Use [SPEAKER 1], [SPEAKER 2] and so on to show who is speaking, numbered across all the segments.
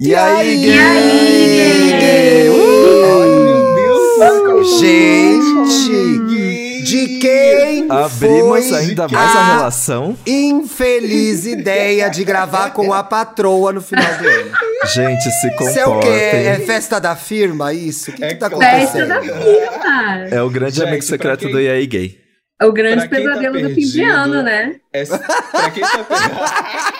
[SPEAKER 1] E aí, gay? gay? Uh! Gente, de quem
[SPEAKER 2] Abrimos
[SPEAKER 1] foi
[SPEAKER 2] ainda mais a relação.
[SPEAKER 1] infeliz ideia de gravar com a patroa no final do ano?
[SPEAKER 2] Gente, se
[SPEAKER 1] Isso é o quê? É
[SPEAKER 2] comportem.
[SPEAKER 1] festa da firma isso? O que, que tá
[SPEAKER 3] É Festa da
[SPEAKER 1] acontecendo?
[SPEAKER 3] firma.
[SPEAKER 2] É o grande
[SPEAKER 4] Gente,
[SPEAKER 2] amigo
[SPEAKER 4] pra
[SPEAKER 2] secreto
[SPEAKER 4] quem-
[SPEAKER 2] do Yay Gay.
[SPEAKER 3] É o grande
[SPEAKER 4] Pra quem tá
[SPEAKER 3] pesadelo do fim de
[SPEAKER 4] perdido,
[SPEAKER 3] ano, né?
[SPEAKER 4] É, pra, quem tá per-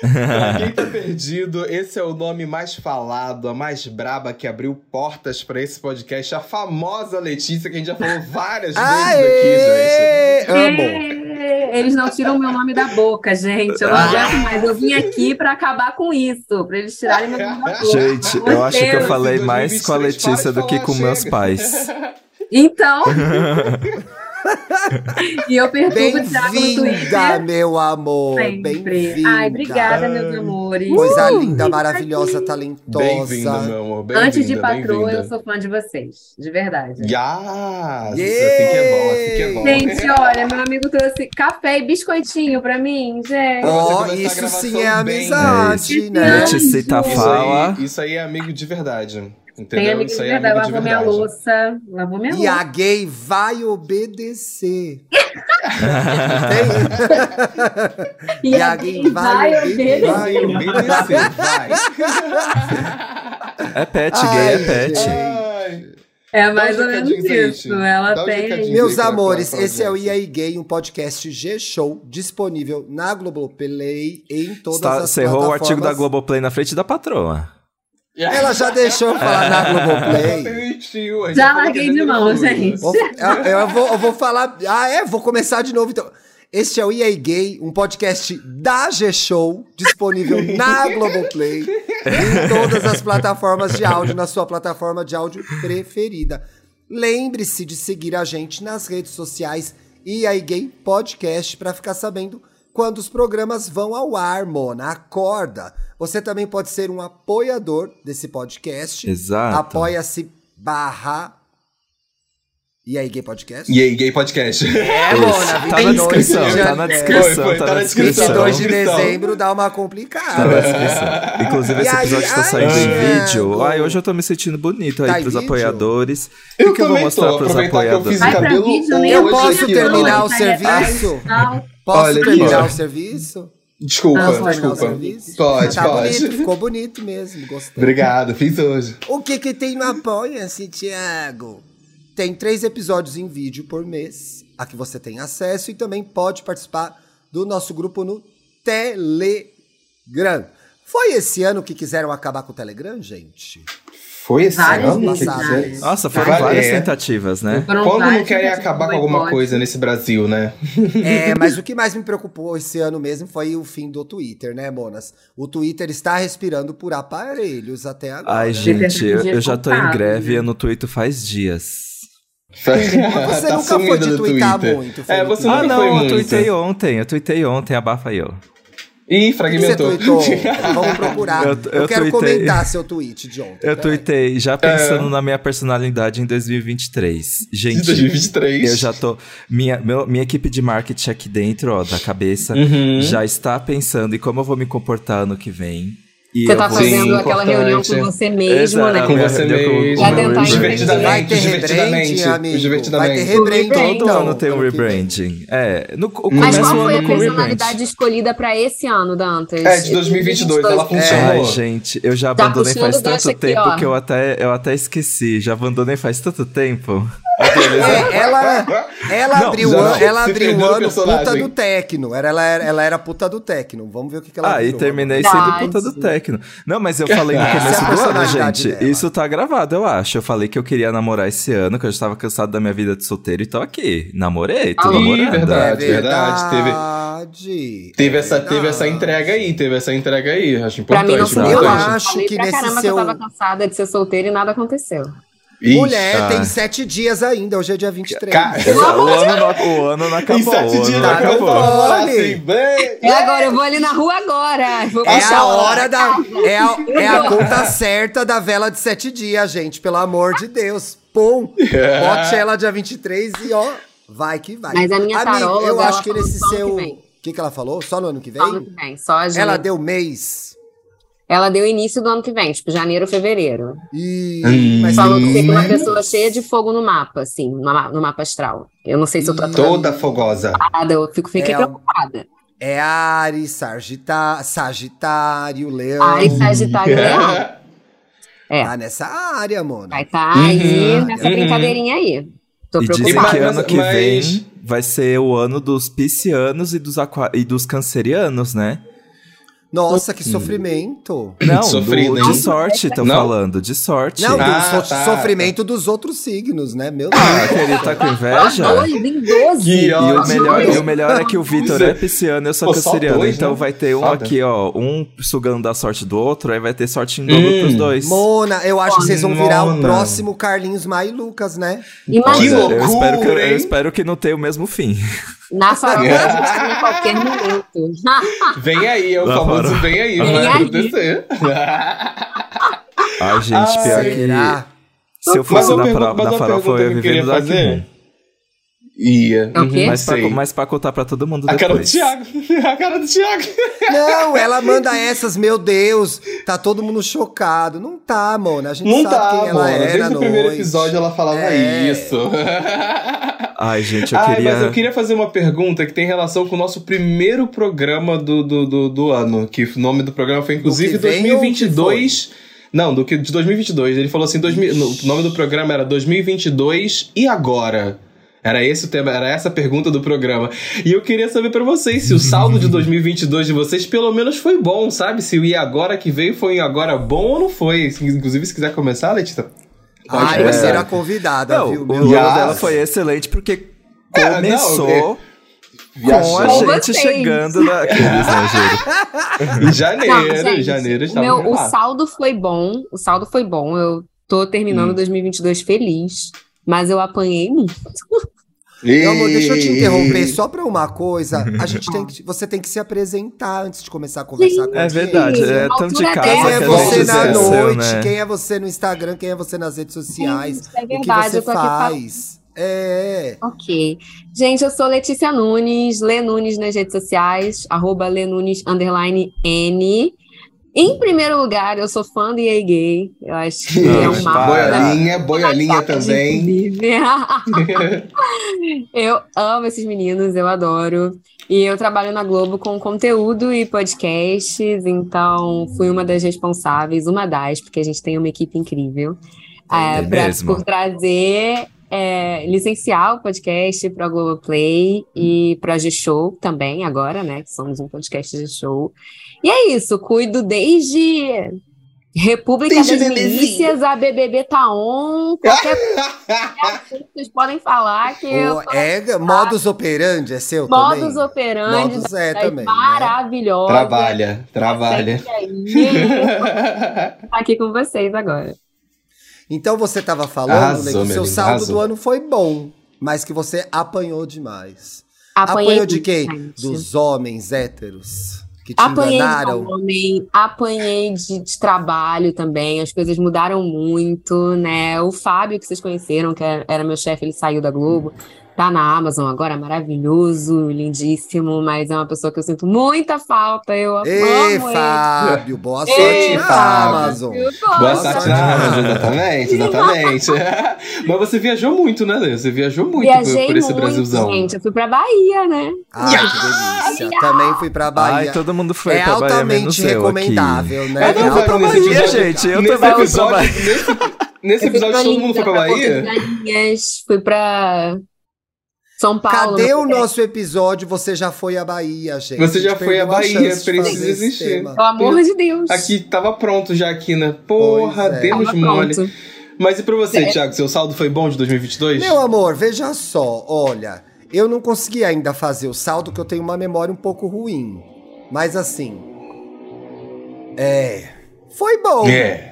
[SPEAKER 4] Pra quem tá perdido, esse é o nome mais falado, a mais braba que abriu portas pra esse podcast, a famosa Letícia, que a gente já falou várias
[SPEAKER 2] é
[SPEAKER 4] vezes aqui, gente.
[SPEAKER 1] Aê! Amo.
[SPEAKER 3] É, Eles não tiram meu nome da boca, gente. Eu não
[SPEAKER 2] Ah.
[SPEAKER 3] aguento mais. Eu vim aqui pra acabar com isso, pra eles tirarem meu nome da boca.
[SPEAKER 2] Gente,
[SPEAKER 3] Pelo amor de
[SPEAKER 2] eu acho que eu
[SPEAKER 3] Deus.
[SPEAKER 2] falei mais com a
[SPEAKER 4] 2023,
[SPEAKER 2] Letícia
[SPEAKER 4] para
[SPEAKER 2] do que
[SPEAKER 4] de
[SPEAKER 2] com
[SPEAKER 4] falar,
[SPEAKER 2] meus
[SPEAKER 4] chega.
[SPEAKER 2] pais.
[SPEAKER 3] Então. e eu perturbo o Thiago no
[SPEAKER 1] Bem-vinda,
[SPEAKER 3] Twitter.
[SPEAKER 1] meu amor.
[SPEAKER 3] Sempre.
[SPEAKER 1] Bem-vinda.
[SPEAKER 3] Ai, obrigada, Uh! meus amores.
[SPEAKER 1] Coisa linda,
[SPEAKER 3] Fica
[SPEAKER 1] maravilhosa,
[SPEAKER 3] aqui.
[SPEAKER 4] Bem-vindo,
[SPEAKER 1] talentosa.
[SPEAKER 4] meu amor. Bem-vinda,
[SPEAKER 3] Antes de patroa, eu
[SPEAKER 4] bem-vinda.
[SPEAKER 3] sou fã de vocês, de verdade.
[SPEAKER 4] Yes! Assim que é bom, assim que é bom.
[SPEAKER 1] Yeah!
[SPEAKER 3] Gente, olha, meu amigo trouxe café e biscoitinho pra mim, gente.
[SPEAKER 4] Você
[SPEAKER 1] Ó,
[SPEAKER 4] começou a
[SPEAKER 1] isso
[SPEAKER 4] gravação
[SPEAKER 1] sim é
[SPEAKER 4] bem, né?
[SPEAKER 1] amizade,
[SPEAKER 3] Esse
[SPEAKER 1] né?
[SPEAKER 3] ano.
[SPEAKER 2] Letícia tá
[SPEAKER 4] Isso
[SPEAKER 2] fala.
[SPEAKER 4] aí, isso aí é amigo de verdade. Entendeu?
[SPEAKER 3] Tem amigo de
[SPEAKER 4] isso aí é
[SPEAKER 3] verdade,
[SPEAKER 4] amigo de
[SPEAKER 3] lavou minha
[SPEAKER 4] verdade.
[SPEAKER 3] louça, lavou minha
[SPEAKER 1] E a
[SPEAKER 3] louça.
[SPEAKER 1] gay vai obedecer. Tem?
[SPEAKER 3] E,
[SPEAKER 1] e
[SPEAKER 3] a
[SPEAKER 1] alguém
[SPEAKER 3] gay
[SPEAKER 1] vai
[SPEAKER 3] vai
[SPEAKER 1] obedecer.
[SPEAKER 4] Vai,
[SPEAKER 3] obedecer.
[SPEAKER 4] obedecer, vai.
[SPEAKER 2] É pet,
[SPEAKER 1] Ai,
[SPEAKER 2] gay é
[SPEAKER 1] gente.
[SPEAKER 2] pet.
[SPEAKER 4] Ai.
[SPEAKER 3] É mais
[SPEAKER 4] Dá
[SPEAKER 3] ou
[SPEAKER 4] os
[SPEAKER 3] menos
[SPEAKER 4] recadinhos,
[SPEAKER 3] isso.
[SPEAKER 4] gente.
[SPEAKER 3] Ela
[SPEAKER 4] Dá os
[SPEAKER 3] tem.
[SPEAKER 4] recadinhos.
[SPEAKER 1] Meus
[SPEAKER 2] tá
[SPEAKER 4] Pra- pra-
[SPEAKER 1] amores,
[SPEAKER 4] pra
[SPEAKER 1] esse é o
[SPEAKER 4] audiência.
[SPEAKER 1] IAI Gay, um podcast G-Show, disponível na Globoplay em todas
[SPEAKER 2] Está-
[SPEAKER 1] as
[SPEAKER 2] Cerrou Tá, o artigo da
[SPEAKER 1] plataformas.
[SPEAKER 2] Globoplay na frente da patroa.
[SPEAKER 1] Ela já deixou eu falar na
[SPEAKER 2] É.
[SPEAKER 1] Globoplay.
[SPEAKER 4] um Já,
[SPEAKER 3] Já larguei de mão,
[SPEAKER 4] um
[SPEAKER 3] gente.
[SPEAKER 1] Vou- eu, eu vou, eu vou falar. Ah, é? Vou começar de novo então. Este é o EA Gay, um podcast da G-Show, disponível na Globoplay, em todas as plataformas de áudio, na sua plataforma de áudio preferida. Lembre-se de seguir a gente nas redes sociais EA Gay Podcast para ficar sabendo quando os programas vão ao ar, Mona. Acorda! Você também pode ser um apoiador desse podcast
[SPEAKER 2] Exato.
[SPEAKER 1] apoia-se barra e aí gay podcast
[SPEAKER 4] E aí, gay podcast.
[SPEAKER 1] é
[SPEAKER 2] Isso. Tá na descrição,
[SPEAKER 1] de
[SPEAKER 2] tá na
[SPEAKER 1] janeiro-
[SPEAKER 2] descrição,
[SPEAKER 4] Foi, foi,
[SPEAKER 2] tá
[SPEAKER 4] tá
[SPEAKER 2] na
[SPEAKER 4] na
[SPEAKER 2] descrição.
[SPEAKER 1] 22 de
[SPEAKER 4] descrição.
[SPEAKER 1] dezembro dá uma
[SPEAKER 2] Tá na
[SPEAKER 1] complicada
[SPEAKER 2] descrição. Inclusive,
[SPEAKER 1] E
[SPEAKER 2] esse
[SPEAKER 1] aí,
[SPEAKER 2] episódio tá
[SPEAKER 1] ai,
[SPEAKER 2] saindo em
[SPEAKER 1] Thiago.
[SPEAKER 2] vídeo. Ai, hoje eu tô me sentindo bonito aí
[SPEAKER 1] Tá em
[SPEAKER 2] pros
[SPEAKER 1] vídeo?
[SPEAKER 2] apoiadores. O
[SPEAKER 4] Eu
[SPEAKER 2] que, que eu vou
[SPEAKER 4] também
[SPEAKER 2] mostrar
[SPEAKER 4] tô,
[SPEAKER 2] pros
[SPEAKER 4] aproveitar que eu
[SPEAKER 2] apoiadores?
[SPEAKER 4] fiz
[SPEAKER 3] Vai pra
[SPEAKER 4] Cabelo
[SPEAKER 3] vídeo,
[SPEAKER 4] ou
[SPEAKER 3] nem
[SPEAKER 1] eu
[SPEAKER 4] hoje
[SPEAKER 1] posso
[SPEAKER 4] aqui,
[SPEAKER 1] terminar
[SPEAKER 4] ó.
[SPEAKER 1] o
[SPEAKER 3] tá
[SPEAKER 1] serviço
[SPEAKER 3] Tal.
[SPEAKER 1] posso
[SPEAKER 4] Olha aqui,
[SPEAKER 1] terminar
[SPEAKER 4] ó.
[SPEAKER 1] o serviço
[SPEAKER 4] Desculpa,
[SPEAKER 3] Ah, pode,
[SPEAKER 4] desculpa.
[SPEAKER 1] não, serviço.
[SPEAKER 4] Pode,
[SPEAKER 1] tá
[SPEAKER 4] pode.
[SPEAKER 1] bonito ficou bonito mesmo gostei
[SPEAKER 4] Obrigado, fiz hoje.
[SPEAKER 1] o que que tem no apoia-se Tiago tem três episódios em vídeo por mês a que você tem acesso e também pode participar do nosso grupo no Telegram foi esse ano que quiseram acabar com o Telegram gente
[SPEAKER 4] Foi esse
[SPEAKER 3] Várias
[SPEAKER 4] ano?
[SPEAKER 3] vezes,
[SPEAKER 4] que
[SPEAKER 1] sabe?
[SPEAKER 4] vocês-
[SPEAKER 2] Nossa, foram
[SPEAKER 4] Vale-
[SPEAKER 2] várias
[SPEAKER 4] é.
[SPEAKER 2] tentativas, né?
[SPEAKER 3] Foram
[SPEAKER 4] Quando não
[SPEAKER 3] várias
[SPEAKER 4] querem
[SPEAKER 3] tentativas
[SPEAKER 4] acabar
[SPEAKER 3] de
[SPEAKER 4] com alguma
[SPEAKER 3] boicote.
[SPEAKER 4] coisa nesse Brasil, né?
[SPEAKER 1] É, mas o que mais me preocupou esse ano mesmo foi o fim do Twitter, né, Monas? O Twitter está respirando por aparelhos até agora. Né?
[SPEAKER 2] Ai, gente, eu, eu já tô em greve e eu não tuito faz dias.
[SPEAKER 1] Você
[SPEAKER 4] Você
[SPEAKER 1] nunca foi de twittar muito, Felipe.
[SPEAKER 4] É, você
[SPEAKER 2] Ah,
[SPEAKER 4] nunca foi
[SPEAKER 2] não, eu
[SPEAKER 4] muito.
[SPEAKER 2] tuitei ontem, eu tuitei ontem, abafa eu.
[SPEAKER 4] Ih,
[SPEAKER 1] O que você
[SPEAKER 4] fragmentou.
[SPEAKER 1] tweetou? Vamos procurar.
[SPEAKER 2] Eu-
[SPEAKER 1] Eu,
[SPEAKER 2] eu
[SPEAKER 1] quero
[SPEAKER 2] tuitei.
[SPEAKER 1] comentar seu tweet de ontem. peraí.
[SPEAKER 2] Eu tuitei já pensando na minha personalidade em 2023.
[SPEAKER 4] De
[SPEAKER 2] Gente,
[SPEAKER 4] 2023.
[SPEAKER 2] eu já tô. Minha, meu- minha equipe de marketing aqui dentro, ó, da cabeça,
[SPEAKER 4] Uhum.
[SPEAKER 2] já está pensando em como eu vou me comportar ano que vem. E
[SPEAKER 3] Você
[SPEAKER 2] eu
[SPEAKER 3] tá
[SPEAKER 2] vou-
[SPEAKER 3] fazendo
[SPEAKER 4] Sim,
[SPEAKER 3] aquela reunião com
[SPEAKER 4] importante.
[SPEAKER 3] você mesmo,
[SPEAKER 2] Exato.
[SPEAKER 3] né?
[SPEAKER 4] É com você
[SPEAKER 2] Entendeu? Com-
[SPEAKER 4] mesmo.
[SPEAKER 3] Pra tentar
[SPEAKER 1] Vai
[SPEAKER 4] divertidamente,
[SPEAKER 1] ter rebranding,
[SPEAKER 4] divertidamente,
[SPEAKER 1] amigo. Vai ter
[SPEAKER 4] divertidamente.
[SPEAKER 1] rebranding,
[SPEAKER 3] Todo
[SPEAKER 2] Todo
[SPEAKER 1] então.
[SPEAKER 2] ano tem um
[SPEAKER 1] ano que vem.
[SPEAKER 2] rebranding. É, no, o
[SPEAKER 3] Mas
[SPEAKER 4] Mas
[SPEAKER 2] começo
[SPEAKER 3] qual
[SPEAKER 4] Começa
[SPEAKER 2] do
[SPEAKER 3] foi
[SPEAKER 2] ano
[SPEAKER 3] a
[SPEAKER 2] com rebranding.
[SPEAKER 3] personalidade escolhida pra esse ano, Dantas?
[SPEAKER 4] É, de 2022, ela funcionou.
[SPEAKER 2] Ai, gente, eu já abandonei
[SPEAKER 3] Tá puxando
[SPEAKER 2] faz
[SPEAKER 3] o gancho
[SPEAKER 2] tanto
[SPEAKER 3] aqui,
[SPEAKER 2] tempo
[SPEAKER 3] ó.
[SPEAKER 2] que eu até, eu até esqueci. Já abandonei faz tanto tempo.
[SPEAKER 1] É, ela ela
[SPEAKER 2] Não,
[SPEAKER 1] abriu
[SPEAKER 4] já
[SPEAKER 1] o ano,
[SPEAKER 4] não.
[SPEAKER 1] ela
[SPEAKER 4] Se
[SPEAKER 1] abriu o
[SPEAKER 4] perdeu no
[SPEAKER 1] ano puta
[SPEAKER 4] personagem.
[SPEAKER 1] do Tecno. Era- Ela era, ela era puta do Tecno. Vamos ver o que, que ela
[SPEAKER 2] Ah, e
[SPEAKER 1] virou.
[SPEAKER 2] terminei
[SPEAKER 3] Verdade.
[SPEAKER 2] sendo puta do Tecno. Não, mas eu falei no
[SPEAKER 4] Essa é a
[SPEAKER 2] começo do ano,
[SPEAKER 1] personalidade
[SPEAKER 2] gente.
[SPEAKER 1] dela.
[SPEAKER 2] Isso tá gravado, eu acho. Eu falei que eu queria namorar esse ano, que eu já estava cansado da minha vida de solteiro e tô aqui. Namorei, tô
[SPEAKER 3] Ah,
[SPEAKER 2] namorando.
[SPEAKER 4] É verdade.
[SPEAKER 1] verdade.
[SPEAKER 4] Teve
[SPEAKER 1] É
[SPEAKER 4] essa, teve essa
[SPEAKER 1] verdade.
[SPEAKER 4] entrega aí, teve essa entrega aí. Acho
[SPEAKER 3] Pra
[SPEAKER 4] importante.
[SPEAKER 3] mim não
[SPEAKER 2] foi
[SPEAKER 5] né?
[SPEAKER 3] funcionou.
[SPEAKER 2] importante.
[SPEAKER 1] Eu
[SPEAKER 4] importante.
[SPEAKER 1] acho
[SPEAKER 3] Falei
[SPEAKER 1] que
[SPEAKER 3] pra
[SPEAKER 1] nesse
[SPEAKER 3] caramba
[SPEAKER 1] seu-
[SPEAKER 3] que eu tava cansada de ser solteira e nada aconteceu.
[SPEAKER 4] Ixi,
[SPEAKER 1] Mulher,
[SPEAKER 2] ah.
[SPEAKER 1] tem sete dias ainda, hoje é dia 23.
[SPEAKER 4] Ca-
[SPEAKER 2] O ano, não, o ano não acabou.
[SPEAKER 4] Em sete
[SPEAKER 2] o ano
[SPEAKER 4] dias
[SPEAKER 2] não
[SPEAKER 1] tá
[SPEAKER 4] ela
[SPEAKER 2] acabou.
[SPEAKER 4] começou a falar assim, bem.
[SPEAKER 3] E agora É, eu vou ali na rua agora. Vou
[SPEAKER 1] É
[SPEAKER 3] puxar
[SPEAKER 1] a
[SPEAKER 3] ela.
[SPEAKER 1] hora da. É a, é a conta certa da vela de sete dias, gente. Pelo amor de Deus. Pum! Bote ela dia 23 e ó, vai que vai.
[SPEAKER 3] Mas a minha taróloga,
[SPEAKER 1] eu
[SPEAKER 3] ela
[SPEAKER 1] acho
[SPEAKER 5] tá
[SPEAKER 1] que
[SPEAKER 3] falou
[SPEAKER 1] nesse
[SPEAKER 3] só ano
[SPEAKER 1] seu.
[SPEAKER 3] que
[SPEAKER 1] O
[SPEAKER 3] vem.
[SPEAKER 1] que, que ela falou? Só no ano que vem?
[SPEAKER 3] Só ano que vem, só a gente.
[SPEAKER 1] Ela deu mês.
[SPEAKER 5] Ela deu início do ano que vem, tipo janeiro, fevereiro.
[SPEAKER 1] E...
[SPEAKER 4] Hum.
[SPEAKER 1] Mas
[SPEAKER 5] Falou que seria uma
[SPEAKER 4] Mas-
[SPEAKER 5] pessoa cheia de fogo no mapa, assim, no ma- no mapa astral. Eu não sei se eu tô atrasada,
[SPEAKER 4] Toda fogosa.
[SPEAKER 5] eu fico, fiquei
[SPEAKER 1] Hum. É,
[SPEAKER 5] preocupada.
[SPEAKER 1] é Ares, Sargita... Sagitário, Leão.
[SPEAKER 5] Aí Sagitário e Leão. É.
[SPEAKER 1] Tá nessa área, mano.
[SPEAKER 5] Aí tá aí
[SPEAKER 4] Uhum.
[SPEAKER 5] nessa
[SPEAKER 4] Uhum.
[SPEAKER 5] brincadeirinha aí. Tô
[SPEAKER 2] E dizem
[SPEAKER 5] preocupada.
[SPEAKER 2] que
[SPEAKER 4] Mas-
[SPEAKER 2] ano que
[SPEAKER 4] mas-
[SPEAKER 2] vem vai ser o ano dos piscianos e dos, aqua... e dos cancerianos, né?
[SPEAKER 1] Nossa, que sofrimento.
[SPEAKER 2] Não,
[SPEAKER 4] Sofrido,
[SPEAKER 2] do-
[SPEAKER 4] hein?
[SPEAKER 2] de sorte, estão
[SPEAKER 4] Não.
[SPEAKER 2] falando, de sorte.
[SPEAKER 1] Não, do
[SPEAKER 4] Ah,
[SPEAKER 1] so-
[SPEAKER 4] tá,
[SPEAKER 1] sofrimento dos outros signos, né? Meu
[SPEAKER 2] Ah,
[SPEAKER 1] Deus.
[SPEAKER 2] querido, tá com
[SPEAKER 5] Só
[SPEAKER 2] inveja?
[SPEAKER 5] dois em doze.
[SPEAKER 4] Que
[SPEAKER 2] E o, melhor, e o melhor é que o Vitor
[SPEAKER 4] Isso.
[SPEAKER 2] é pisciano e eu sou
[SPEAKER 4] Pô, só
[SPEAKER 2] canceriano.
[SPEAKER 4] dois,
[SPEAKER 2] Então
[SPEAKER 4] né?
[SPEAKER 2] vai ter um
[SPEAKER 4] Foda.
[SPEAKER 2] aqui, ó, um sugando da sorte do outro, aí vai ter sorte em dobro
[SPEAKER 4] Hum.
[SPEAKER 2] pros dois.
[SPEAKER 1] Mona, eu acho que vocês vão virar o
[SPEAKER 4] Mona.
[SPEAKER 1] próximo Carlinhos Maia e Lucas, né?
[SPEAKER 5] Imagina,
[SPEAKER 4] Que
[SPEAKER 2] eu, espero que,
[SPEAKER 4] loucura,
[SPEAKER 2] eu
[SPEAKER 4] hein?
[SPEAKER 2] espero que não tenha o mesmo fim.
[SPEAKER 5] na farofa a gente tá em qualquer momento.
[SPEAKER 4] Vem aí, é o
[SPEAKER 2] Lá
[SPEAKER 4] famoso
[SPEAKER 2] fora.
[SPEAKER 4] vem aí,
[SPEAKER 5] Vem aí.
[SPEAKER 4] vai acontecer.
[SPEAKER 2] Ai, gente,
[SPEAKER 4] Ah,
[SPEAKER 2] pior que.
[SPEAKER 1] Será?
[SPEAKER 2] Se eu
[SPEAKER 4] Mas
[SPEAKER 2] fosse
[SPEAKER 4] uma
[SPEAKER 2] da,
[SPEAKER 4] pergunta-
[SPEAKER 2] fra-
[SPEAKER 4] mas
[SPEAKER 2] da
[SPEAKER 4] uma
[SPEAKER 2] farofa,
[SPEAKER 4] pergunta
[SPEAKER 2] eu ia
[SPEAKER 4] que eu
[SPEAKER 2] viver
[SPEAKER 4] queria
[SPEAKER 2] do Dark
[SPEAKER 4] fazer.
[SPEAKER 2] Room.
[SPEAKER 4] Ia.
[SPEAKER 5] É o quê?
[SPEAKER 4] Uhum,
[SPEAKER 2] Mas, pra,
[SPEAKER 4] sei.
[SPEAKER 2] mas pra contar pra todo mundo
[SPEAKER 4] A cara do
[SPEAKER 2] depois.
[SPEAKER 4] Thiago. A cara do Thiago.
[SPEAKER 1] Não, ela manda essas, meu Deus, tá todo mundo chocado. Não tá, Mona, a gente
[SPEAKER 4] Não
[SPEAKER 1] sabe
[SPEAKER 4] tá,
[SPEAKER 1] quem ela
[SPEAKER 4] mano.
[SPEAKER 1] era
[SPEAKER 4] Desde
[SPEAKER 1] à
[SPEAKER 4] o primeiro
[SPEAKER 1] noite.
[SPEAKER 4] episódio ela falava
[SPEAKER 1] É.
[SPEAKER 4] isso.
[SPEAKER 2] Ai, gente, eu
[SPEAKER 4] Ai,
[SPEAKER 2] queria.
[SPEAKER 4] Ah, mas eu queria fazer uma pergunta que tem relação com o nosso primeiro programa do, do, do, do ano, que o nome do programa foi inclusive
[SPEAKER 1] que vem ou que
[SPEAKER 4] 2022. Não, do que de 2022. Ele falou assim, 2000, no- o nome do programa era 2022 e agora. Era esse o tema, era essa a pergunta do programa. E eu queria saber pra vocês se o saldo de 2022 de vocês pelo menos foi bom, sabe? Se o e agora que veio foi um agora bom ou não foi. Inclusive, se quiser começar, Letícia.
[SPEAKER 1] Ah,
[SPEAKER 4] É.
[SPEAKER 1] eu será convidada,
[SPEAKER 2] Não,
[SPEAKER 1] viu?
[SPEAKER 2] o
[SPEAKER 1] Meu
[SPEAKER 2] ano
[SPEAKER 4] Yes.
[SPEAKER 2] dela foi excelente porque
[SPEAKER 4] É, não,
[SPEAKER 2] começou com a
[SPEAKER 4] Viajou.
[SPEAKER 5] Com
[SPEAKER 2] gente
[SPEAKER 5] vocês.
[SPEAKER 2] chegando na. Que isso, né, gente?
[SPEAKER 4] é, Em janeiro,
[SPEAKER 5] Não, gente,
[SPEAKER 4] em janeiro
[SPEAKER 5] o,
[SPEAKER 4] estava
[SPEAKER 5] meu, o
[SPEAKER 4] lá.
[SPEAKER 5] saldo foi bom, o saldo foi bom. Eu tô terminando
[SPEAKER 4] Hum.
[SPEAKER 5] 2022 feliz, mas eu apanhei muito.
[SPEAKER 1] Meu amor, deixa eu te interromper só pra uma coisa. A gente tem que, você tem que se apresentar antes de começar a conversar com
[SPEAKER 2] É
[SPEAKER 1] alguém.
[SPEAKER 2] verdade, é
[SPEAKER 5] Uma
[SPEAKER 2] tão de
[SPEAKER 5] altura
[SPEAKER 2] casa
[SPEAKER 1] Quem
[SPEAKER 5] dessa,
[SPEAKER 1] é
[SPEAKER 2] que a
[SPEAKER 1] você
[SPEAKER 2] gente
[SPEAKER 1] na
[SPEAKER 2] esqueceu,
[SPEAKER 1] noite?
[SPEAKER 2] né?
[SPEAKER 1] Quem é você no Instagram? Quem é você nas redes sociais?
[SPEAKER 5] Isso é
[SPEAKER 1] o que
[SPEAKER 5] verdade,
[SPEAKER 1] você
[SPEAKER 5] eu tô aqui pra
[SPEAKER 1] faz? É.
[SPEAKER 5] Ok. Gente, eu sou Letícia Nunes, Lê Nunes nas redes sociais, arroba Lê Nunes, underline N. Em primeiro lugar, eu sou fã do EA Gay. Eu acho que é
[SPEAKER 2] Não,
[SPEAKER 5] um
[SPEAKER 2] para.
[SPEAKER 5] mapa. da-
[SPEAKER 4] Boiolinha, boiolinha também.
[SPEAKER 5] Inclusive. eu amo esses meninos, eu adoro. E eu trabalho na Globo com conteúdo e podcasts, então fui uma das responsáveis, uma das, porque a gente tem uma equipe incrível,
[SPEAKER 2] É
[SPEAKER 5] é, pra-
[SPEAKER 2] mesmo.
[SPEAKER 5] por trazer, é, licenciar o podcast para a Globoplay e para a G-Show também, agora, né? Que somos um podcast G-Show. E é isso, cuido desde. República
[SPEAKER 4] Desde
[SPEAKER 5] das
[SPEAKER 4] bebezinho.
[SPEAKER 5] Milícias, a BBB tá on, qualquer vocês podem falar que eu
[SPEAKER 1] O, é modus operandi é seu
[SPEAKER 5] modus
[SPEAKER 1] também?
[SPEAKER 5] operandi
[SPEAKER 1] modus é
[SPEAKER 5] das
[SPEAKER 1] também. né?
[SPEAKER 5] maravilhosa.
[SPEAKER 4] Trabalha, trabalha.
[SPEAKER 5] Segue aí, tá aqui com vocês agora.
[SPEAKER 1] Então você tava falando
[SPEAKER 4] Arrasou,
[SPEAKER 1] né, que o
[SPEAKER 4] meu
[SPEAKER 1] seu
[SPEAKER 4] lindo,
[SPEAKER 1] saldo
[SPEAKER 4] arrasou.
[SPEAKER 1] do ano foi bom, mas que você apanhou demais.
[SPEAKER 5] Apanhei
[SPEAKER 1] Apanhou de quem?
[SPEAKER 5] gente.
[SPEAKER 1] Dos homens héteros que te
[SPEAKER 5] Apanhei
[SPEAKER 1] enganaram.
[SPEAKER 5] de homem, apanhei de, de trabalho também, as coisas mudaram muito, né? O Fábio, que vocês conheceram, que era era meu chefe, ele saiu da Globo, tá na Amazon agora, maravilhoso, lindíssimo, mas é uma pessoa que eu sinto muita falta, eu amo
[SPEAKER 1] Ei,
[SPEAKER 5] ele.
[SPEAKER 1] Fábio, boa sorte
[SPEAKER 5] Ei,
[SPEAKER 1] na
[SPEAKER 4] Fábio.
[SPEAKER 1] Amazon.
[SPEAKER 4] Boa
[SPEAKER 1] Nossa, cara.
[SPEAKER 4] sorte na Amazon, exatamente, exatamente. Mas você viajou muito, né, Lê? Você viajou muito por,
[SPEAKER 5] Viajei
[SPEAKER 4] por esse
[SPEAKER 5] muito,
[SPEAKER 4] Brasilzão.
[SPEAKER 5] gente. Eu fui pra Bahia, né?
[SPEAKER 1] Ai, Ah, que delícia. Também fui pra é Bahia.
[SPEAKER 2] Ai, todo mundo foi
[SPEAKER 1] é
[SPEAKER 2] pra Bahia,
[SPEAKER 1] altamente
[SPEAKER 2] menos eu aqui.
[SPEAKER 1] recomendável, né?
[SPEAKER 4] É, não,
[SPEAKER 1] É
[SPEAKER 4] vai
[SPEAKER 1] altamente-
[SPEAKER 4] nesse
[SPEAKER 2] Bahia,
[SPEAKER 4] episódio-
[SPEAKER 2] gente, eu
[SPEAKER 4] nesse
[SPEAKER 2] também fui pra
[SPEAKER 4] episódio,
[SPEAKER 2] Bahia.
[SPEAKER 4] nesse, nesse
[SPEAKER 5] Eu fui
[SPEAKER 4] episódio
[SPEAKER 5] pra
[SPEAKER 4] todo mundo foi pra Bahia?
[SPEAKER 5] Porto de Galinhas, fui pra São Paulo. né?
[SPEAKER 1] Cadê o
[SPEAKER 5] no-
[SPEAKER 1] nosso episódio Você Já Foi à Bahia, gente?
[SPEAKER 4] Você
[SPEAKER 1] A
[SPEAKER 4] já
[SPEAKER 1] gente
[SPEAKER 4] foi
[SPEAKER 1] perdeu a
[SPEAKER 4] à Bahia,
[SPEAKER 1] chance de
[SPEAKER 4] precisa
[SPEAKER 1] fazer esse
[SPEAKER 4] existir.
[SPEAKER 1] tema.
[SPEAKER 5] Pelo amor de Deus.
[SPEAKER 4] Aqui, tava pronto já aqui, né? Porra,
[SPEAKER 1] Pois é.
[SPEAKER 4] demos
[SPEAKER 5] Tava
[SPEAKER 4] mole.
[SPEAKER 5] pronto. É.
[SPEAKER 4] Mas e pra você, Thiago? Seu saldo foi bom de 2022?
[SPEAKER 1] Meu amor, veja só, olha, eu não consegui ainda fazer o saldo que eu tenho uma memória um pouco ruim. Mas assim, é, foi bom.
[SPEAKER 4] É.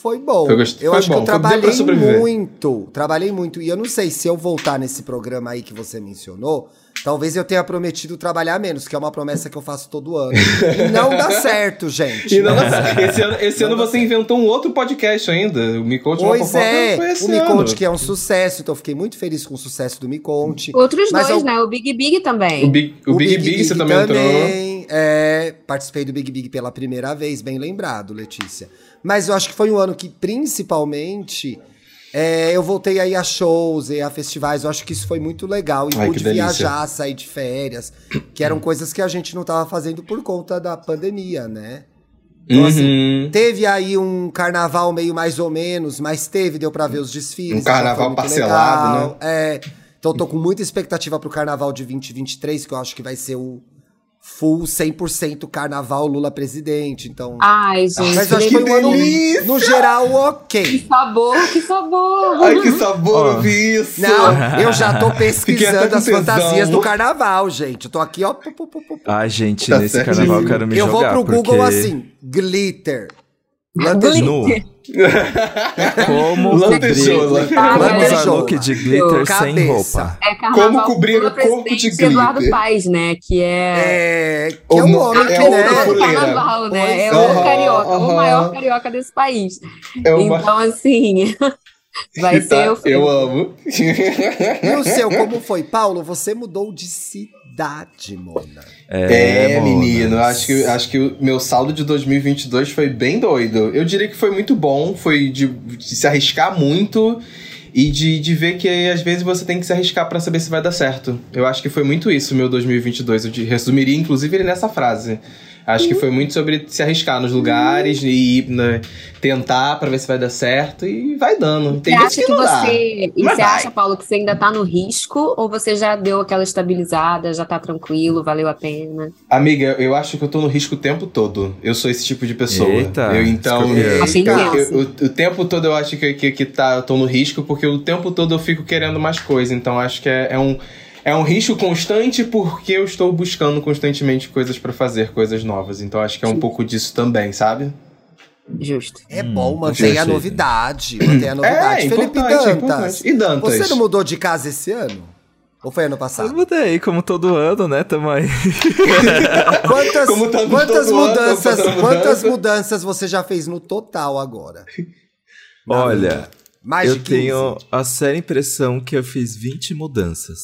[SPEAKER 1] Foi bom.
[SPEAKER 4] Foi gost-
[SPEAKER 1] eu
[SPEAKER 4] foi
[SPEAKER 1] acho
[SPEAKER 4] bom,
[SPEAKER 1] que eu
[SPEAKER 4] deu pra
[SPEAKER 1] trabalhei
[SPEAKER 4] sobreviver.
[SPEAKER 1] muito. Trabalhei muito. E eu não sei se eu voltar nesse programa aí que você mencionou, talvez eu tenha prometido trabalhar menos, que é uma promessa que eu faço todo ano. e não dá certo, gente.
[SPEAKER 4] E não, esse ano, esse
[SPEAKER 1] Não
[SPEAKER 4] ano
[SPEAKER 1] dá
[SPEAKER 4] você
[SPEAKER 1] certo.
[SPEAKER 4] inventou um outro podcast ainda. O Me Conte uma
[SPEAKER 1] Pois
[SPEAKER 4] Fofoca
[SPEAKER 1] é,
[SPEAKER 4] foi esse
[SPEAKER 1] o Me
[SPEAKER 4] ano.
[SPEAKER 1] Conte, que é um sucesso, então eu fiquei muito feliz com o sucesso do Me Conte.
[SPEAKER 5] Outros
[SPEAKER 1] Mas
[SPEAKER 5] dois,
[SPEAKER 1] al-
[SPEAKER 5] né? O Big Big
[SPEAKER 4] O
[SPEAKER 5] também.
[SPEAKER 4] Big, o Big, Big, você também entrou.
[SPEAKER 1] também, é, participei do Big Big pela primeira vez, bem lembrado, Letícia. Mas eu acho que foi um ano que, principalmente, é, eu voltei aí a shows e a festivais. Eu acho que isso foi muito legal. E
[SPEAKER 4] Ai,
[SPEAKER 1] pude
[SPEAKER 4] que delícia.
[SPEAKER 1] viajar, sair de férias, que eram coisas que a gente não tava fazendo por conta da pandemia, né? Então, assim,
[SPEAKER 2] Uhum.
[SPEAKER 1] teve aí um carnaval meio mais ou menos, mas teve, deu pra ver os desfiles.
[SPEAKER 4] Um carnaval
[SPEAKER 1] então foi muito
[SPEAKER 4] parcelado, né?
[SPEAKER 1] legal. É. Então eu tô com muita expectativa pro carnaval de 2023, que eu acho que vai ser o full 100% carnaval Lula presidente. Então.
[SPEAKER 5] Ai, gente,
[SPEAKER 1] mas eu acho que
[SPEAKER 4] que
[SPEAKER 1] foi um ano,
[SPEAKER 4] delícia!
[SPEAKER 1] no geral, ok.
[SPEAKER 5] que sabor, que sabor!
[SPEAKER 4] Ai, que sabor
[SPEAKER 2] Ó.
[SPEAKER 4] ouvir isso!
[SPEAKER 1] Não, eu já tô
[SPEAKER 4] Fiquei até
[SPEAKER 1] pesquisando
[SPEAKER 4] com
[SPEAKER 1] as
[SPEAKER 4] tesão.
[SPEAKER 1] fantasias do carnaval, gente. Eu tô aqui, ó. pu, pu, pu, pu, pu.
[SPEAKER 2] Ai, gente,
[SPEAKER 4] Tá
[SPEAKER 2] nesse
[SPEAKER 4] certo.
[SPEAKER 2] carnaval eu quero me
[SPEAKER 1] Eu vou
[SPEAKER 2] jogar.
[SPEAKER 1] pro Google
[SPEAKER 2] porque...
[SPEAKER 1] assim: glitter.
[SPEAKER 2] Nu. Como
[SPEAKER 4] Lantejou,
[SPEAKER 2] cobrir-
[SPEAKER 4] lantejou.
[SPEAKER 2] Como usar
[SPEAKER 1] Lantejou.
[SPEAKER 2] look de glitter sem
[SPEAKER 1] Cabeça.
[SPEAKER 2] roupa.
[SPEAKER 5] É carnaval
[SPEAKER 4] Como cobrir
[SPEAKER 5] do
[SPEAKER 4] o corpo de
[SPEAKER 5] presidente
[SPEAKER 4] glitter.
[SPEAKER 5] Eduardo Paes, né? Que é.
[SPEAKER 1] É. Que é um
[SPEAKER 4] Homo-
[SPEAKER 1] homem,
[SPEAKER 4] é
[SPEAKER 1] que,
[SPEAKER 5] o
[SPEAKER 4] outra
[SPEAKER 1] né?
[SPEAKER 4] fuleira.
[SPEAKER 5] carnaval, né? É
[SPEAKER 1] Pois
[SPEAKER 5] o
[SPEAKER 4] é.
[SPEAKER 5] carioca, o
[SPEAKER 4] Aham.
[SPEAKER 5] maior carioca desse país.
[SPEAKER 4] É uma...
[SPEAKER 5] Então, assim, vai
[SPEAKER 4] Tá,
[SPEAKER 5] ser o fim.
[SPEAKER 4] Eu amo.
[SPEAKER 1] E o seu, como foi? Paulo, você mudou de cidade, Mona.
[SPEAKER 4] É,
[SPEAKER 2] Mona.
[SPEAKER 4] menino, acho que, acho que o meu saldo de 2022 foi bem doido. Eu diria que foi muito bom, foi de, de se arriscar muito e de, de ver que às vezes você tem que se arriscar pra saber se vai dar certo. Eu acho que foi muito isso meu 2022. Eu de- resumiria, inclusive, ele nessa frase. Acho que foi muito sobre se arriscar nos lugares e ir, né, tentar pra ver se vai dar certo e vai dando.
[SPEAKER 5] Você
[SPEAKER 4] Tem vezes
[SPEAKER 5] acha
[SPEAKER 4] que,
[SPEAKER 5] que
[SPEAKER 4] não dá.
[SPEAKER 5] você. E
[SPEAKER 4] Mas
[SPEAKER 5] você
[SPEAKER 4] vai.
[SPEAKER 5] acha, Paulo, que você ainda tá no risco? Ou você já deu aquela estabilizada, já tá tranquilo, valeu a pena?
[SPEAKER 4] Amiga, eu acho que eu tô no risco o tempo todo. Eu sou esse tipo de pessoa.
[SPEAKER 2] Eita, É.
[SPEAKER 4] eu, então,
[SPEAKER 2] escorpião.
[SPEAKER 1] Assim
[SPEAKER 5] Achei
[SPEAKER 4] eu-
[SPEAKER 5] massa.
[SPEAKER 4] eu- o, o tempo todo eu acho que, que, que tá, eu tô no risco, porque o tempo todo eu fico querendo mais coisa. Então acho que é, é um, é um risco constante porque eu estou buscando constantemente coisas pra fazer, coisas novas. Então acho que é um pouco disso também, sabe?
[SPEAKER 5] Justo.
[SPEAKER 1] É
[SPEAKER 2] Hum,
[SPEAKER 1] bom, mantém a
[SPEAKER 2] entendi.
[SPEAKER 1] novidade. Mantém a novidade.
[SPEAKER 4] é,
[SPEAKER 1] Felipe
[SPEAKER 4] importante, é
[SPEAKER 1] Dantas,
[SPEAKER 4] importante. E Dantas?
[SPEAKER 1] você não mudou de casa esse ano? Ou foi ano
[SPEAKER 2] Eu
[SPEAKER 1] passado?
[SPEAKER 2] mudei, como todo ano, né? Tamo aí.
[SPEAKER 1] Quantas,
[SPEAKER 4] Como tá
[SPEAKER 1] quantas
[SPEAKER 4] todo ano,
[SPEAKER 1] mudanças,
[SPEAKER 4] fazendo
[SPEAKER 1] quantas
[SPEAKER 4] mudança.
[SPEAKER 1] mudanças você já fez no total agora? Na
[SPEAKER 2] Olha,
[SPEAKER 1] vida? mais
[SPEAKER 2] eu
[SPEAKER 1] de 15.
[SPEAKER 2] tenho a séria impressão que eu fiz 20 mudanças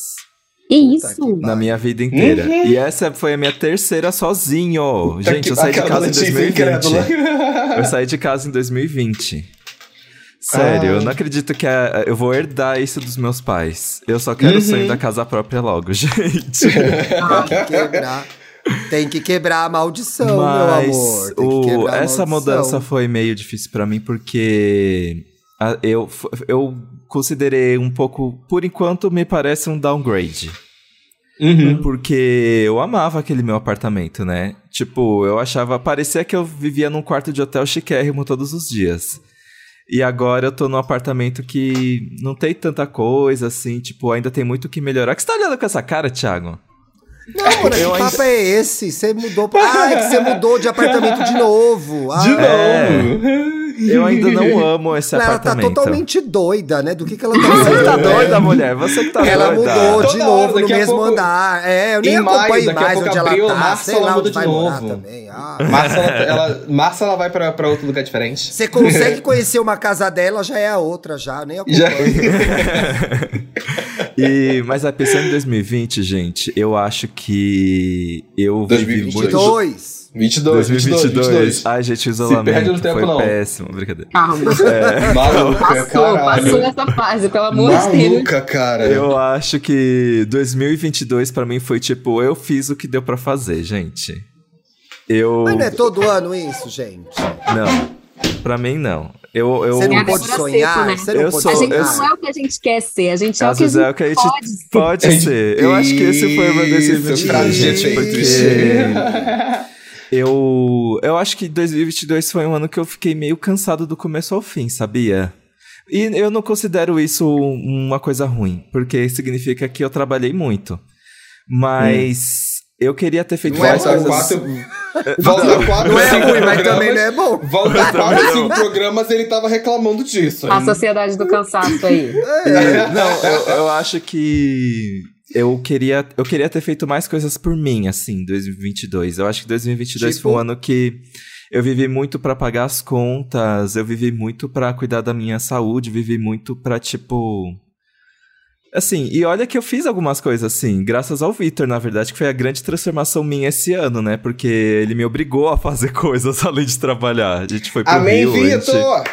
[SPEAKER 5] E
[SPEAKER 1] Puta que
[SPEAKER 5] isso?
[SPEAKER 1] Vai.
[SPEAKER 2] na minha vida inteira.
[SPEAKER 4] Uhum.
[SPEAKER 2] E essa foi a minha terceira sozinho.
[SPEAKER 4] Tá
[SPEAKER 2] Gente,
[SPEAKER 4] aqui-
[SPEAKER 2] eu saí de
[SPEAKER 4] aquela
[SPEAKER 2] casa em
[SPEAKER 4] notícia
[SPEAKER 2] 2020.
[SPEAKER 1] né?
[SPEAKER 4] incrédula.
[SPEAKER 2] Eu saí de casa em 2020. Sério,
[SPEAKER 4] Ah.
[SPEAKER 2] eu não acredito que a- eu vou herdar isso dos meus pais. Eu só quero
[SPEAKER 4] Uhum.
[SPEAKER 2] sair da casa própria logo, gente.
[SPEAKER 1] Tem que quebrar. Tem que quebrar a maldição,
[SPEAKER 2] Mas
[SPEAKER 1] Então, meu amor. Tem
[SPEAKER 2] o-
[SPEAKER 1] que quebrar a
[SPEAKER 2] essa
[SPEAKER 1] maldição.
[SPEAKER 2] mudança foi meio difícil pra mim porque a- eu, f- eu considerei um pouco, por enquanto, me parece um downgrade.
[SPEAKER 4] Uhum.
[SPEAKER 2] Porque eu amava aquele meu apartamento, né? Tipo, eu achava. Parecia que eu vivia num quarto de hotel chiquérrimo todos os dias. E agora eu tô num apartamento que não tem tanta coisa, assim, tipo, ainda tem muito o que melhorar. O que você tá olhando com essa cara, Thiago?
[SPEAKER 1] Não, mano, que
[SPEAKER 2] Eu ainda-
[SPEAKER 1] papo é esse? Você mudou. pra- Ah, é que você mudou de apartamento de novo. Ah,
[SPEAKER 4] De novo!
[SPEAKER 2] Eu ainda não amo esse
[SPEAKER 1] Ela tá
[SPEAKER 2] apartamento.
[SPEAKER 1] totalmente doida, né? Do que, que ela tá
[SPEAKER 2] Você
[SPEAKER 1] fazendo?
[SPEAKER 2] tá doida, mulher? Você que tá
[SPEAKER 1] Ela
[SPEAKER 2] doida.
[SPEAKER 1] mudou de
[SPEAKER 4] É. Toda
[SPEAKER 1] novo
[SPEAKER 4] hora,
[SPEAKER 1] no
[SPEAKER 4] daqui a
[SPEAKER 1] mesmo
[SPEAKER 4] pouco-
[SPEAKER 1] andar. É, eu nem
[SPEAKER 4] Em maio,
[SPEAKER 1] acompanho
[SPEAKER 4] daqui a
[SPEAKER 1] mais
[SPEAKER 4] pouco
[SPEAKER 1] onde ela
[SPEAKER 4] abril,
[SPEAKER 1] tá.
[SPEAKER 4] março,
[SPEAKER 1] sei
[SPEAKER 4] ela
[SPEAKER 1] lá
[SPEAKER 4] muda
[SPEAKER 1] onde
[SPEAKER 4] de
[SPEAKER 1] vai morar
[SPEAKER 4] novo.
[SPEAKER 1] também. Ah.
[SPEAKER 4] Márcia, ela, ela, Márcia, ela vai pra, pra outro lugar diferente.
[SPEAKER 1] Você consegue conhecer uma casa dela, já é a outra, já. Nem
[SPEAKER 4] Já.
[SPEAKER 1] acompanho.
[SPEAKER 2] E, mas a pensando em 2020, gente, eu acho que eu vivi
[SPEAKER 4] 2022.
[SPEAKER 1] De
[SPEAKER 2] muito.
[SPEAKER 1] dois.
[SPEAKER 4] 22, 22,
[SPEAKER 2] 2022.
[SPEAKER 4] 22.
[SPEAKER 2] Ai, gente,
[SPEAKER 4] perde no
[SPEAKER 2] o isolamento
[SPEAKER 4] tempo,
[SPEAKER 2] foi
[SPEAKER 4] não.
[SPEAKER 2] péssimo. Brincadeira.
[SPEAKER 5] Calma.
[SPEAKER 4] Maluca,
[SPEAKER 5] Passou,
[SPEAKER 4] caralho.
[SPEAKER 5] passou nessa fase, pelo amor de Deus.
[SPEAKER 4] Maluca, cara.
[SPEAKER 2] Eu acho que 2022 pra mim foi tipo, eu fiz o que deu pra fazer, gente. Eu
[SPEAKER 1] Mas não é todo ano isso, gente.
[SPEAKER 2] não. Pra mim não. Eu eu
[SPEAKER 1] Você não
[SPEAKER 5] É,
[SPEAKER 1] pode
[SPEAKER 5] agora
[SPEAKER 1] sonhar.
[SPEAKER 5] seco, né?
[SPEAKER 1] Você não
[SPEAKER 2] Eu
[SPEAKER 1] pode
[SPEAKER 2] sou-
[SPEAKER 5] A gente
[SPEAKER 2] eu
[SPEAKER 1] sonhar.
[SPEAKER 5] não é o que a gente quer ser, a gente é o
[SPEAKER 2] às
[SPEAKER 5] que a
[SPEAKER 2] vezes
[SPEAKER 5] gente
[SPEAKER 2] é o que a gente
[SPEAKER 5] pode ser.
[SPEAKER 2] pode ser. Eu acho que esse foi o meu
[SPEAKER 4] Isso,
[SPEAKER 2] 2022.
[SPEAKER 4] pra gente foi
[SPEAKER 2] gente,
[SPEAKER 1] porque-
[SPEAKER 4] triste.
[SPEAKER 2] Eu, eu acho que 2022 foi um ano que eu fiquei meio cansado do começo ao fim, sabia? E eu não considero isso um- uma coisa ruim, porque significa que eu trabalhei muito. Mas eu queria ter feito
[SPEAKER 1] Não é
[SPEAKER 2] mais
[SPEAKER 1] ruim.
[SPEAKER 4] Volta
[SPEAKER 2] coisas.
[SPEAKER 4] quatro. Volta quatro,
[SPEAKER 1] Não é
[SPEAKER 4] cinco
[SPEAKER 1] ruim, mas
[SPEAKER 4] programas.
[SPEAKER 1] também não é bom.
[SPEAKER 4] Volta
[SPEAKER 2] né? Também
[SPEAKER 4] quatro,
[SPEAKER 2] não.
[SPEAKER 4] cinco programas, ele tava reclamando disso.
[SPEAKER 5] A sociedade do cansaço aí.
[SPEAKER 2] É, Não, eu, eu acho que eu queria, eu queria ter feito mais coisas por mim, assim, em 2022. Eu acho que 2022 foi um
[SPEAKER 1] Tipo?
[SPEAKER 2] ano que eu vivi muito pra pagar as contas, eu vivi muito pra cuidar da minha saúde, vivi muito pra, tipo. Assim, e olha que eu fiz algumas coisas assim, graças ao Vitor, na verdade, que foi a grande transformação minha esse ano, né? Porque ele me obrigou a fazer coisas além de trabalhar. A gente foi pro
[SPEAKER 4] Amém,
[SPEAKER 2] Rio, a gente-
[SPEAKER 4] Vitor!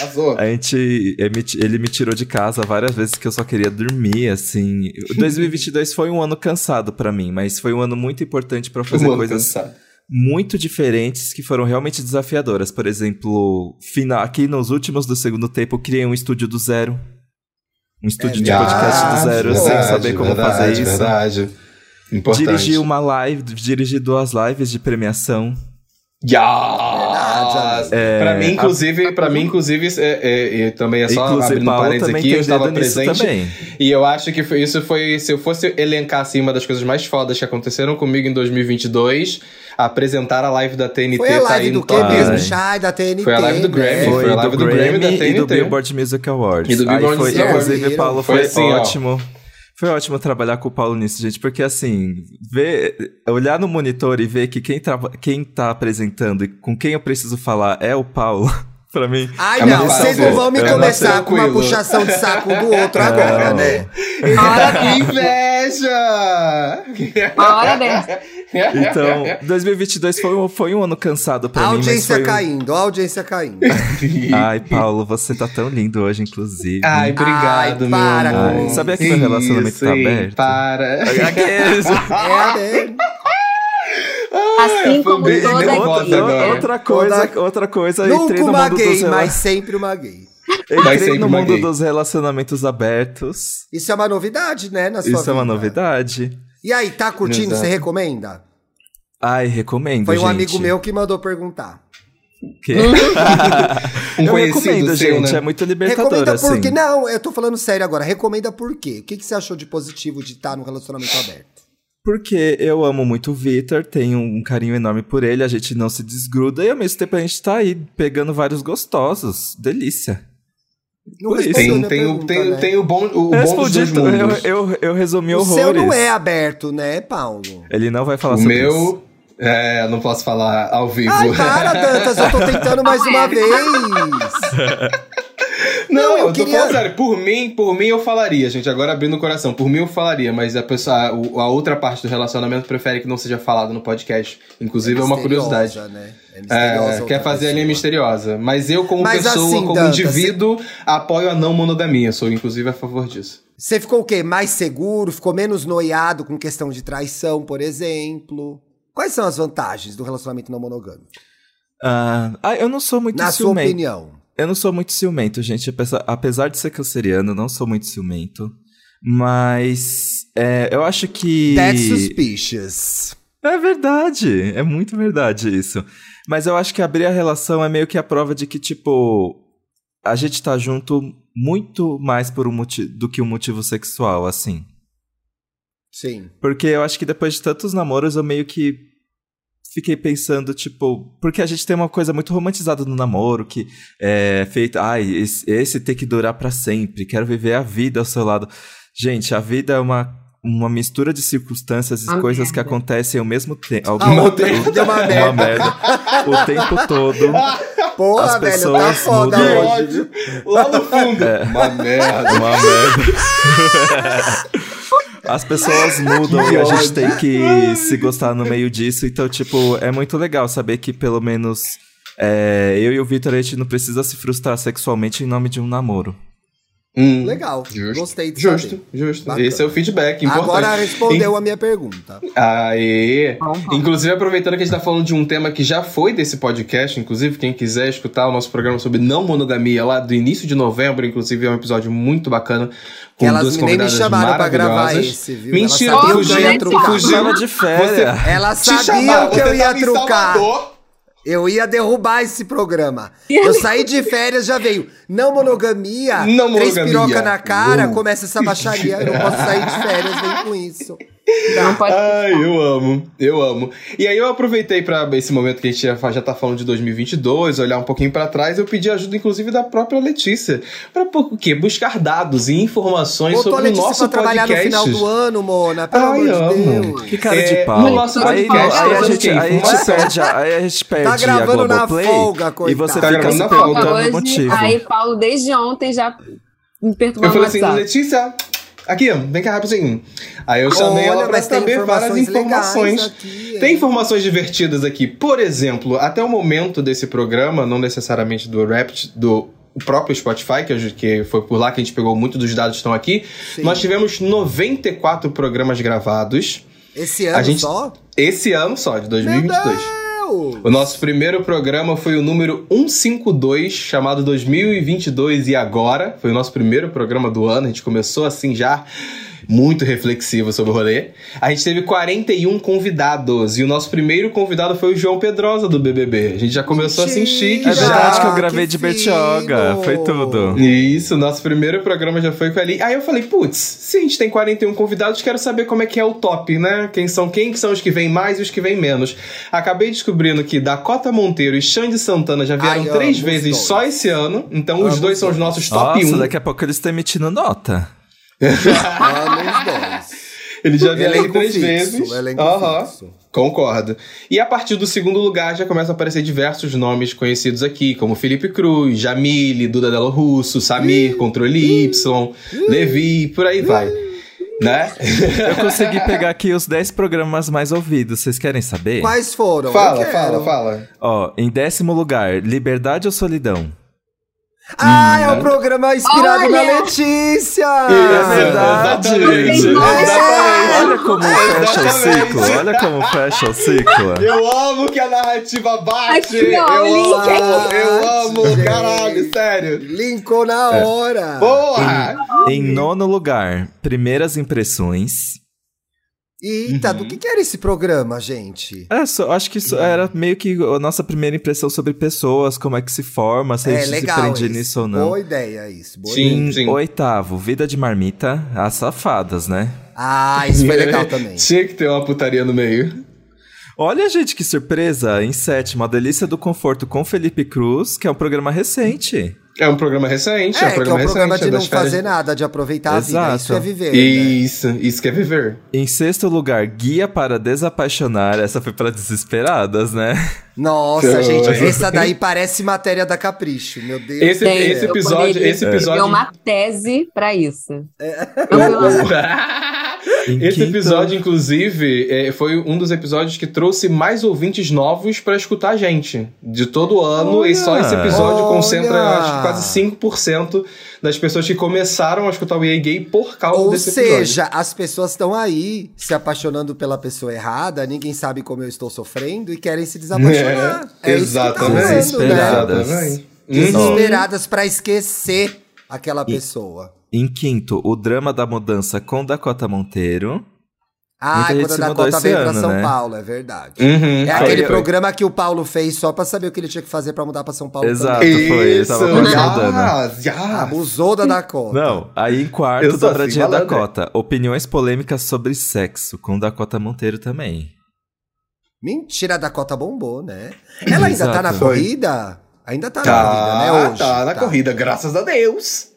[SPEAKER 4] Arrasou.
[SPEAKER 2] a gente, ele me ti- ele me tirou de casa várias vezes que eu só queria dormir, assim. 2022 foi um ano cansado pra mim, mas foi um ano muito importante pra fazer
[SPEAKER 4] Uma
[SPEAKER 2] coisas
[SPEAKER 4] cansada.
[SPEAKER 2] muito diferentes que foram realmente desafiadoras. Por exemplo, fina- aqui nos últimos do segundo tempo, eu criei um estúdio do zero. Um estúdio de
[SPEAKER 1] verdade,
[SPEAKER 2] podcast do zero, sem
[SPEAKER 4] verdade,
[SPEAKER 2] saber como
[SPEAKER 4] verdade,
[SPEAKER 2] fazer isso. um
[SPEAKER 4] Verdade. Importante.
[SPEAKER 2] Dirigi uma live, dirigi duas lives de premiação.
[SPEAKER 4] Yes!
[SPEAKER 2] É,
[SPEAKER 4] pra mim, inclusive, pra mim, inclusive, é, é, é, também é só
[SPEAKER 2] inclusive,
[SPEAKER 4] abrindo
[SPEAKER 2] Paulo
[SPEAKER 4] parênteses
[SPEAKER 2] também
[SPEAKER 4] aqui,
[SPEAKER 2] tem um
[SPEAKER 4] eu estava
[SPEAKER 2] dedo nisso
[SPEAKER 4] presente.
[SPEAKER 2] também.
[SPEAKER 4] E eu acho que foi- isso foi, se eu fosse elencar assim, uma das coisas mais fodas que aconteceram comigo em 2022, apresentar a live da TNT
[SPEAKER 1] Foi a
[SPEAKER 4] tá aí
[SPEAKER 1] live
[SPEAKER 4] no
[SPEAKER 1] do que
[SPEAKER 4] top.
[SPEAKER 1] mesmo?
[SPEAKER 2] Ai.
[SPEAKER 1] Chai, da TNT.
[SPEAKER 4] É, Foi a live do
[SPEAKER 1] né?
[SPEAKER 4] Grammy,
[SPEAKER 2] Foi,
[SPEAKER 4] a live
[SPEAKER 2] do,
[SPEAKER 4] do
[SPEAKER 2] Grammy,
[SPEAKER 4] Grammy, da
[SPEAKER 2] e do
[SPEAKER 4] TNT.
[SPEAKER 2] Billboard Music Awards.
[SPEAKER 4] E do
[SPEAKER 2] Aí
[SPEAKER 4] Billboard
[SPEAKER 2] foi,
[SPEAKER 4] Music Awards.
[SPEAKER 2] inclusive, Paulo, foi,
[SPEAKER 4] Foi assim, ó.
[SPEAKER 2] ótimo. Foi ótimo trabalhar com o Paulo nisso, gente, porque assim, ver, olhar no monitor e ver que quem, traba- quem tá apresentando e com quem eu preciso falar é o Paulo, pra mim.
[SPEAKER 1] Ai,
[SPEAKER 4] É
[SPEAKER 1] não,
[SPEAKER 4] mais
[SPEAKER 1] vocês
[SPEAKER 4] fácil.
[SPEAKER 1] não vão me
[SPEAKER 4] É mais
[SPEAKER 1] começar com uma
[SPEAKER 4] tranquilo.
[SPEAKER 1] puxação de saco do outro agora,
[SPEAKER 2] Não.
[SPEAKER 1] né?
[SPEAKER 4] Cara, que inveja!
[SPEAKER 5] Uma hora dessa.
[SPEAKER 2] Então, 2022 foi um, foi um ano cansado pra
[SPEAKER 1] A
[SPEAKER 2] mim. mas
[SPEAKER 1] audiência
[SPEAKER 2] foi um-
[SPEAKER 1] caindo, a audiência caindo. É,
[SPEAKER 2] Ai, Paulo, você tá tão lindo hoje, inclusive.
[SPEAKER 4] Ai, obrigado,
[SPEAKER 1] Ai,
[SPEAKER 4] meu
[SPEAKER 1] para
[SPEAKER 4] amor.
[SPEAKER 1] com
[SPEAKER 2] Ai, sabia que meu
[SPEAKER 4] Isso,
[SPEAKER 2] relacionamento tá
[SPEAKER 4] hein?
[SPEAKER 2] aberto?
[SPEAKER 4] Para.
[SPEAKER 2] Aqueles-
[SPEAKER 1] é, né?
[SPEAKER 5] Assim como
[SPEAKER 4] bem
[SPEAKER 5] toda
[SPEAKER 4] nervosa
[SPEAKER 5] aqui. é
[SPEAKER 4] agora.
[SPEAKER 2] Outra coisa, outra coisa, eu entrei
[SPEAKER 1] Nunca
[SPEAKER 2] no
[SPEAKER 1] uma
[SPEAKER 2] mundo dos
[SPEAKER 1] gay,
[SPEAKER 2] rela-
[SPEAKER 1] mas sempre uma gay.
[SPEAKER 4] Vai
[SPEAKER 2] Entrei
[SPEAKER 4] sempre
[SPEAKER 2] no
[SPEAKER 4] uma
[SPEAKER 2] mundo
[SPEAKER 4] gay.
[SPEAKER 2] dos relacionamentos abertos.
[SPEAKER 1] Isso é uma novidade, né? Na sua
[SPEAKER 2] Isso é uma
[SPEAKER 1] vida.
[SPEAKER 2] novidade.
[SPEAKER 1] E aí, tá curtindo?
[SPEAKER 4] Exato.
[SPEAKER 1] Você recomenda?
[SPEAKER 2] Ai, recomendo,
[SPEAKER 1] Foi um
[SPEAKER 2] gente.
[SPEAKER 1] amigo meu que mandou perguntar.
[SPEAKER 2] Que... é
[SPEAKER 4] Um
[SPEAKER 2] eu
[SPEAKER 4] conhecido
[SPEAKER 2] recomendo,
[SPEAKER 4] seu,
[SPEAKER 2] gente.
[SPEAKER 4] né?
[SPEAKER 2] É muito libertador,
[SPEAKER 1] Recomenda por
[SPEAKER 2] assim.
[SPEAKER 1] quê? né? Não, eu tô falando sério agora. Recomenda por quê? O que, que você achou de positivo de estar num relacionamento aberto?
[SPEAKER 2] Porque eu amo muito o Vitor, tenho um carinho enorme por ele, a gente não se desgruda e ao mesmo tempo a gente tá aí pegando vários gostosos. Delícia.
[SPEAKER 1] Não
[SPEAKER 2] Por isso.
[SPEAKER 1] respondeu
[SPEAKER 4] Tem,
[SPEAKER 1] minha
[SPEAKER 4] tem, o-
[SPEAKER 1] pergunta,
[SPEAKER 4] tem,
[SPEAKER 1] né?
[SPEAKER 4] tem o bom, o
[SPEAKER 2] eu
[SPEAKER 4] bom dos dois
[SPEAKER 2] tudo, eu,
[SPEAKER 4] mundos.
[SPEAKER 2] eu, eu resumi
[SPEAKER 1] O
[SPEAKER 2] horrores.
[SPEAKER 1] seu não é aberto, né, Paulo?
[SPEAKER 2] Ele não vai falar
[SPEAKER 4] O
[SPEAKER 2] sobre isso.
[SPEAKER 4] meu... É, não posso falar ao vivo.
[SPEAKER 1] Ai, para, Dantas, eu tô tentando mais
[SPEAKER 2] é.
[SPEAKER 1] uma
[SPEAKER 4] é
[SPEAKER 1] vez.
[SPEAKER 4] Não,
[SPEAKER 1] Não, eu
[SPEAKER 4] eu tô
[SPEAKER 1] queria-
[SPEAKER 4] falando sério. Por mim, por mim eu falaria, gente. Agora abrindo o coração. Por mim eu falaria, mas a, pessoa, a, o- a outra parte do relacionamento prefere que não seja falado no podcast. Inclusive é, uma
[SPEAKER 1] misteriosa,
[SPEAKER 4] curiosidade.
[SPEAKER 1] Né? É misteriosa
[SPEAKER 4] É,
[SPEAKER 1] outra
[SPEAKER 4] quer fazer a linha
[SPEAKER 1] pessoa.
[SPEAKER 4] misteriosa. Mas eu, como
[SPEAKER 1] Mas
[SPEAKER 4] pessoa,
[SPEAKER 1] assim,
[SPEAKER 4] como
[SPEAKER 1] Dantas,
[SPEAKER 4] indivíduo, apoio a não monogamia. Sou, inclusive, a favor disso.
[SPEAKER 1] Você ficou o quê? Mais seguro? Ficou menos noiado com questão de traição, por exemplo? Quais são as vantagens do relacionamento não monogâmico?
[SPEAKER 2] Ah, ah, eu não sou muito
[SPEAKER 1] Na sua
[SPEAKER 2] ciumento.
[SPEAKER 1] opinião.
[SPEAKER 2] Eu não sou muito ciumento, gente. Apesar, apesar de ser canceriano, eu não sou muito ciumento. Mas é, eu acho que.
[SPEAKER 1] That's suspicious.
[SPEAKER 2] É verdade, é muito verdade isso. Mas eu acho que abrir a relação é meio que a prova de que, tipo, a gente tá junto muito mais por um motivo do que um motivo sexual, assim.
[SPEAKER 1] Sim.
[SPEAKER 2] Porque eu acho que depois de tantos namoros, eu meio que fiquei pensando, tipo, porque a gente tem uma coisa muito romantizada no namoro, que é feito, ai, esse, esse tem que durar pra sempre, quero viver a vida ao seu lado. Gente, a vida é uma, uma mistura de circunstâncias e
[SPEAKER 5] Uma
[SPEAKER 2] coisas
[SPEAKER 5] merda.
[SPEAKER 2] que acontecem ao mesmo tempo. É
[SPEAKER 1] Ah, ontem deu uma merda.
[SPEAKER 2] O tempo todo.
[SPEAKER 1] Porra,
[SPEAKER 2] As
[SPEAKER 1] velho, tá
[SPEAKER 2] pessoas
[SPEAKER 1] foda
[SPEAKER 2] mudam.
[SPEAKER 1] hoje.
[SPEAKER 4] ódio! Lá no fundo! Uma merda!
[SPEAKER 2] Uma merda. As pessoas mudam e a gente tem que se gostar no meio disso. Então, tipo, é muito legal saber que pelo menos é, eu e o Vitor a gente não precisa se frustrar sexualmente em nome de um namoro.
[SPEAKER 4] Hum,
[SPEAKER 1] Legal.
[SPEAKER 4] Justo.
[SPEAKER 1] Gostei de
[SPEAKER 4] Justo,
[SPEAKER 1] saber.
[SPEAKER 4] justo.
[SPEAKER 1] Bacana.
[SPEAKER 4] Esse é o feedback importante. é
[SPEAKER 1] Agora respondeu a minha pergunta.
[SPEAKER 4] Aê!
[SPEAKER 5] Bom, bom.
[SPEAKER 4] Inclusive, aproveitando que a gente tá falando de um tema que já foi desse podcast, inclusive, quem quiser escutar o nosso programa sobre não monogamia lá do início de novembro, inclusive, é um episódio muito bacana.
[SPEAKER 1] Que
[SPEAKER 4] Com
[SPEAKER 1] elas
[SPEAKER 4] duas
[SPEAKER 1] nem me
[SPEAKER 4] convidadas
[SPEAKER 1] chamaram pra gravar
[SPEAKER 4] maravilhosas.
[SPEAKER 1] esse, viu?
[SPEAKER 4] Mentira,
[SPEAKER 1] Elas
[SPEAKER 5] tu
[SPEAKER 1] sabiam que eu ia
[SPEAKER 5] fugiu, tu
[SPEAKER 1] trucar.
[SPEAKER 4] fugiu.
[SPEAKER 2] Tava de férias.
[SPEAKER 1] Elas
[SPEAKER 4] Te chamaram,
[SPEAKER 1] sabiam que eu
[SPEAKER 4] você
[SPEAKER 1] ia
[SPEAKER 4] tava em
[SPEAKER 1] trucar.
[SPEAKER 4] Salvador.
[SPEAKER 1] Eu ia derrubar esse programa. Eu saí de férias, já veio. Não monogamia,
[SPEAKER 4] Não
[SPEAKER 1] três
[SPEAKER 4] monogamia.
[SPEAKER 1] piroca na cara,
[SPEAKER 4] Uou.
[SPEAKER 1] começa essa baixaria. Eu não posso sair de férias nem com isso.
[SPEAKER 5] Não pode.
[SPEAKER 4] Ai, eu amo, eu amo. E aí eu aproveitei pra esse momento que a gente já, fa- já tá falando de 2022, olhar um pouquinho pra trás, eu pedi ajuda inclusive da própria Letícia, Pra por quê? Buscar dados e informações
[SPEAKER 1] Botou a
[SPEAKER 4] sobre o
[SPEAKER 1] Letícia
[SPEAKER 4] nosso
[SPEAKER 1] pra trabalhar
[SPEAKER 4] podcast.
[SPEAKER 1] no final do ano, Mona. Pelo
[SPEAKER 4] Ai,
[SPEAKER 1] amor de
[SPEAKER 4] amo.
[SPEAKER 1] Deus.
[SPEAKER 2] Que cara
[SPEAKER 4] É,
[SPEAKER 2] de pau.
[SPEAKER 4] no nosso
[SPEAKER 2] aí,
[SPEAKER 5] podcast,
[SPEAKER 2] aí a
[SPEAKER 5] eu
[SPEAKER 2] gente,
[SPEAKER 4] fiquei,
[SPEAKER 2] aí a gente
[SPEAKER 4] mas-
[SPEAKER 2] perde a, aí a gente perde a
[SPEAKER 1] Tá gravando na
[SPEAKER 2] É, Globoplay
[SPEAKER 1] folga,
[SPEAKER 2] e
[SPEAKER 1] coitado.
[SPEAKER 2] você
[SPEAKER 1] Tá
[SPEAKER 2] fica
[SPEAKER 4] gravando
[SPEAKER 2] se
[SPEAKER 4] na
[SPEAKER 5] Paulo,
[SPEAKER 4] folga.
[SPEAKER 2] perguntando o
[SPEAKER 5] hoje,
[SPEAKER 2] motivo.
[SPEAKER 5] aí, Paulo, desde ontem já me
[SPEAKER 4] Eu
[SPEAKER 5] perturbando no
[SPEAKER 4] falei assim,
[SPEAKER 5] WhatsApp.
[SPEAKER 4] Letícia, Aqui, vem cá rapidinho. Aí eu chamei ela pra
[SPEAKER 1] mas tem
[SPEAKER 4] saber várias
[SPEAKER 1] informações legais
[SPEAKER 4] informações.
[SPEAKER 1] aqui. hein?
[SPEAKER 4] Tem informações divertidas aqui. Por exemplo, até o momento desse programa, não necessariamente do Rapt, do próprio Spotify, que, eu- que foi por lá que a gente pegou muito dos dados que estão aqui,
[SPEAKER 1] Sim.
[SPEAKER 4] nós tivemos 94 programas gravados.
[SPEAKER 1] Esse ano
[SPEAKER 4] a gente-
[SPEAKER 1] só?
[SPEAKER 4] Esse ano só, de 2022.
[SPEAKER 1] Meu!
[SPEAKER 4] O nosso primeiro programa foi o número 152, chamado 2022 e agora. Foi o nosso primeiro programa do ano. A gente começou assim já muito reflexivo sobre o rolê. A gente teve 41 convidados e o nosso primeiro convidado foi o João Pedrosa do BBB. A gente já começou assim chique
[SPEAKER 2] É
[SPEAKER 4] já.
[SPEAKER 2] verdade que eu
[SPEAKER 1] Ah,
[SPEAKER 2] gravei
[SPEAKER 1] que
[SPEAKER 2] de Bertioga.
[SPEAKER 1] fino.
[SPEAKER 2] Foi tudo.
[SPEAKER 4] Isso, nosso primeiro programa já foi com ali. Aí eu falei, putz, se a gente tem 41 convidados, quero saber como é que é o top, né? Quem são quem que são os que vêm mais e os que vêm menos. Acabei descobrindo que Dakota Monteiro e Xande Santana já vieram
[SPEAKER 1] Ai,
[SPEAKER 4] três
[SPEAKER 1] amo os
[SPEAKER 4] vezes
[SPEAKER 1] dois.
[SPEAKER 4] só esse ano. Então
[SPEAKER 1] Amo
[SPEAKER 4] os dois
[SPEAKER 1] os
[SPEAKER 4] são os
[SPEAKER 1] dois.
[SPEAKER 4] nossos top
[SPEAKER 2] Nossa,
[SPEAKER 4] 1.
[SPEAKER 2] daqui a pouco eles estão emitindo nota.
[SPEAKER 1] Anos dois.
[SPEAKER 4] Eles já vieram
[SPEAKER 1] Elenco
[SPEAKER 4] três
[SPEAKER 1] fixo,
[SPEAKER 4] vezes.
[SPEAKER 1] elenco
[SPEAKER 4] Aham.
[SPEAKER 1] fixo.
[SPEAKER 4] Concordo. E a partir do segundo lugar já começam a aparecer diversos nomes conhecidos aqui, como Felipe Cruz, Jamile, Duda Delo Russo, Samir, Controle Y, Levi, por aí vai. Né?
[SPEAKER 2] Eu consegui pegar aqui os 10 programas mais ouvidos. Vocês querem saber?
[SPEAKER 1] Quais foram?
[SPEAKER 4] Fala,
[SPEAKER 1] Eu quero.
[SPEAKER 4] fala, fala.
[SPEAKER 2] Ó, em décimo lugar, Liberdade ou Solidão?
[SPEAKER 1] Ah, é o programa inspirado na
[SPEAKER 3] Olha!
[SPEAKER 1] Letícia!
[SPEAKER 4] Uhum.
[SPEAKER 1] É
[SPEAKER 4] Isso,
[SPEAKER 2] verdade.
[SPEAKER 4] exatamente,
[SPEAKER 3] Nossa!
[SPEAKER 4] exatamente.
[SPEAKER 2] Olha como
[SPEAKER 4] É
[SPEAKER 2] fecha o ciclo. Olha como fecha o ciclo.
[SPEAKER 4] Eu amo que a narrativa bate!
[SPEAKER 3] Aqui, ó,
[SPEAKER 4] eu,
[SPEAKER 3] o link
[SPEAKER 4] amo,
[SPEAKER 1] aqui.
[SPEAKER 4] eu amo,
[SPEAKER 1] Gente.
[SPEAKER 4] caralho, sério!
[SPEAKER 1] Linkou
[SPEAKER 4] É.
[SPEAKER 1] na hora!
[SPEAKER 4] Porra!
[SPEAKER 2] Em nono lugar, Primeiras Impressões.
[SPEAKER 1] Eita, do que, que era esse programa, gente?
[SPEAKER 2] É, só, acho que isso era meio que a nossa primeira impressão sobre pessoas, como é que se forma, se a
[SPEAKER 1] é
[SPEAKER 2] gente
[SPEAKER 1] legal.
[SPEAKER 2] se prende
[SPEAKER 1] isso.
[SPEAKER 2] nisso ou não.
[SPEAKER 1] Boa ideia isso. Boa
[SPEAKER 4] Sim.
[SPEAKER 1] Ideia.
[SPEAKER 2] Em oitavo, Vida de Marmita, As Safadas, né?
[SPEAKER 1] Ah, isso foi legal também.
[SPEAKER 4] Tinha que ter uma putaria no meio.
[SPEAKER 2] Olha, gente, que surpresa! Em sétimo, A Delícia do Conforto com Felipe Cruz, que é um programa recente.
[SPEAKER 4] É um programa recente, é, um
[SPEAKER 1] que é
[SPEAKER 4] programa
[SPEAKER 1] um programa de
[SPEAKER 4] recente.
[SPEAKER 1] não
[SPEAKER 4] das férias.
[SPEAKER 1] fazer nada, de aproveitar a vida.
[SPEAKER 2] Exato.
[SPEAKER 1] Isso é viver. né?
[SPEAKER 4] Isso, isso que é viver.
[SPEAKER 2] Em sexto lugar, Guia para Desapaixonar, essa foi pra desesperadas, né?
[SPEAKER 1] Nossa,
[SPEAKER 4] Então,
[SPEAKER 1] gente,
[SPEAKER 4] é.
[SPEAKER 1] essa daí parece matéria da Capricho, meu Deus.
[SPEAKER 4] Esse,
[SPEAKER 1] do céu.
[SPEAKER 5] Gente,
[SPEAKER 4] esse
[SPEAKER 5] eu
[SPEAKER 4] episódio,
[SPEAKER 5] poderia
[SPEAKER 4] esse
[SPEAKER 5] É
[SPEAKER 4] episódio.
[SPEAKER 5] uma tese pra isso. É.
[SPEAKER 4] O- o-
[SPEAKER 2] Em
[SPEAKER 4] Esse
[SPEAKER 2] quinto-
[SPEAKER 4] episódio, inclusive, é, foi um dos episódios que trouxe mais ouvintes novos pra escutar a gente. De todo ano, e só esse episódio
[SPEAKER 1] Olha!
[SPEAKER 4] concentra eu acho, que quase 5% das pessoas que começaram a escutar o EA Gay por causa
[SPEAKER 1] Ou
[SPEAKER 4] desse episódio.
[SPEAKER 1] seja, as pessoas estão aí se apaixonando pela pessoa errada, ninguém sabe como eu estou sofrendo e querem se desapaixonar. É, isso que tá
[SPEAKER 4] exatamente.
[SPEAKER 1] rolando, né?
[SPEAKER 2] Desesperado. Desesperadas.
[SPEAKER 4] Exatamente. Uhum.
[SPEAKER 1] Desesperadas pra esquecer aquela pessoa.
[SPEAKER 2] Em quinto, O Drama da Mudança com Dakota Monteiro.
[SPEAKER 1] Ah,
[SPEAKER 2] gente
[SPEAKER 1] quando
[SPEAKER 2] se
[SPEAKER 1] a
[SPEAKER 2] mudou
[SPEAKER 1] Dakota
[SPEAKER 2] esse
[SPEAKER 1] veio pra
[SPEAKER 2] ano,
[SPEAKER 1] São
[SPEAKER 2] né? Hum,
[SPEAKER 1] Paulo, é verdade.
[SPEAKER 4] Uhum.
[SPEAKER 1] É
[SPEAKER 4] Foi,
[SPEAKER 1] aquele
[SPEAKER 4] foi.
[SPEAKER 1] programa que o Paulo fez só pra saber o que ele tinha que fazer pra mudar pra São Paulo.
[SPEAKER 2] Exato.
[SPEAKER 1] também.
[SPEAKER 2] Foi, ele tava
[SPEAKER 4] Isso,
[SPEAKER 2] quase
[SPEAKER 4] yes,
[SPEAKER 2] rodando.
[SPEAKER 4] yes.
[SPEAKER 1] Abusou da Dakota.
[SPEAKER 2] Não, aí em
[SPEAKER 4] Eu
[SPEAKER 2] quarto,
[SPEAKER 4] sou assim,
[SPEAKER 2] Dobradinha
[SPEAKER 4] malandro.
[SPEAKER 2] Dakota. Opiniões polêmicas sobre sexo com Dakota Monteiro também.
[SPEAKER 1] Mentira, a Dakota bombou, né? Ela ainda tá na
[SPEAKER 2] Exato.
[SPEAKER 1] corrida? Ainda tá, na corrida, né?
[SPEAKER 4] Tá,
[SPEAKER 1] Hoje.
[SPEAKER 4] tá na corrida, graças a Deus.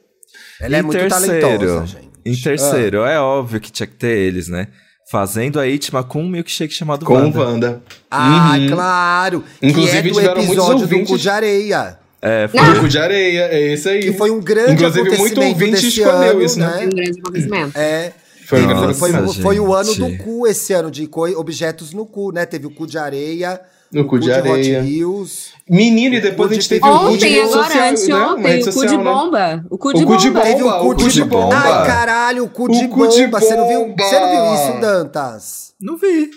[SPEAKER 1] Ela é
[SPEAKER 2] Em
[SPEAKER 1] muito
[SPEAKER 2] terceiro,
[SPEAKER 1] talentosa, gente.
[SPEAKER 2] Em
[SPEAKER 4] Ah.
[SPEAKER 2] terceiro, é óbvio que tinha que ter eles, né? Fazendo a íntima com um milkshake chamado
[SPEAKER 4] Com o
[SPEAKER 2] Wanda.
[SPEAKER 4] Wanda.
[SPEAKER 1] Ah,
[SPEAKER 4] Uhum.
[SPEAKER 1] claro!
[SPEAKER 4] Inclusive,
[SPEAKER 1] que é do
[SPEAKER 4] tiveram muitos
[SPEAKER 1] episódio do
[SPEAKER 4] ouvintes-
[SPEAKER 1] Cu de Areia.
[SPEAKER 2] É, foi
[SPEAKER 5] Ah!
[SPEAKER 4] Cuco de areia, é isso aí.
[SPEAKER 1] Que foi um grande
[SPEAKER 4] Inclusive, muito
[SPEAKER 1] acontecimento
[SPEAKER 4] ouvinte
[SPEAKER 1] desse
[SPEAKER 4] escolheu
[SPEAKER 1] ano,
[SPEAKER 4] isso, né?
[SPEAKER 5] É um grande acontecimento.
[SPEAKER 1] É.
[SPEAKER 4] Foi um
[SPEAKER 1] Teve-
[SPEAKER 4] grande
[SPEAKER 1] foi,
[SPEAKER 2] acontecimento.
[SPEAKER 1] foi o ano do
[SPEAKER 2] Gente.
[SPEAKER 1] cu esse ano, de coi- objetos no cu, né? Teve o cu de areia,
[SPEAKER 4] No cu de areia.
[SPEAKER 1] Hot Wheels.
[SPEAKER 4] Menino, e depois
[SPEAKER 1] O de
[SPEAKER 4] a gente teve o cu de
[SPEAKER 5] Ontem,
[SPEAKER 4] rede social,
[SPEAKER 5] agora,
[SPEAKER 4] né? Uma
[SPEAKER 5] anteontem,
[SPEAKER 4] rede
[SPEAKER 5] o cu de
[SPEAKER 4] social, né?
[SPEAKER 5] bomba. O cu
[SPEAKER 4] O
[SPEAKER 5] de
[SPEAKER 4] cu de
[SPEAKER 5] bomba.
[SPEAKER 4] bomba.
[SPEAKER 1] Teve o cu,
[SPEAKER 4] o cu
[SPEAKER 1] de,
[SPEAKER 4] de bomba.
[SPEAKER 1] Ai, caralho, o cu
[SPEAKER 4] O
[SPEAKER 1] de
[SPEAKER 4] cu de
[SPEAKER 1] bomba. Você não viu,
[SPEAKER 4] bomba.
[SPEAKER 1] você não viu isso, Dantas?
[SPEAKER 2] Não vi.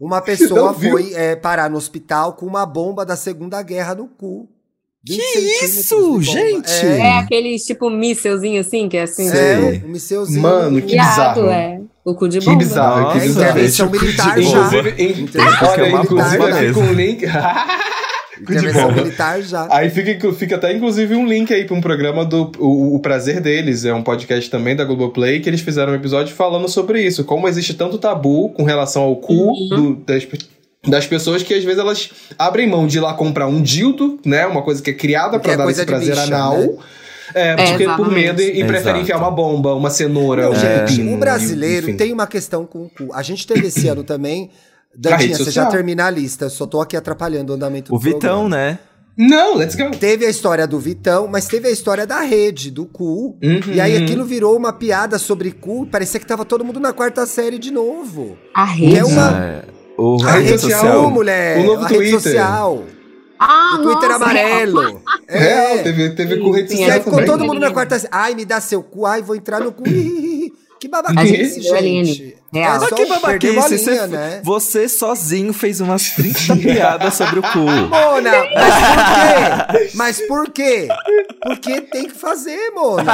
[SPEAKER 1] Uma pessoa
[SPEAKER 4] Não viu?
[SPEAKER 1] foi é, parar no hospital com uma bomba da Segunda Guerra no cu. 20 centímetros
[SPEAKER 2] isso,
[SPEAKER 1] de bomba.
[SPEAKER 2] gente?
[SPEAKER 1] É,
[SPEAKER 5] É aquele tipo mísselzinho assim, que é assim.
[SPEAKER 2] Sei.
[SPEAKER 1] é um miceuzinho.
[SPEAKER 4] Mano, que bizarro.
[SPEAKER 5] Viado, é. O cu de
[SPEAKER 4] Que
[SPEAKER 5] bomba.
[SPEAKER 4] bizarro, que
[SPEAKER 2] Nossa,
[SPEAKER 4] bizarro.
[SPEAKER 2] gente,
[SPEAKER 1] é Intervenção militar já.
[SPEAKER 4] Inclusive,
[SPEAKER 1] Tem
[SPEAKER 4] in-
[SPEAKER 1] que
[SPEAKER 4] olha,
[SPEAKER 2] é uma
[SPEAKER 4] inclusive
[SPEAKER 1] bomba
[SPEAKER 4] aqui com
[SPEAKER 2] mesmo.
[SPEAKER 4] um link.
[SPEAKER 1] Intervenção
[SPEAKER 4] bomba.
[SPEAKER 1] militar já.
[SPEAKER 4] aí fica, fica até inclusive um link aí pra um programa do o, o Prazer Deles. É um podcast também da Globoplay que eles fizeram um episódio falando sobre isso. Como existe tanto tabu com relação ao cu
[SPEAKER 5] Uhum.
[SPEAKER 4] do- das, pe- das pessoas que às vezes elas abrem mão de ir lá comprar um dildo, né? Uma coisa que é criada
[SPEAKER 1] Que
[SPEAKER 4] pra
[SPEAKER 1] é
[SPEAKER 4] dar
[SPEAKER 1] coisa
[SPEAKER 4] esse
[SPEAKER 1] de
[SPEAKER 4] prazer
[SPEAKER 1] bicha,
[SPEAKER 4] anal.
[SPEAKER 1] né?
[SPEAKER 4] É, porque por
[SPEAKER 5] exatamente.
[SPEAKER 4] medo e, e preferem
[SPEAKER 2] Exato.
[SPEAKER 4] enfiar uma bomba, uma cenoura,
[SPEAKER 1] Não,
[SPEAKER 4] um
[SPEAKER 1] gente,
[SPEAKER 4] pepino,
[SPEAKER 1] o brasileiro
[SPEAKER 4] enfim.
[SPEAKER 1] tem uma questão com o cu. A gente teve esse ano também.
[SPEAKER 4] Na rede
[SPEAKER 1] Dantinha, você
[SPEAKER 4] social.
[SPEAKER 1] já termina a lista. Eu só tô aqui atrapalhando o andamento
[SPEAKER 2] O Vitão, né?
[SPEAKER 4] Não, let's go.
[SPEAKER 1] Teve a história do Vitão, mas teve a história da rede, do cu. E
[SPEAKER 4] Uhum.
[SPEAKER 1] aí aquilo virou uma piada sobre cu. Parecia que tava todo mundo na quarta série de novo.
[SPEAKER 5] A rede.
[SPEAKER 1] É uma-
[SPEAKER 2] É, o
[SPEAKER 1] A, rede social, mulher.
[SPEAKER 4] o novo
[SPEAKER 1] a rede
[SPEAKER 4] Twitter.
[SPEAKER 1] social.
[SPEAKER 5] Ah,
[SPEAKER 1] o Twitter
[SPEAKER 5] nossa,
[SPEAKER 1] amarelo. É.
[SPEAKER 4] Real, teve, teve com rede
[SPEAKER 5] Sim, é
[SPEAKER 1] E
[SPEAKER 5] ela
[SPEAKER 1] aí
[SPEAKER 4] social
[SPEAKER 1] ficou
[SPEAKER 4] também.
[SPEAKER 1] todo mundo na quarta série. Ai, me dá seu cu. Ai, vou entrar no cu. Ih, que babaquice,
[SPEAKER 4] A gente
[SPEAKER 5] se deu,
[SPEAKER 1] gente.
[SPEAKER 5] Real.
[SPEAKER 1] É
[SPEAKER 5] Mas
[SPEAKER 1] só
[SPEAKER 4] um
[SPEAKER 2] que
[SPEAKER 1] perder
[SPEAKER 2] babaquice,
[SPEAKER 1] bolinha,
[SPEAKER 2] você,
[SPEAKER 1] né?
[SPEAKER 2] você sozinho fez umas 30 piadas sobre o cu.
[SPEAKER 1] Mona, mas por quê? Mas por quê? Porque tem que fazer, Mona.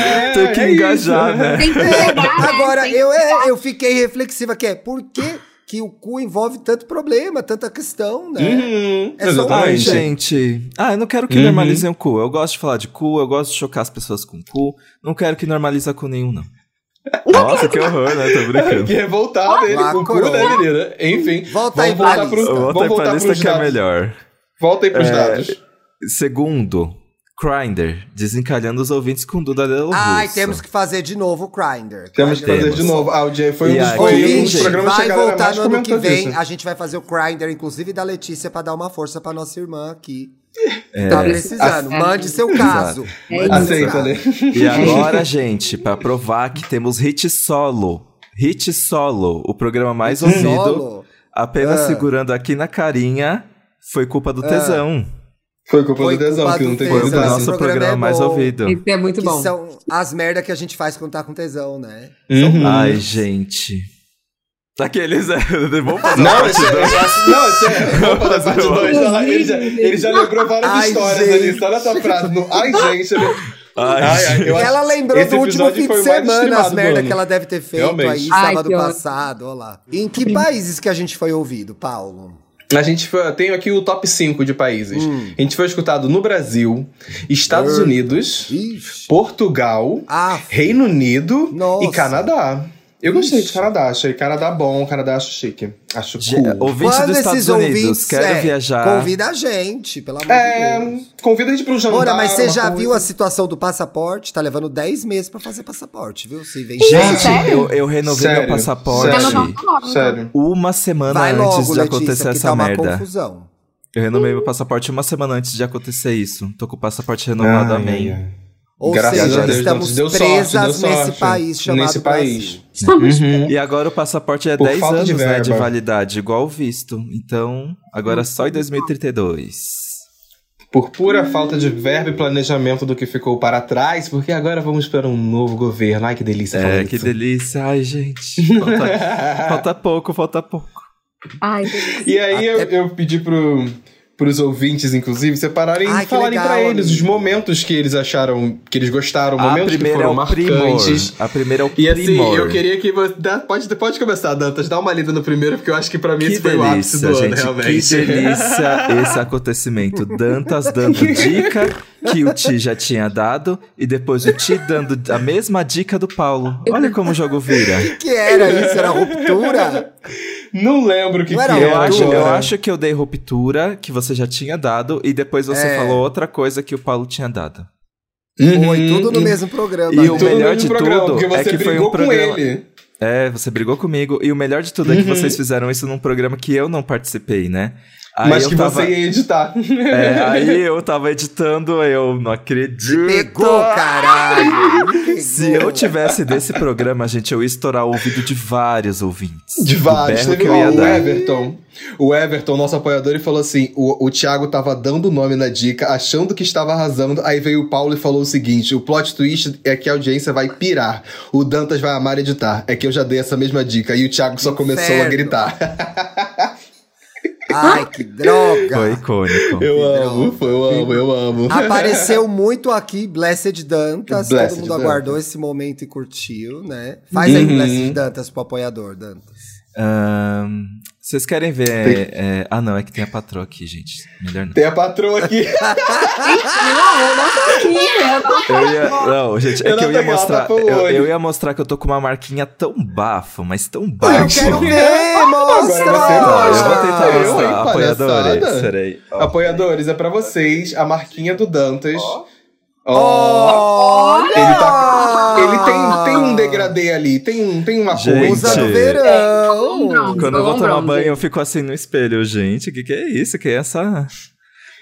[SPEAKER 4] É,
[SPEAKER 2] Tem que
[SPEAKER 4] é
[SPEAKER 2] engajar,
[SPEAKER 4] isso.
[SPEAKER 2] né?
[SPEAKER 5] Tem que
[SPEAKER 1] É,
[SPEAKER 5] pegar, né?
[SPEAKER 1] agora,
[SPEAKER 5] Tem que
[SPEAKER 1] eu, é, eu fiquei reflexiva, que é por que, que o cu envolve tanto problema, tanta questão, né?
[SPEAKER 4] Uhum,
[SPEAKER 1] É só um
[SPEAKER 2] Ai,
[SPEAKER 1] Ai,
[SPEAKER 4] exatamente.
[SPEAKER 2] gente. Ah, eu não quero que
[SPEAKER 4] Uhum.
[SPEAKER 2] normalizem o cu. Eu gosto de falar de cu, eu gosto de chocar as pessoas com cu. Não quero que normaliza com nenhum, não. Nossa, que horror, né? Tô brincando.
[SPEAKER 4] Que revoltado ele com o cu,
[SPEAKER 1] Lacrou.
[SPEAKER 4] né, menina? Enfim,
[SPEAKER 1] Volta
[SPEAKER 4] vamos
[SPEAKER 1] aí pra
[SPEAKER 4] voltar
[SPEAKER 1] lista.
[SPEAKER 4] pro, vamos
[SPEAKER 2] Volta aí pra
[SPEAKER 4] voltar
[SPEAKER 2] lista
[SPEAKER 4] pros
[SPEAKER 2] que é
[SPEAKER 4] dados.
[SPEAKER 2] melhor.
[SPEAKER 4] Volta aí pros
[SPEAKER 2] É,
[SPEAKER 4] dados.
[SPEAKER 2] Segundo, Grindr, desencalhando os ouvintes com Duda Delo
[SPEAKER 1] Ai, temos que fazer de novo o Grindr.
[SPEAKER 4] Temos que
[SPEAKER 1] Grindr. é
[SPEAKER 4] fazer de
[SPEAKER 2] Temos.
[SPEAKER 4] novo. Ah, o Jay foi um
[SPEAKER 2] E
[SPEAKER 4] dos,
[SPEAKER 2] aí,
[SPEAKER 4] foi um
[SPEAKER 2] gente,
[SPEAKER 4] dos
[SPEAKER 1] Ouvinte,
[SPEAKER 4] programas que a
[SPEAKER 1] vai
[SPEAKER 4] galera
[SPEAKER 1] voltar
[SPEAKER 4] mais
[SPEAKER 1] no ano que
[SPEAKER 4] comentou
[SPEAKER 1] vem.
[SPEAKER 4] disso.
[SPEAKER 1] A gente vai fazer o Grindr, inclusive da Letícia, pra dar uma força pra nossa irmã aqui.
[SPEAKER 2] É.
[SPEAKER 1] Tá precisando.
[SPEAKER 5] Aceita.
[SPEAKER 1] Mande seu caso.
[SPEAKER 5] É
[SPEAKER 1] Mande seu
[SPEAKER 4] Aceita,
[SPEAKER 1] caso.
[SPEAKER 4] né?
[SPEAKER 2] E agora, gente, pra provar que temos hit solo. Hit solo, o programa mais ouvido.
[SPEAKER 1] Solo.
[SPEAKER 2] Apenas
[SPEAKER 1] Ah.
[SPEAKER 2] segurando aqui na carinha, foi culpa do
[SPEAKER 1] Ah.
[SPEAKER 2] tesão.
[SPEAKER 4] Foi culpa
[SPEAKER 1] Foi
[SPEAKER 4] do tesão
[SPEAKER 1] culpa
[SPEAKER 4] que não
[SPEAKER 1] do
[SPEAKER 4] tem
[SPEAKER 2] Foi o
[SPEAKER 1] Exato.
[SPEAKER 4] convidado.
[SPEAKER 2] nosso
[SPEAKER 1] Esse programa
[SPEAKER 2] programa
[SPEAKER 1] é
[SPEAKER 2] mais
[SPEAKER 1] bom.
[SPEAKER 2] ouvido.
[SPEAKER 5] Isso é muito
[SPEAKER 1] Que
[SPEAKER 5] bom.
[SPEAKER 1] são as merda que a gente faz quando tá com tesão, né?
[SPEAKER 4] Uhum.
[SPEAKER 2] Ai, gente. Daqueles,
[SPEAKER 4] né?
[SPEAKER 2] é, vamos fazer uma
[SPEAKER 4] Não,
[SPEAKER 2] parte
[SPEAKER 4] esse é.
[SPEAKER 2] dois.
[SPEAKER 4] Não, esse é. Vamos falar da parte dois, olha lá, Ele já, ele já lembrou várias
[SPEAKER 1] Ai,
[SPEAKER 4] histórias
[SPEAKER 1] gente.
[SPEAKER 4] ali. Só nessa frase. No, ai, gente. ele-
[SPEAKER 2] Ai,
[SPEAKER 4] Ai, ai,
[SPEAKER 2] gente.
[SPEAKER 4] eu acho-
[SPEAKER 1] ela lembrou
[SPEAKER 4] esse
[SPEAKER 1] do último
[SPEAKER 4] episódio
[SPEAKER 1] fim
[SPEAKER 4] foi
[SPEAKER 1] de
[SPEAKER 4] o mais
[SPEAKER 1] semana, as
[SPEAKER 4] streamado do
[SPEAKER 1] merda
[SPEAKER 4] ano.
[SPEAKER 1] que ela deve ter feito
[SPEAKER 4] Realmente.
[SPEAKER 1] aí,
[SPEAKER 5] Ai,
[SPEAKER 1] sábado
[SPEAKER 5] que ótimo.
[SPEAKER 1] passado, olha lá. Em que países que a gente foi ouvido, Paulo?
[SPEAKER 4] A gente foi, tem aqui o top 5 de países.
[SPEAKER 1] Hum.
[SPEAKER 4] A gente foi escutado no Brasil, Estados
[SPEAKER 1] Ah.
[SPEAKER 4] Unidos,
[SPEAKER 1] Ixi.
[SPEAKER 4] Portugal,
[SPEAKER 1] Ah,
[SPEAKER 4] Reino Unido
[SPEAKER 1] Nossa.
[SPEAKER 4] e Canadá. Eu gostei
[SPEAKER 1] Ixi.
[SPEAKER 4] de Canadá, achei Canadá bom, Canadá acho chique. Acho
[SPEAKER 2] Ge-
[SPEAKER 4] cool.
[SPEAKER 2] Ouvinte dos Estados Unidos, quero
[SPEAKER 1] é,
[SPEAKER 2] viajar.
[SPEAKER 1] Convida a gente, pelo amor
[SPEAKER 4] É,
[SPEAKER 1] de Deus.
[SPEAKER 4] convida a gente pra um jantar.
[SPEAKER 1] Ora, mas você
[SPEAKER 4] uma
[SPEAKER 1] já
[SPEAKER 4] coisa. assim.
[SPEAKER 1] viu a situação do passaporte? Tá levando 10 meses pra fazer passaporte, viu? Se vem
[SPEAKER 2] Gente,
[SPEAKER 5] Sério?
[SPEAKER 2] eu, eu renovei
[SPEAKER 4] Sério,
[SPEAKER 2] meu passaporte
[SPEAKER 5] Ela
[SPEAKER 4] sério.
[SPEAKER 5] não falou.
[SPEAKER 4] Sério.
[SPEAKER 2] uma semana
[SPEAKER 1] vai
[SPEAKER 2] antes
[SPEAKER 1] logo,
[SPEAKER 2] de acontecer
[SPEAKER 1] Letícia, que
[SPEAKER 2] essa
[SPEAKER 1] tá uma
[SPEAKER 2] merda.
[SPEAKER 1] confusão.
[SPEAKER 2] Eu renovei meu passaporte uma semana antes de acontecer isso. Tô com o passaporte renovado,
[SPEAKER 4] Ai,
[SPEAKER 2] amém.
[SPEAKER 4] ai, ai.
[SPEAKER 1] Ou
[SPEAKER 4] Graças
[SPEAKER 1] seja,
[SPEAKER 4] a Deus,
[SPEAKER 1] estamos
[SPEAKER 4] deu sorte,
[SPEAKER 1] presas
[SPEAKER 4] deu
[SPEAKER 1] nesse
[SPEAKER 4] sorte.
[SPEAKER 1] país chamado
[SPEAKER 4] Nesse país.
[SPEAKER 1] Brasil.
[SPEAKER 5] Estamos
[SPEAKER 4] Uhum.
[SPEAKER 2] E agora o passaporte é
[SPEAKER 4] Por
[SPEAKER 2] 10
[SPEAKER 4] falta
[SPEAKER 2] anos
[SPEAKER 4] de
[SPEAKER 2] de, né, de
[SPEAKER 4] verba.
[SPEAKER 2] validade, igual o visto. Então, agora só em 2032.
[SPEAKER 4] Por pura falta de verba e planejamento do que ficou para trás, porque agora vamos para um novo governo. Ai, que delícia. falar
[SPEAKER 2] É, que
[SPEAKER 4] isso.
[SPEAKER 2] delícia. Ai, gente. Falta, falta pouco, falta pouco.
[SPEAKER 5] Ai, que
[SPEAKER 4] E aí eu,
[SPEAKER 1] Até-
[SPEAKER 4] eu pedi pro, pros ouvintes, inclusive, separarem
[SPEAKER 1] Ai,
[SPEAKER 4] e
[SPEAKER 1] que
[SPEAKER 4] falarem
[SPEAKER 1] legal,
[SPEAKER 4] pra eles os
[SPEAKER 1] amigo.
[SPEAKER 4] momentos que eles acharam, que eles gostaram,
[SPEAKER 2] A
[SPEAKER 4] momentos um que
[SPEAKER 2] primeira é
[SPEAKER 4] foram
[SPEAKER 2] o primor.
[SPEAKER 4] marcantes.
[SPEAKER 2] A primeira é o
[SPEAKER 4] E assim,
[SPEAKER 2] primor.
[SPEAKER 4] eu queria que você. dá- Pode, pode começar, Dantas, dá uma lida no primeiro, porque eu acho que pra mim
[SPEAKER 2] Que
[SPEAKER 4] esse foi o ápice
[SPEAKER 2] delícia,
[SPEAKER 4] do ano,
[SPEAKER 2] gente.
[SPEAKER 4] realmente.
[SPEAKER 2] Que delícia esse acontecimento. Dantas dando dica que o Ti já tinha dado e depois o Ti dando a mesma dica do Paulo. Olha como o jogo vira.
[SPEAKER 1] O que era isso? Era ruptura?
[SPEAKER 4] Não é lembro o que,
[SPEAKER 1] Não
[SPEAKER 4] que Uhum.
[SPEAKER 1] era
[SPEAKER 2] Eu
[SPEAKER 1] Ruptura.
[SPEAKER 2] acho, eu
[SPEAKER 4] agora.
[SPEAKER 2] acho que eu dei ruptura, que você já tinha dado, e depois você
[SPEAKER 1] É.
[SPEAKER 2] falou outra coisa que o Paulo tinha dado.
[SPEAKER 4] Uhum.
[SPEAKER 1] Foi tudo no mesmo programa.
[SPEAKER 2] E o
[SPEAKER 4] Tudo no
[SPEAKER 2] melhor
[SPEAKER 4] mesmo
[SPEAKER 2] de
[SPEAKER 4] programa,
[SPEAKER 2] tudo
[SPEAKER 4] porque você
[SPEAKER 2] é que foi
[SPEAKER 4] brigou
[SPEAKER 2] um programa-
[SPEAKER 4] com ele.
[SPEAKER 2] É, você brigou comigo, e o melhor de tudo é
[SPEAKER 4] Uhum.
[SPEAKER 2] que vocês fizeram isso num programa que eu não participei, né? Aí
[SPEAKER 4] mas
[SPEAKER 2] eu
[SPEAKER 4] que
[SPEAKER 2] tava,
[SPEAKER 4] você ia editar.
[SPEAKER 2] é, aí eu tava editando, eu não acredito.
[SPEAKER 1] Pegou, caralho. Pegou.
[SPEAKER 2] Se eu tivesse desse programa, gente, eu ia estourar o ouvido de vários ouvintes.
[SPEAKER 4] De
[SPEAKER 2] Do
[SPEAKER 4] vários.
[SPEAKER 2] berro
[SPEAKER 4] Teve
[SPEAKER 2] que eu
[SPEAKER 4] ó,
[SPEAKER 2] ia
[SPEAKER 4] o
[SPEAKER 2] dar.
[SPEAKER 4] Everton. O Everton, nosso apoiador, ele falou assim: o, o Thiago tava dando o nome na dica, achando que estava arrasando. Aí veio o Paulo e falou o seguinte: o plot twist é que a audiência vai pirar. O Dantas vai amar editar. É que eu já dei essa mesma dica. E o Thiago só começou a
[SPEAKER 1] Inferno.
[SPEAKER 4] gritar.
[SPEAKER 1] Ai, que droga.
[SPEAKER 2] Foi icônico.
[SPEAKER 4] Eu
[SPEAKER 1] Que
[SPEAKER 4] amo, foi, eu amo, eu amo.
[SPEAKER 1] Apareceu muito aqui Blessed Dantas.
[SPEAKER 4] Blessed
[SPEAKER 1] Todo mundo
[SPEAKER 4] Dantas.
[SPEAKER 1] aguardou esse momento e curtiu, né? Faz aí
[SPEAKER 4] Uhum.
[SPEAKER 1] o Blessed Dantas pro apoiador, Dantas.
[SPEAKER 2] Ahn, vocês querem ver. é, ah, não, é que tem a patroa aqui, gente. Melhor não.
[SPEAKER 4] Tem a patroa aqui.
[SPEAKER 1] tá
[SPEAKER 5] delícia.
[SPEAKER 2] Eu ia, não, gente, é
[SPEAKER 4] Eu
[SPEAKER 2] que
[SPEAKER 4] não
[SPEAKER 2] eu ia
[SPEAKER 4] peguei, ela
[SPEAKER 2] mostrar.
[SPEAKER 4] tapou
[SPEAKER 2] Eu,
[SPEAKER 4] o olho.
[SPEAKER 2] eu ia mostrar que eu tô com uma marquinha tão bafo, mas tão
[SPEAKER 1] Eu
[SPEAKER 2] bafo.
[SPEAKER 1] quero ver, mostra!
[SPEAKER 4] você
[SPEAKER 2] Ó, eu
[SPEAKER 4] mostra.
[SPEAKER 2] vou tentar
[SPEAKER 4] Eu, hein,
[SPEAKER 2] mostrar, apoiadores.
[SPEAKER 4] palhaçada?
[SPEAKER 2] Peraí. ó.
[SPEAKER 4] Apoiadores, é pra vocês a marquinha do Dantas. Ó.
[SPEAKER 1] Olha!
[SPEAKER 4] Ele, tá, ele tem, tem um degradê ali, tem, um, tem uma
[SPEAKER 2] Gente.
[SPEAKER 1] Ah. Usa
[SPEAKER 4] coisa.
[SPEAKER 1] do
[SPEAKER 5] Não,
[SPEAKER 1] verão.
[SPEAKER 2] Quando eu vou
[SPEAKER 5] Sombra,
[SPEAKER 2] tomar banho,
[SPEAKER 5] gente.
[SPEAKER 2] eu fico assim no espelho, gente. O que, que é isso? Que é essa.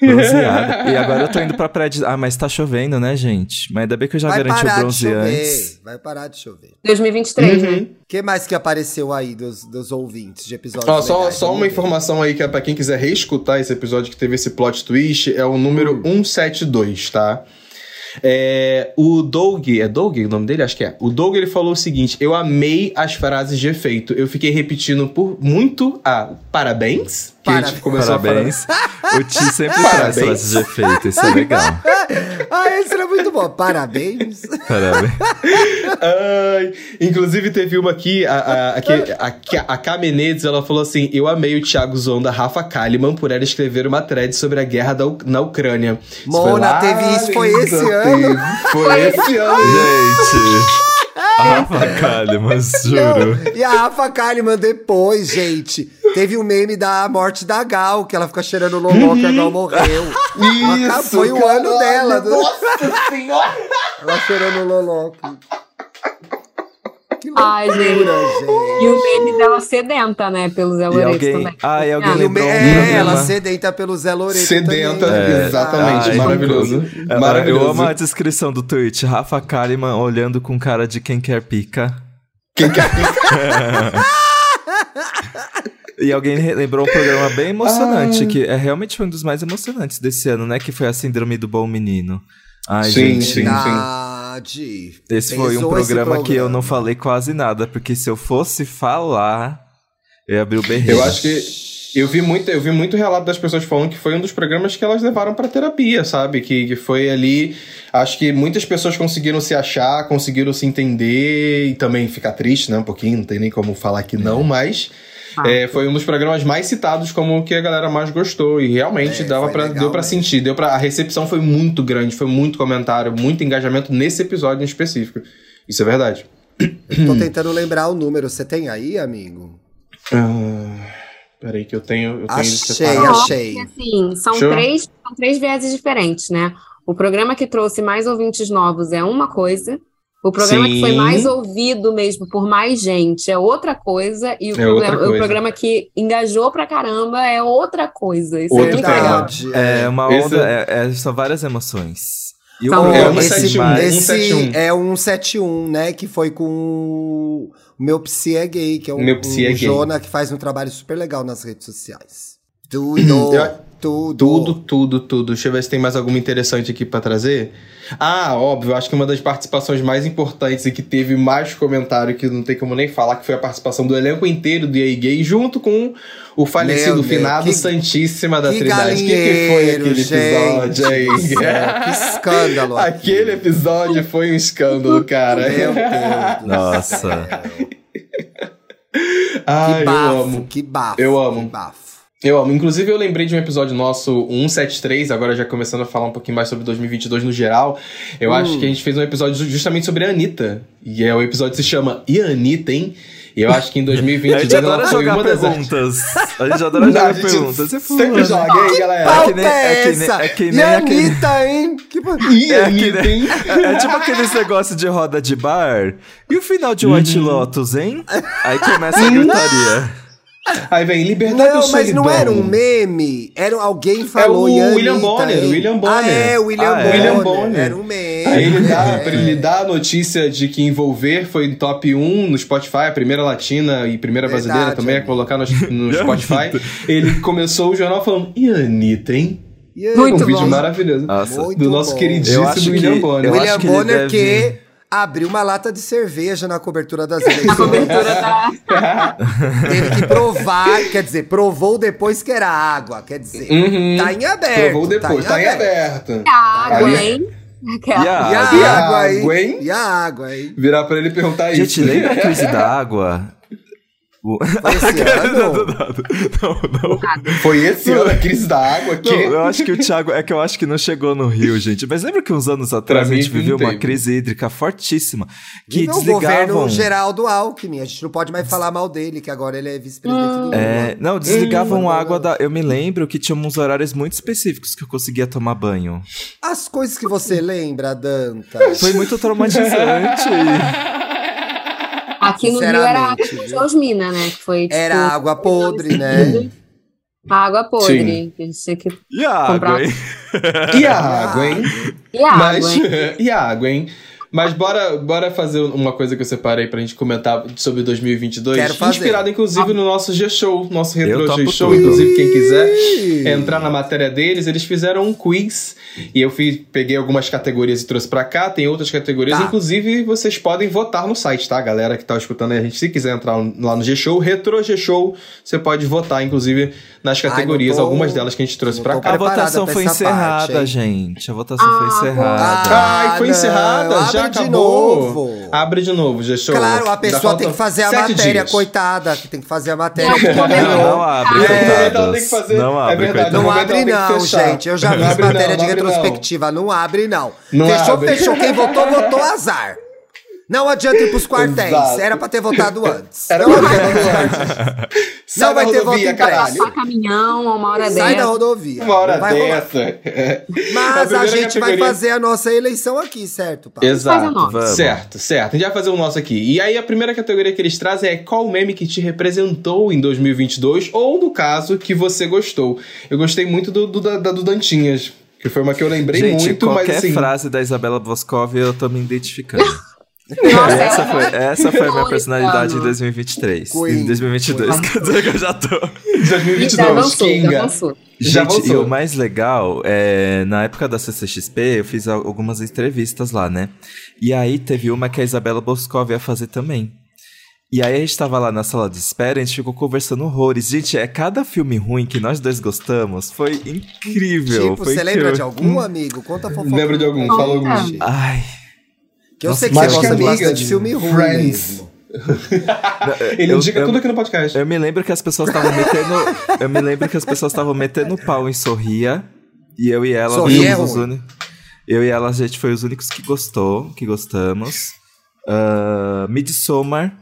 [SPEAKER 2] Bronzeada. E agora eu tô indo pra praia de... Ah, mas tá chovendo, né, gente? Mas ainda bem que eu já
[SPEAKER 1] Vai
[SPEAKER 2] garanti o
[SPEAKER 1] parar de
[SPEAKER 2] bronze antes.
[SPEAKER 1] chover. Vai parar de chover.
[SPEAKER 5] 2023,
[SPEAKER 4] Uhum.
[SPEAKER 5] né?
[SPEAKER 1] O que mais que apareceu aí dos, dos ouvintes de episódios?
[SPEAKER 4] Ó, só,
[SPEAKER 1] legais?
[SPEAKER 4] só
[SPEAKER 1] Vamos
[SPEAKER 4] uma
[SPEAKER 1] ver.
[SPEAKER 4] informação aí que é pra quem quiser reescutar esse episódio que teve esse plot twist, é o número
[SPEAKER 1] Hum.
[SPEAKER 4] 172, tá? É, o Doug, é Doug o nome dele? Acho que é. O Doug ele falou o seguinte: eu amei as frases de efeito. Eu fiquei repetindo por muito a parabéns. Que a
[SPEAKER 1] Parabéns.
[SPEAKER 4] gente começou a
[SPEAKER 2] Parabéns. O Ti sempre
[SPEAKER 4] Parabéns.
[SPEAKER 2] traz frases de efeito, isso é legal.
[SPEAKER 1] ah, esse era muito bom. Parabéns.
[SPEAKER 2] Parabéns.
[SPEAKER 4] Ai, inclusive teve uma aqui, a, a, a, que- a, que- a Ká Menezes, ela falou assim, eu amei o Thiago Zonda Rafa Kalimann por ela escrever uma thread sobre a guerra da U- na Ucrânia. Isso foi
[SPEAKER 1] Mona,
[SPEAKER 4] lá
[SPEAKER 1] teve isso, foi
[SPEAKER 4] em
[SPEAKER 1] esse
[SPEAKER 4] 2000,
[SPEAKER 1] ano.
[SPEAKER 4] Foi esse ano.
[SPEAKER 2] Gente, a Rafa Kalimann, juro.
[SPEAKER 1] E a Rafa Kalimann depois, gente. Teve um meme da morte da Gal, que ela fica cheirando loló que a Gal morreu. Acabou,
[SPEAKER 4] Isso,
[SPEAKER 1] foi o
[SPEAKER 4] caralho,
[SPEAKER 1] ano dela. né?
[SPEAKER 4] Nossa senhora!
[SPEAKER 1] Ela cheirando loló. Que loucura,
[SPEAKER 5] Ai, gente.
[SPEAKER 1] gente.
[SPEAKER 5] E o meme dela sedenta, né? Pelo Zé
[SPEAKER 2] Uhum. E
[SPEAKER 5] Lourenço
[SPEAKER 2] alguém...
[SPEAKER 5] também.
[SPEAKER 2] Ah, e alguém
[SPEAKER 5] Ah,
[SPEAKER 1] E o me-
[SPEAKER 2] lembrou um
[SPEAKER 1] é, ela
[SPEAKER 2] programa.
[SPEAKER 1] sedenta pelo Zé Loreto.
[SPEAKER 4] Sedenta,
[SPEAKER 1] também.
[SPEAKER 2] é,
[SPEAKER 1] É.
[SPEAKER 4] exatamente,
[SPEAKER 1] Ai,
[SPEAKER 4] maravilhoso.
[SPEAKER 2] Ah,
[SPEAKER 4] maravilhoso.
[SPEAKER 2] Eu amo a descrição do tweet. Rafa Kalimann olhando com cara de quem quer pica.
[SPEAKER 4] Quem quer
[SPEAKER 2] E alguém re- lembrou um programa bem emocionante, que é realmente foi um dos mais emocionantes desse ano, né? Que foi a Síndrome do Bom Menino. Ai,
[SPEAKER 4] Sim,
[SPEAKER 2] gente.
[SPEAKER 4] sim.
[SPEAKER 1] Verdade.
[SPEAKER 2] Esse foi um
[SPEAKER 1] Pesou esse
[SPEAKER 2] programa, que eu
[SPEAKER 1] programa.
[SPEAKER 2] não falei quase nada, porque se eu fosse falar, eu ia abrir o berreiro.
[SPEAKER 4] Eu acho que eu vi muito, eu vi muito relato das pessoas falando que foi um dos programas que elas levaram pra terapia, sabe? Que, que foi ali, acho que muitas pessoas conseguiram se achar, conseguiram se entender e também ficar triste, né? Um pouquinho, não tem nem como falar que
[SPEAKER 1] É.
[SPEAKER 4] não, mas
[SPEAKER 5] Ah.
[SPEAKER 4] é, foi um dos programas mais citados como o que a galera mais gostou e realmente
[SPEAKER 1] É,
[SPEAKER 4] dava
[SPEAKER 1] foi
[SPEAKER 4] para
[SPEAKER 1] legal
[SPEAKER 4] deu para
[SPEAKER 1] mesmo.
[SPEAKER 4] sentir, deu para a recepção foi muito grande, foi muito comentário, muito engajamento nesse episódio em específico. Isso é verdade.
[SPEAKER 1] Eu tô tentando lembrar o número. Você tem aí, amigo?
[SPEAKER 4] Ah, peraí que eu tenho, eu tenho isso
[SPEAKER 1] Achei,
[SPEAKER 4] separado.
[SPEAKER 5] Não,
[SPEAKER 1] achei.
[SPEAKER 5] E assim, são
[SPEAKER 4] Show.
[SPEAKER 5] três, são três vieses diferentes, né? O programa que trouxe mais ouvintes novos é uma coisa, o programa que foi
[SPEAKER 4] Sim.
[SPEAKER 5] mais ouvido mesmo por mais gente é outra coisa, e o,
[SPEAKER 4] É outra
[SPEAKER 5] programa, o
[SPEAKER 4] coisa.
[SPEAKER 5] programa que engajou pra caramba é outra coisa. Isso
[SPEAKER 4] Outro
[SPEAKER 5] é muito
[SPEAKER 4] tema.
[SPEAKER 5] legal.
[SPEAKER 1] Verdade.
[SPEAKER 2] É uma
[SPEAKER 4] Esse-
[SPEAKER 2] onda, é- é- são várias emoções. E
[SPEAKER 5] São
[SPEAKER 2] programa
[SPEAKER 5] É,
[SPEAKER 2] que
[SPEAKER 1] Tá esse,
[SPEAKER 4] 171,
[SPEAKER 2] mais-
[SPEAKER 1] esse
[SPEAKER 4] 171.
[SPEAKER 1] é o 171, né? Que foi com o Meu Psi é Gay, que é um,
[SPEAKER 4] Meu Psi é
[SPEAKER 1] um
[SPEAKER 4] Gay.
[SPEAKER 1] Jonah que faz um trabalho super legal nas redes sociais. Tudo,
[SPEAKER 4] Eu-
[SPEAKER 1] tudo.
[SPEAKER 4] Tudo, tudo, tudo. Deixa eu ver se tem mais alguma interessante aqui pra trazer. Ah, óbvio, acho que uma das participações mais importantes e que teve mais comentário, que não tem como nem falar, que foi a participação do elenco inteiro do EA Gay, junto com o falecido
[SPEAKER 1] Meu Deus,
[SPEAKER 4] finado
[SPEAKER 1] que-
[SPEAKER 4] Santíssima da
[SPEAKER 1] Que
[SPEAKER 4] Trindade. O que, que foi
[SPEAKER 1] galinheiro,
[SPEAKER 4] aquele
[SPEAKER 1] gente.
[SPEAKER 4] episódio,
[SPEAKER 1] do
[SPEAKER 4] hein?
[SPEAKER 1] céu, É, que escândalo.
[SPEAKER 4] é. aquele
[SPEAKER 1] aquilo.
[SPEAKER 4] episódio foi um escândalo, cara.
[SPEAKER 1] Meu Deus. do
[SPEAKER 2] Nossa.
[SPEAKER 1] céu.
[SPEAKER 4] Ah,
[SPEAKER 1] que
[SPEAKER 4] eu
[SPEAKER 1] bafo,
[SPEAKER 4] amo.
[SPEAKER 1] que bafo.
[SPEAKER 4] Eu amo.
[SPEAKER 1] Que bafo.
[SPEAKER 4] Eu amo. Inclusive, eu lembrei de um episódio nosso, o 173, agora já começando a falar um pouquinho mais sobre 2022 no geral. Eu
[SPEAKER 1] Hum.
[SPEAKER 4] acho que a gente fez um episódio ju- justamente sobre a Anitta. E é, o episódio se chama E a Anitta, hein? E eu acho que em
[SPEAKER 2] A
[SPEAKER 4] 2022
[SPEAKER 2] gente
[SPEAKER 4] ela
[SPEAKER 2] adora
[SPEAKER 4] foi
[SPEAKER 2] jogar
[SPEAKER 4] uma das...
[SPEAKER 2] perguntas. A gente adora jogar
[SPEAKER 4] A gente
[SPEAKER 2] perguntas. E
[SPEAKER 4] Sempre
[SPEAKER 2] fulano?
[SPEAKER 4] joga, hein, galera?
[SPEAKER 2] pau!
[SPEAKER 1] Pauta
[SPEAKER 2] nem-
[SPEAKER 1] é
[SPEAKER 2] é que nem-
[SPEAKER 1] essa?
[SPEAKER 2] é que
[SPEAKER 1] e
[SPEAKER 2] nem
[SPEAKER 1] a
[SPEAKER 2] aquele-
[SPEAKER 1] Anitta, hein? Que... ba-
[SPEAKER 4] E a
[SPEAKER 2] É que
[SPEAKER 1] né?
[SPEAKER 4] Anitta, hein?
[SPEAKER 2] É tipo aqueles negócios de roda de bar. E o final de White
[SPEAKER 4] Uhum.
[SPEAKER 2] Lotus, hein? Aí começa a gritaria.
[SPEAKER 4] Aí vem, Liberdade
[SPEAKER 1] Não,
[SPEAKER 4] ou
[SPEAKER 1] mas não
[SPEAKER 4] Solidão?
[SPEAKER 1] era um meme. Era alguém falou.
[SPEAKER 4] É o
[SPEAKER 1] e a Anitta,
[SPEAKER 4] William Bonner,
[SPEAKER 1] hein?
[SPEAKER 4] William
[SPEAKER 1] Ah, é,
[SPEAKER 4] Bonner.
[SPEAKER 1] o William,
[SPEAKER 2] Ah, é.
[SPEAKER 1] Bonner.
[SPEAKER 4] William Bonner.
[SPEAKER 1] Era um meme.
[SPEAKER 4] Aí ele tá dá,
[SPEAKER 1] é.
[SPEAKER 4] pra ele dá a notícia de que envolver foi em top 1 no Spotify, a primeira latina e primeira
[SPEAKER 1] Verdade, é.
[SPEAKER 4] brasileira também a
[SPEAKER 1] amigo.
[SPEAKER 4] colocar no, no Spotify. ele começou o jornal falando, e a Anitta, hein?
[SPEAKER 1] E aí,
[SPEAKER 5] Muito
[SPEAKER 4] um vídeo
[SPEAKER 5] bom.
[SPEAKER 4] maravilhoso.
[SPEAKER 2] Nossa.
[SPEAKER 1] Muito
[SPEAKER 4] do nosso
[SPEAKER 1] bom.
[SPEAKER 4] queridíssimo
[SPEAKER 2] Eu acho
[SPEAKER 4] William
[SPEAKER 2] que-
[SPEAKER 4] Bonner.
[SPEAKER 2] eu
[SPEAKER 1] William
[SPEAKER 2] acho que ele
[SPEAKER 1] Bonner
[SPEAKER 2] deve-
[SPEAKER 1] que abriu uma lata de cerveja na cobertura das
[SPEAKER 5] A
[SPEAKER 1] eleições.
[SPEAKER 5] cobertura da.
[SPEAKER 2] é
[SPEAKER 1] Teve que provar, quer dizer, provou depois que era água. Quer dizer,
[SPEAKER 4] Uhum.
[SPEAKER 1] tá em aberto.
[SPEAKER 4] Eu vou depois, tá em aberto.
[SPEAKER 5] A água,
[SPEAKER 4] Aí-
[SPEAKER 5] hein?
[SPEAKER 2] E
[SPEAKER 5] Aquela.
[SPEAKER 1] E a
[SPEAKER 2] a
[SPEAKER 4] E
[SPEAKER 2] água?
[SPEAKER 1] água, hein?
[SPEAKER 4] água, hein?
[SPEAKER 1] E a água, hein?
[SPEAKER 4] Virar pra ele e perguntar
[SPEAKER 2] Gente,
[SPEAKER 4] isso.
[SPEAKER 2] lembra a crise da água? O-
[SPEAKER 1] Foi esse
[SPEAKER 2] Não, não,
[SPEAKER 1] ano?
[SPEAKER 2] não, não.
[SPEAKER 1] Ah,
[SPEAKER 4] Foi esse ano a crise da água que.
[SPEAKER 2] Não, eu acho que o Thiago. É que eu acho que não chegou no Rio, gente. Mas lembra que uns anos atrás
[SPEAKER 4] Pra
[SPEAKER 2] a
[SPEAKER 4] mim,
[SPEAKER 2] gente viveu
[SPEAKER 4] não
[SPEAKER 2] uma
[SPEAKER 4] teve.
[SPEAKER 2] crise hídrica fortíssima? Que
[SPEAKER 1] E o governo
[SPEAKER 2] desligavam.
[SPEAKER 1] Geraldo Alckmin. A gente não pode mais falar mal dele, que agora ele é
[SPEAKER 4] Ah.
[SPEAKER 1] vice-presidente do Lula.
[SPEAKER 2] É, não,
[SPEAKER 1] Hum.
[SPEAKER 2] desligavam a água da. Eu me lembro que tinha uns horários muito específicos que eu conseguia tomar banho.
[SPEAKER 1] As coisas que você lembra, Danta.
[SPEAKER 2] Foi muito traumatizante.
[SPEAKER 5] Aqui no Rio era a água
[SPEAKER 1] Sinceramente,
[SPEAKER 5] de Osmina, né? Que foi tipo,
[SPEAKER 4] Hum,
[SPEAKER 1] Era água podre, né?
[SPEAKER 5] A água podre.
[SPEAKER 4] Sim.
[SPEAKER 5] que A gente tinha que.
[SPEAKER 2] E a água,
[SPEAKER 5] Comprar-
[SPEAKER 2] hein?
[SPEAKER 4] E a água, hein?
[SPEAKER 5] E a água,
[SPEAKER 4] Mas,
[SPEAKER 5] hein?
[SPEAKER 4] e a água, hein? Mas bora, bora fazer uma coisa que eu separei pra gente comentar sobre 2022.
[SPEAKER 1] Quero fazer.
[SPEAKER 4] Inspirado, inclusive, no nosso G-Show, nosso
[SPEAKER 2] Eu
[SPEAKER 4] Retro
[SPEAKER 2] topo
[SPEAKER 4] G-Show.
[SPEAKER 2] tudo.
[SPEAKER 4] Inclusive, quem quiser
[SPEAKER 1] Ih!
[SPEAKER 4] entrar na matéria deles, eles fizeram um quiz. E eu fiz, peguei algumas categorias e trouxe pra cá. Tem outras categorias.
[SPEAKER 1] Tá.
[SPEAKER 4] Inclusive, vocês podem votar no site, tá? Galera que tá escutando aí, a gente, se quiser entrar lá no G-Show, Retro G-Show, você pode votar, inclusive, nas
[SPEAKER 1] Ai, não
[SPEAKER 4] categorias,
[SPEAKER 1] tô-
[SPEAKER 4] algumas delas que a gente trouxe
[SPEAKER 1] não
[SPEAKER 4] pra
[SPEAKER 1] tô
[SPEAKER 4] cá.
[SPEAKER 2] A
[SPEAKER 1] Preparada
[SPEAKER 2] votação
[SPEAKER 1] pra
[SPEAKER 2] foi
[SPEAKER 1] essa
[SPEAKER 2] encerrada,
[SPEAKER 1] parte, hein?
[SPEAKER 2] gente. A votação foi
[SPEAKER 5] Ah,
[SPEAKER 2] encerrada.
[SPEAKER 4] Ai, foi
[SPEAKER 1] Ah, não,
[SPEAKER 4] encerrada,
[SPEAKER 1] abre
[SPEAKER 4] já
[SPEAKER 1] de
[SPEAKER 4] acabou.
[SPEAKER 1] novo.
[SPEAKER 4] Abre de novo, gestor.
[SPEAKER 1] Claro, a
[SPEAKER 4] Ainda
[SPEAKER 1] pessoa
[SPEAKER 4] faltam
[SPEAKER 1] tem que fazer a
[SPEAKER 4] sete
[SPEAKER 1] matéria,
[SPEAKER 4] dias.
[SPEAKER 1] coitada, que tem que fazer a matéria.
[SPEAKER 5] Não,
[SPEAKER 1] que
[SPEAKER 5] não,
[SPEAKER 2] Não,
[SPEAKER 1] combinou.
[SPEAKER 2] não abre,
[SPEAKER 4] É,
[SPEAKER 2] coitadas.
[SPEAKER 4] então tem que fazer-
[SPEAKER 2] Não
[SPEAKER 4] é
[SPEAKER 2] abre,
[SPEAKER 4] verdade,
[SPEAKER 2] coitadas.
[SPEAKER 1] Não
[SPEAKER 4] No momento
[SPEAKER 1] abre
[SPEAKER 4] ela tem que
[SPEAKER 1] não,
[SPEAKER 4] fechar.
[SPEAKER 1] gente. Eu já
[SPEAKER 4] Não
[SPEAKER 1] fiz
[SPEAKER 4] abre não,
[SPEAKER 1] matéria
[SPEAKER 4] não
[SPEAKER 1] de
[SPEAKER 4] abre não.
[SPEAKER 1] retrospectiva. Não. abre, não.
[SPEAKER 4] Não
[SPEAKER 1] fechou,
[SPEAKER 4] abre.
[SPEAKER 1] fechou. Quem votou, votou azar. Não adianta ir pros quartéis.
[SPEAKER 4] Exato.
[SPEAKER 1] Era pra ter votado antes.
[SPEAKER 4] Era
[SPEAKER 1] não
[SPEAKER 4] pra ter
[SPEAKER 1] adianta.
[SPEAKER 4] Sai
[SPEAKER 1] Não
[SPEAKER 4] da
[SPEAKER 1] vai ter
[SPEAKER 4] rodovia,
[SPEAKER 1] voto impresso.
[SPEAKER 4] caralho.
[SPEAKER 5] Passar caminhão a uma hora
[SPEAKER 1] Sai da
[SPEAKER 5] dessa.
[SPEAKER 1] rodovia.
[SPEAKER 4] Uma hora
[SPEAKER 1] Não vai rolar.
[SPEAKER 4] dessa.
[SPEAKER 1] Mas
[SPEAKER 4] É a
[SPEAKER 1] a
[SPEAKER 4] primeira
[SPEAKER 1] gente vai
[SPEAKER 4] categoria.
[SPEAKER 1] fazer a nossa eleição aqui, certo, Paulo?
[SPEAKER 5] Faz a
[SPEAKER 4] Exato.
[SPEAKER 5] nossa.
[SPEAKER 2] Vamos.
[SPEAKER 4] Certo, certo. A gente vai fazer o nosso aqui. E aí, a primeira categoria que eles trazem é qual meme que te representou em 2022, ou no caso, que você gostou. Eu gostei muito do, do, da, da- do Dantinhas, que foi uma que eu lembrei
[SPEAKER 2] Gente,
[SPEAKER 4] muito,
[SPEAKER 2] qualquer
[SPEAKER 4] mas assim.
[SPEAKER 2] frase da Isabela Boscov eu tô me identificando.
[SPEAKER 5] Nossa,
[SPEAKER 2] essa,
[SPEAKER 5] é-
[SPEAKER 2] foi, essa foi a minha
[SPEAKER 5] Icônica.
[SPEAKER 2] personalidade em 2023.
[SPEAKER 1] Queen.
[SPEAKER 2] Em 2022, quer dizer que eu já tô.
[SPEAKER 5] Já
[SPEAKER 4] 2022,
[SPEAKER 5] avançou, já
[SPEAKER 4] Kinga.
[SPEAKER 5] avançou.
[SPEAKER 4] Já
[SPEAKER 2] Gente, e
[SPEAKER 4] avançou.
[SPEAKER 2] o mais legal é, na época da CCXP, eu fiz al- algumas entrevistas lá, né? E aí teve uma que a Isabela Boscov ia fazer também. E aí a gente tava lá na sala de espera, a gente ficou conversando horrores. Gente, é cada filme ruim que nós dois gostamos, foi incrível.
[SPEAKER 1] Tipo,
[SPEAKER 2] foi
[SPEAKER 1] você lembra
[SPEAKER 2] incrível.
[SPEAKER 1] de algum, amigo? Conta a fofoca.
[SPEAKER 4] Lembra de algum?
[SPEAKER 1] Não,
[SPEAKER 4] Fala algum.
[SPEAKER 5] Olha.
[SPEAKER 2] Ai,
[SPEAKER 1] Que
[SPEAKER 4] Ah,
[SPEAKER 1] eu sei que
[SPEAKER 2] Nossa,
[SPEAKER 1] você
[SPEAKER 2] mas
[SPEAKER 1] gosta
[SPEAKER 2] que amiga
[SPEAKER 1] bastante de
[SPEAKER 4] de
[SPEAKER 1] filme ruim
[SPEAKER 4] Friends.
[SPEAKER 1] mesmo.
[SPEAKER 4] Ele
[SPEAKER 2] eu-
[SPEAKER 4] indica
[SPEAKER 2] eu-
[SPEAKER 4] tudo aqui no podcast.
[SPEAKER 2] Eu me lembro que as pessoas estavam metendo. eu me lembro que as pessoas estavam metendo pau em Sorria. E eu e ela
[SPEAKER 1] Sorria é
[SPEAKER 2] fomos os
[SPEAKER 1] ruim.
[SPEAKER 2] únicos. Eu e ela, a gente foi os únicos que gostou, que gostamos. Uh, Midsommar.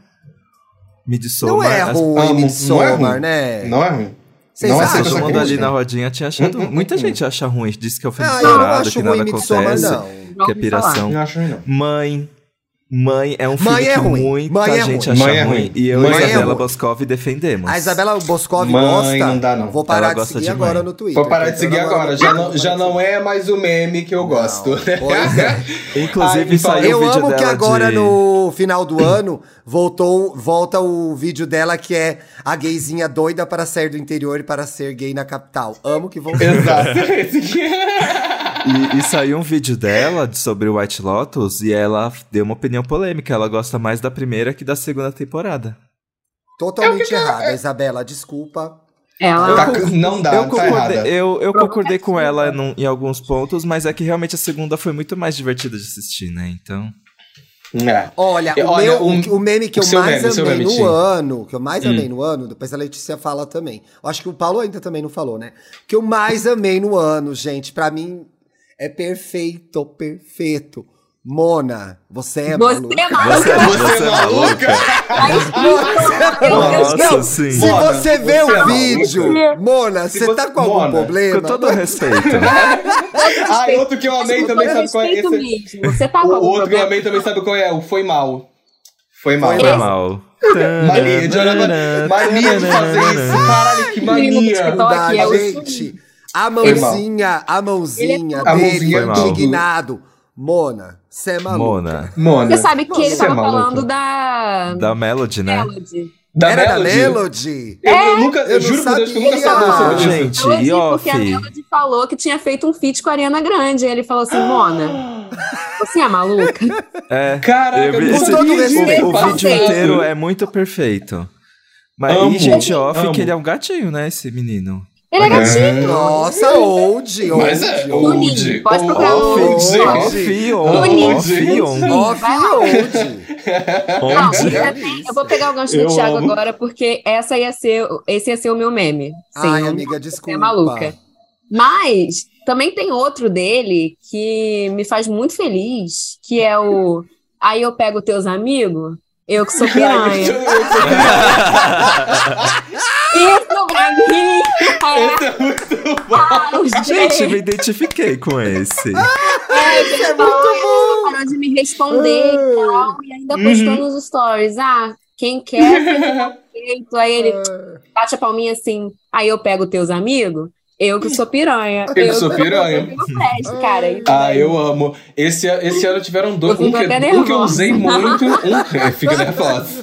[SPEAKER 2] Midsommar.
[SPEAKER 1] Não é
[SPEAKER 2] as-
[SPEAKER 1] ruim,
[SPEAKER 4] Ah, não é
[SPEAKER 1] Midsommar,
[SPEAKER 4] ruim?
[SPEAKER 1] né?
[SPEAKER 4] Não é ruim?
[SPEAKER 1] Vocês
[SPEAKER 4] Nossa,
[SPEAKER 1] acham?
[SPEAKER 2] Todo
[SPEAKER 4] essa
[SPEAKER 2] mundo
[SPEAKER 4] crítica.
[SPEAKER 2] ali na rodinha tinha achado.
[SPEAKER 4] Hum, hum,
[SPEAKER 2] Muita
[SPEAKER 4] hum.
[SPEAKER 2] gente acha ruim, diz que é o filme
[SPEAKER 1] é Ah, eu não
[SPEAKER 2] estourado,
[SPEAKER 1] acho
[SPEAKER 2] que
[SPEAKER 1] ruim
[SPEAKER 2] nada
[SPEAKER 1] Midsommar,
[SPEAKER 2] acontece,
[SPEAKER 1] não.
[SPEAKER 5] Já
[SPEAKER 2] que é
[SPEAKER 5] ouvi falar.
[SPEAKER 2] piração.
[SPEAKER 4] Não acho ruim, não.
[SPEAKER 2] Mãe. Mãe é um filme
[SPEAKER 1] Mãe é
[SPEAKER 2] que
[SPEAKER 1] ruim.
[SPEAKER 2] muita
[SPEAKER 1] Mãe é
[SPEAKER 2] gente
[SPEAKER 1] ruim.
[SPEAKER 2] acha
[SPEAKER 4] Mãe é
[SPEAKER 2] ruim.
[SPEAKER 4] ruim.
[SPEAKER 2] E eu
[SPEAKER 4] Mãe
[SPEAKER 2] e
[SPEAKER 4] é
[SPEAKER 2] Isabela
[SPEAKER 1] ruim.
[SPEAKER 2] Boscov defendemos.
[SPEAKER 1] A Isabela Boscov
[SPEAKER 4] Mãe,
[SPEAKER 1] gosta.
[SPEAKER 4] não dá, não.
[SPEAKER 1] Vou parar
[SPEAKER 2] Ela
[SPEAKER 1] de
[SPEAKER 2] gosta
[SPEAKER 1] seguir
[SPEAKER 2] de mãe.
[SPEAKER 1] agora no Twitter.
[SPEAKER 4] Vou parar de seguir
[SPEAKER 1] Eu não
[SPEAKER 4] agora.
[SPEAKER 1] vou
[SPEAKER 4] Já
[SPEAKER 1] parar
[SPEAKER 4] não,
[SPEAKER 1] de
[SPEAKER 4] já
[SPEAKER 1] seguir.
[SPEAKER 4] não é mais o meme que eu gosto. né?
[SPEAKER 1] Pois é.
[SPEAKER 2] Inclusive,
[SPEAKER 4] Ai,
[SPEAKER 2] saiu o
[SPEAKER 1] Eu
[SPEAKER 2] vídeo
[SPEAKER 1] amo que
[SPEAKER 2] dela
[SPEAKER 1] agora
[SPEAKER 2] de-
[SPEAKER 1] no final do ano voltou, volta o vídeo dela que é a gayzinha doida para sair do interior e para ser gay na capital. Amo que voltou.
[SPEAKER 4] Exato. Esse aqui é.
[SPEAKER 2] E, e saiu um vídeo dela de- sobre o White Lotus e ela deu uma opinião polêmica. Ela gosta mais da primeira que da segunda temporada.
[SPEAKER 1] Totalmente errada, Isabela. Desculpa.
[SPEAKER 5] É, Ela.
[SPEAKER 4] Tá- não dá,
[SPEAKER 2] eu
[SPEAKER 4] tá errada.
[SPEAKER 2] concordei, eu, eu
[SPEAKER 5] Provocativa.
[SPEAKER 2] concordei com ela num- em alguns pontos, mas é que realmente a segunda foi muito mais divertida de assistir, né? Então.
[SPEAKER 4] É.
[SPEAKER 1] Olha,
[SPEAKER 4] Eu-
[SPEAKER 1] o,
[SPEAKER 4] olha,
[SPEAKER 1] meu-
[SPEAKER 4] um-
[SPEAKER 1] o meme que
[SPEAKER 4] o
[SPEAKER 1] eu
[SPEAKER 4] seu
[SPEAKER 1] mais
[SPEAKER 4] meme, o seu Hum.
[SPEAKER 1] amei
[SPEAKER 4] meme,
[SPEAKER 1] no
[SPEAKER 4] Tim.
[SPEAKER 1] ano, que eu mais amei no ano, depois a Letícia fala também. Eu acho que o Paulo ainda também não falou, né? O que eu mais amei no ano, gente, pra mim é perfeito, perfeito. Mona, você é
[SPEAKER 5] Você
[SPEAKER 1] maluca.
[SPEAKER 5] é maluca.
[SPEAKER 2] Você,
[SPEAKER 4] Você é maluca?
[SPEAKER 1] Mona,
[SPEAKER 2] Nossa,
[SPEAKER 1] é não,
[SPEAKER 2] sim.
[SPEAKER 1] Se
[SPEAKER 4] Mona,
[SPEAKER 1] você vê
[SPEAKER 4] você é
[SPEAKER 1] o vídeo,
[SPEAKER 5] maluca.
[SPEAKER 1] Mona,
[SPEAKER 4] Se
[SPEAKER 1] você
[SPEAKER 4] você-
[SPEAKER 1] tá com algum
[SPEAKER 4] Mona,
[SPEAKER 2] Com
[SPEAKER 1] problema?
[SPEAKER 2] todo respeito.
[SPEAKER 4] Ah, e outro que eu amei
[SPEAKER 5] Com
[SPEAKER 4] também,
[SPEAKER 5] todo
[SPEAKER 4] sabe qual é?
[SPEAKER 5] respeito
[SPEAKER 4] Esse...
[SPEAKER 5] mesmo. Você tá
[SPEAKER 4] O
[SPEAKER 5] com algum
[SPEAKER 4] outro que eu
[SPEAKER 5] problema?
[SPEAKER 4] amei também sabe qual é? O Foi Mal. Foi Mal.
[SPEAKER 2] Foi mal.
[SPEAKER 4] Mania de olhar pra- Mania de fazer isso. Caralho, que
[SPEAKER 5] Menino do
[SPEAKER 4] mania.
[SPEAKER 5] TikTok. é
[SPEAKER 1] Dá,
[SPEAKER 5] aqui, eu
[SPEAKER 1] gente. A
[SPEAKER 4] Foi mal.
[SPEAKER 1] mãozinha, a mãozinha
[SPEAKER 4] A
[SPEAKER 1] dele, é
[SPEAKER 4] mãozinha
[SPEAKER 2] Foi mal.
[SPEAKER 1] indignado. Mona, você é maluca.
[SPEAKER 2] Mona.
[SPEAKER 4] Mona.
[SPEAKER 5] Você sabe que ele
[SPEAKER 4] você é
[SPEAKER 5] tava
[SPEAKER 4] maluca. É.
[SPEAKER 5] falando da.
[SPEAKER 2] Da Melody, né?
[SPEAKER 5] Melody.
[SPEAKER 4] Da
[SPEAKER 1] Era
[SPEAKER 4] Melody?
[SPEAKER 1] da Melody?
[SPEAKER 4] Eu,
[SPEAKER 5] É.
[SPEAKER 4] eu nunca, eu,
[SPEAKER 1] eu não
[SPEAKER 4] juro por Deus que eu nunca
[SPEAKER 1] sabia.
[SPEAKER 4] sabia sobre isso.
[SPEAKER 2] Gente,
[SPEAKER 5] Melody,
[SPEAKER 2] e
[SPEAKER 5] porque a
[SPEAKER 2] off?
[SPEAKER 5] Melody falou que tinha feito um feat com a Ariana Grande. E ele falou assim: Mona, você é maluca?
[SPEAKER 2] É.
[SPEAKER 4] Caraca,
[SPEAKER 2] Eu vi-
[SPEAKER 4] eu não
[SPEAKER 1] Com
[SPEAKER 2] esse-
[SPEAKER 1] todo
[SPEAKER 4] sabia disso.
[SPEAKER 1] respeito,
[SPEAKER 2] o, o
[SPEAKER 5] Passei.
[SPEAKER 2] vídeo inteiro é muito perfeito. Mas
[SPEAKER 4] Amo,
[SPEAKER 2] e gente off
[SPEAKER 4] amo.
[SPEAKER 2] que ele é um gatinho, né, esse menino.
[SPEAKER 5] Ele é
[SPEAKER 4] Olha.
[SPEAKER 5] gatinho.
[SPEAKER 1] Nossa, old, old.
[SPEAKER 4] Mas é
[SPEAKER 1] old.
[SPEAKER 5] Nuninho,
[SPEAKER 4] old.
[SPEAKER 5] pode procurar
[SPEAKER 4] Old.
[SPEAKER 5] no-
[SPEAKER 2] Off,
[SPEAKER 1] Old.
[SPEAKER 2] off,
[SPEAKER 4] Old.
[SPEAKER 2] off, on,
[SPEAKER 1] Off
[SPEAKER 5] Vai lá.
[SPEAKER 1] old.
[SPEAKER 5] Não,
[SPEAKER 2] on.
[SPEAKER 5] e também, eu vou pegar o gancho
[SPEAKER 4] Eu
[SPEAKER 5] do Thiago
[SPEAKER 4] amo.
[SPEAKER 5] agora, porque essa ia ser, esse ia ser o meu meme. Sim,
[SPEAKER 1] Ai,
[SPEAKER 5] eu-
[SPEAKER 1] amiga, desculpa.
[SPEAKER 5] maluca. Mas também tem outro dele que me faz muito feliz, que é o Aí eu pego teus amigos, eu que sou
[SPEAKER 4] É.
[SPEAKER 5] piranha. Isso pra mim é para os
[SPEAKER 2] Gente, me
[SPEAKER 5] gays.
[SPEAKER 2] identifiquei com esse.
[SPEAKER 1] Isso é muito bom.
[SPEAKER 5] Parou de me responder e tal, e ainda postando os stories. Ah, quem quer, fica à jeito. Aí ele bate a palminha assim. Aí eu pego teus amigos, eu que sou piranha.
[SPEAKER 4] Eu que sou piranha.
[SPEAKER 5] Eu que festa, cara. E-
[SPEAKER 4] Ah, eu amo. Esse, a- esse ano tiveram dois.
[SPEAKER 5] Eu fico
[SPEAKER 4] Um que,
[SPEAKER 5] até
[SPEAKER 4] um que eu
[SPEAKER 5] nervosa.
[SPEAKER 4] usei muito. Um, fica nervosa.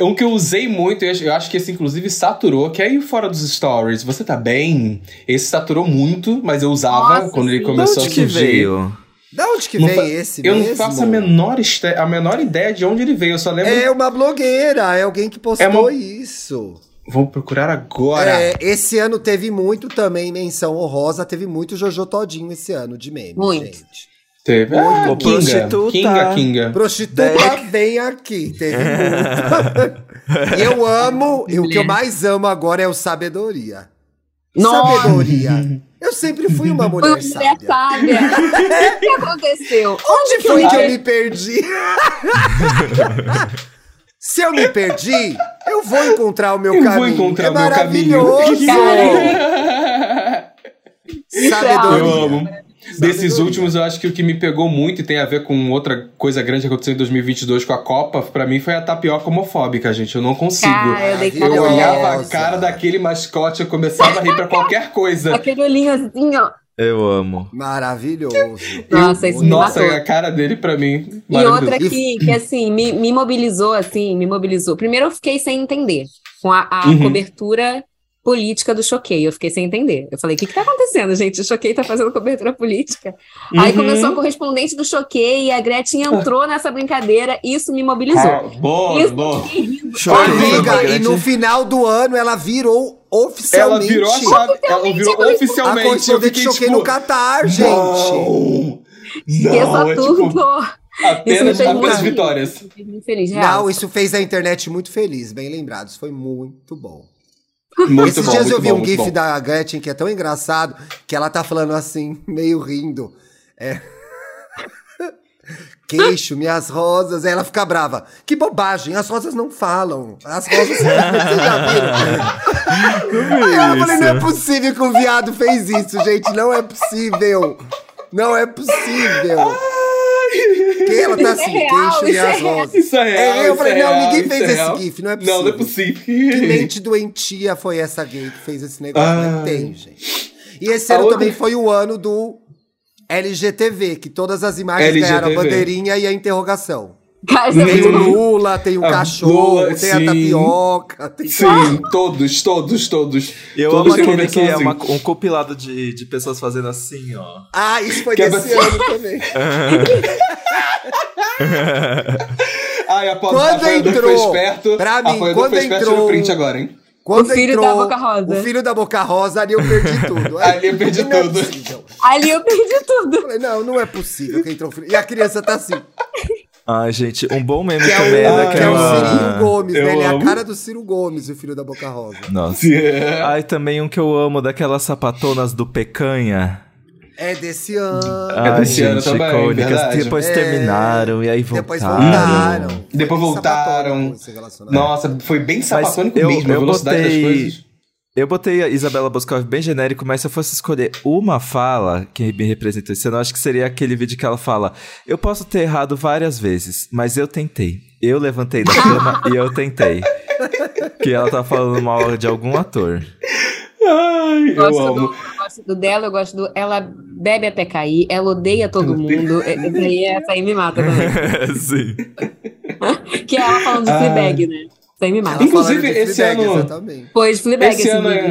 [SPEAKER 4] um que eu usei muito, eu acho- eu acho que esse inclusive saturou, que é aí fora dos stories. Você tá bem? Esse saturou muito, mas eu usava
[SPEAKER 5] Nossa,
[SPEAKER 4] quando ele
[SPEAKER 5] sim.
[SPEAKER 2] De
[SPEAKER 4] começou
[SPEAKER 2] onde
[SPEAKER 4] a
[SPEAKER 2] que
[SPEAKER 4] surgir.
[SPEAKER 2] veio?
[SPEAKER 1] Da onde que
[SPEAKER 4] Não
[SPEAKER 1] vem
[SPEAKER 4] fa-
[SPEAKER 1] esse
[SPEAKER 4] Eu não
[SPEAKER 1] mesmo?
[SPEAKER 4] faço a menor, este- a menor ideia de onde ele veio, eu só lembro.
[SPEAKER 1] É uma blogueira, é alguém que postou
[SPEAKER 4] É uma-
[SPEAKER 1] isso.
[SPEAKER 4] Vou procurar agora.
[SPEAKER 1] É, esse ano teve muito também menção honrosa, teve muito Jojo Todinho esse ano de meme,
[SPEAKER 5] Muito.
[SPEAKER 1] gente.
[SPEAKER 4] Teve. Ah,
[SPEAKER 2] Ô,
[SPEAKER 4] Kinga.
[SPEAKER 2] prostituta.
[SPEAKER 4] Kinga, Kinga.
[SPEAKER 1] Prostituta vem aqui, teve
[SPEAKER 4] É.
[SPEAKER 1] muito. eu amo, e o que eu mais amo agora é o sabedoria.
[SPEAKER 5] Nossa.
[SPEAKER 1] Sabedoria. Eu sempre fui uma
[SPEAKER 5] Foi
[SPEAKER 1] mulher
[SPEAKER 5] uma mulher
[SPEAKER 1] sábia.
[SPEAKER 5] sábia. O que aconteceu?
[SPEAKER 1] Onde foi que eu me perdi? Se eu me perdi, eu vou encontrar o meu
[SPEAKER 4] Eu vou
[SPEAKER 1] caminho.
[SPEAKER 4] encontrar
[SPEAKER 1] é
[SPEAKER 4] o meu caminho.
[SPEAKER 1] maravilhoso.
[SPEAKER 5] É.
[SPEAKER 4] Eu
[SPEAKER 1] Sabedoria.
[SPEAKER 4] amo. Desses últimos, eu acho que o que me pegou muito e tem a ver com outra coisa grande que aconteceu em 2022 com a Copa, pra mim foi a tapioca homofóbica, gente. Eu não consigo.
[SPEAKER 5] Cara, Ah, eu dei
[SPEAKER 1] Eu
[SPEAKER 4] eu olhava a
[SPEAKER 1] Nossa.
[SPEAKER 4] cara daquele mascote, eu começava a rir pra qualquer coisa.
[SPEAKER 5] Aquele olhinho assim, ó.
[SPEAKER 2] Eu amo.
[SPEAKER 1] Maravilhoso.
[SPEAKER 5] Nossa, isso me
[SPEAKER 4] Nossa,
[SPEAKER 5] matou.
[SPEAKER 4] a cara dele pra mim.
[SPEAKER 5] E outra
[SPEAKER 4] maravilhoso.
[SPEAKER 5] que, que assim, me, me mobilizou, assim, me mobilizou. Primeiro eu fiquei sem entender com a, a
[SPEAKER 4] Uhum.
[SPEAKER 5] cobertura política do Choquei. Eu fiquei sem entender. Eu falei, o que que tá acontecendo, gente? O Choquei tá fazendo cobertura política. Aí
[SPEAKER 4] Uhum.
[SPEAKER 5] começou a correspondente do Choquei, a Gretchen entrou nessa brincadeira, e isso me mobilizou.
[SPEAKER 4] Ah, boa,
[SPEAKER 5] Isso.
[SPEAKER 4] boa.
[SPEAKER 2] Choquei foi uma
[SPEAKER 1] Amiga, e
[SPEAKER 2] grande-
[SPEAKER 1] no final do ano ela virou
[SPEAKER 4] Ela
[SPEAKER 1] oficialmente
[SPEAKER 4] virou a chave. Ela virou
[SPEAKER 1] a
[SPEAKER 4] oficialmente. Eu
[SPEAKER 1] correspondente
[SPEAKER 4] fiquei
[SPEAKER 1] choquei
[SPEAKER 4] tipo,
[SPEAKER 1] no Catar, gente.
[SPEAKER 4] Não, não,
[SPEAKER 5] Esqueça
[SPEAKER 4] é,
[SPEAKER 5] tudo.
[SPEAKER 4] tipo,
[SPEAKER 5] isso me
[SPEAKER 4] apenas,
[SPEAKER 5] fez muito
[SPEAKER 4] apenas
[SPEAKER 5] feliz.
[SPEAKER 4] vitórias.
[SPEAKER 5] Me fez muito feliz, real.
[SPEAKER 1] Não, isso fez a internet muito feliz, bem lembrados. Foi muito bom.
[SPEAKER 4] Muito
[SPEAKER 1] Esses
[SPEAKER 4] bom,
[SPEAKER 1] dias
[SPEAKER 4] muito
[SPEAKER 1] eu vi
[SPEAKER 4] bom,
[SPEAKER 1] um
[SPEAKER 4] muito
[SPEAKER 1] gif
[SPEAKER 4] bom.
[SPEAKER 1] da Gretchen que é tão engraçado que ela tá falando assim, meio rindo. É. Queixo, minhas rosas. Aí ela fica brava. Que bobagem, as rosas não falam. As rosas. Vocês já viram? Aí eu falei, não é possível que um viado fez isso, gente. Não é possível. Não é possível. Que ela tá
[SPEAKER 5] Isso é
[SPEAKER 1] assim,
[SPEAKER 5] real,
[SPEAKER 1] queixo,
[SPEAKER 5] isso é
[SPEAKER 1] minhas
[SPEAKER 5] real.
[SPEAKER 1] rosas.
[SPEAKER 4] Isso é real.
[SPEAKER 1] É, eu falei,
[SPEAKER 4] isso é
[SPEAKER 1] não,
[SPEAKER 4] real,
[SPEAKER 1] ninguém
[SPEAKER 4] isso
[SPEAKER 1] fez
[SPEAKER 4] é
[SPEAKER 1] esse
[SPEAKER 4] real.
[SPEAKER 1] gif, não é
[SPEAKER 4] Não, não é possível.
[SPEAKER 1] que mente doentia foi essa gay que fez esse negócio? Não
[SPEAKER 4] Ai.
[SPEAKER 1] tem, gente. E esse
[SPEAKER 4] A
[SPEAKER 1] ano
[SPEAKER 4] outra-
[SPEAKER 1] também foi o ano do LGTV, que todas as imagens ganharam a
[SPEAKER 4] LGTV.
[SPEAKER 1] bandeirinha e a interrogação.
[SPEAKER 5] Cara, isso é
[SPEAKER 1] Tem o
[SPEAKER 5] muito bom.
[SPEAKER 1] Lula, tem o
[SPEAKER 4] A
[SPEAKER 1] cachorro,
[SPEAKER 4] Lula,
[SPEAKER 1] tem
[SPEAKER 4] sim.
[SPEAKER 1] a tapioca, tem
[SPEAKER 4] Sim, todos, todos, todos.
[SPEAKER 2] Eu
[SPEAKER 4] todos
[SPEAKER 2] amo
[SPEAKER 4] têm uma
[SPEAKER 2] aquele que é
[SPEAKER 4] versão
[SPEAKER 2] uma-
[SPEAKER 4] assim.
[SPEAKER 2] um compilado de, de pessoas fazendo assim, ó.
[SPEAKER 1] Ah, isso foi
[SPEAKER 4] Que é
[SPEAKER 1] desse
[SPEAKER 4] você-
[SPEAKER 1] ano também.
[SPEAKER 4] Ai, a Paula
[SPEAKER 1] Quando
[SPEAKER 4] Rafael
[SPEAKER 1] entrou-
[SPEAKER 4] foi esperto.
[SPEAKER 1] pra
[SPEAKER 4] a
[SPEAKER 1] mim,
[SPEAKER 4] Paula
[SPEAKER 1] quando
[SPEAKER 4] foi esperto
[SPEAKER 1] entrou-
[SPEAKER 4] no print agora, hein?
[SPEAKER 1] Quando
[SPEAKER 5] filho
[SPEAKER 1] entrou
[SPEAKER 5] da Boca Rosa.
[SPEAKER 1] O filho da Boca Rosa, ali eu perdi tudo.
[SPEAKER 4] Ali eu perdi
[SPEAKER 1] Não é
[SPEAKER 4] tudo.
[SPEAKER 1] possível.
[SPEAKER 5] Ali eu perdi tudo.
[SPEAKER 1] Eu falei, não, não é possível que entrou o filho. E a criança tá assim.
[SPEAKER 2] Ai, gente, um bom meme
[SPEAKER 1] Que é
[SPEAKER 2] também
[SPEAKER 1] o,
[SPEAKER 2] é
[SPEAKER 4] Ah,
[SPEAKER 1] que é o
[SPEAKER 2] daquela...
[SPEAKER 1] Ciro Gomes,
[SPEAKER 4] Eu
[SPEAKER 1] né? Ele é a
[SPEAKER 4] amo.
[SPEAKER 1] cara do Ciro Gomes, o filho da Boca Rosa.
[SPEAKER 2] Nossa.
[SPEAKER 4] É.
[SPEAKER 2] Ai, também um que eu amo, daquelas sapatonas do Pecanha.
[SPEAKER 1] É desse ano.
[SPEAKER 2] Ai,
[SPEAKER 4] desse ano
[SPEAKER 2] gente,
[SPEAKER 4] também,
[SPEAKER 2] icônicas.
[SPEAKER 4] verdade.
[SPEAKER 2] Depois
[SPEAKER 1] É.
[SPEAKER 2] terminaram e aí
[SPEAKER 1] Depois
[SPEAKER 2] voltaram.
[SPEAKER 1] voltaram.
[SPEAKER 4] Depois
[SPEAKER 1] Bem
[SPEAKER 4] voltaram.
[SPEAKER 1] sapatônico esse relacionamento.
[SPEAKER 4] Nossa, foi bem sapatônico
[SPEAKER 2] eu-
[SPEAKER 4] mesmo, a
[SPEAKER 2] eu
[SPEAKER 4] velocidade
[SPEAKER 2] botei-
[SPEAKER 4] das coisas.
[SPEAKER 2] Eu botei a Isabela Boscov bem genérico, mas se eu fosse escolher uma fala que me representou esse ano, eu acho que seria aquele vídeo que ela fala: Eu posso ter errado várias vezes, mas eu tentei. Eu levantei da cama e eu tentei. Que ela tá falando mal de algum ator.
[SPEAKER 4] Ai, eu
[SPEAKER 5] gosto
[SPEAKER 4] amo.
[SPEAKER 5] Do, eu gosto do dela, eu gosto do. Ela bebe até cair, ela odeia todo mundo. É- Essa aí, essa aí me mata também.
[SPEAKER 2] Sim.
[SPEAKER 5] Que é ela falando de
[SPEAKER 4] Ah.
[SPEAKER 5] Fleabag, né? Isso aí me
[SPEAKER 1] Ela
[SPEAKER 5] mata.
[SPEAKER 1] falando
[SPEAKER 4] Inclusive,
[SPEAKER 1] de
[SPEAKER 4] esse
[SPEAKER 1] Fleabag,
[SPEAKER 4] ano-
[SPEAKER 1] Exatamente.
[SPEAKER 5] Pois, Fleabag,
[SPEAKER 4] Esse
[SPEAKER 5] esse
[SPEAKER 4] ano,
[SPEAKER 5] vídeo.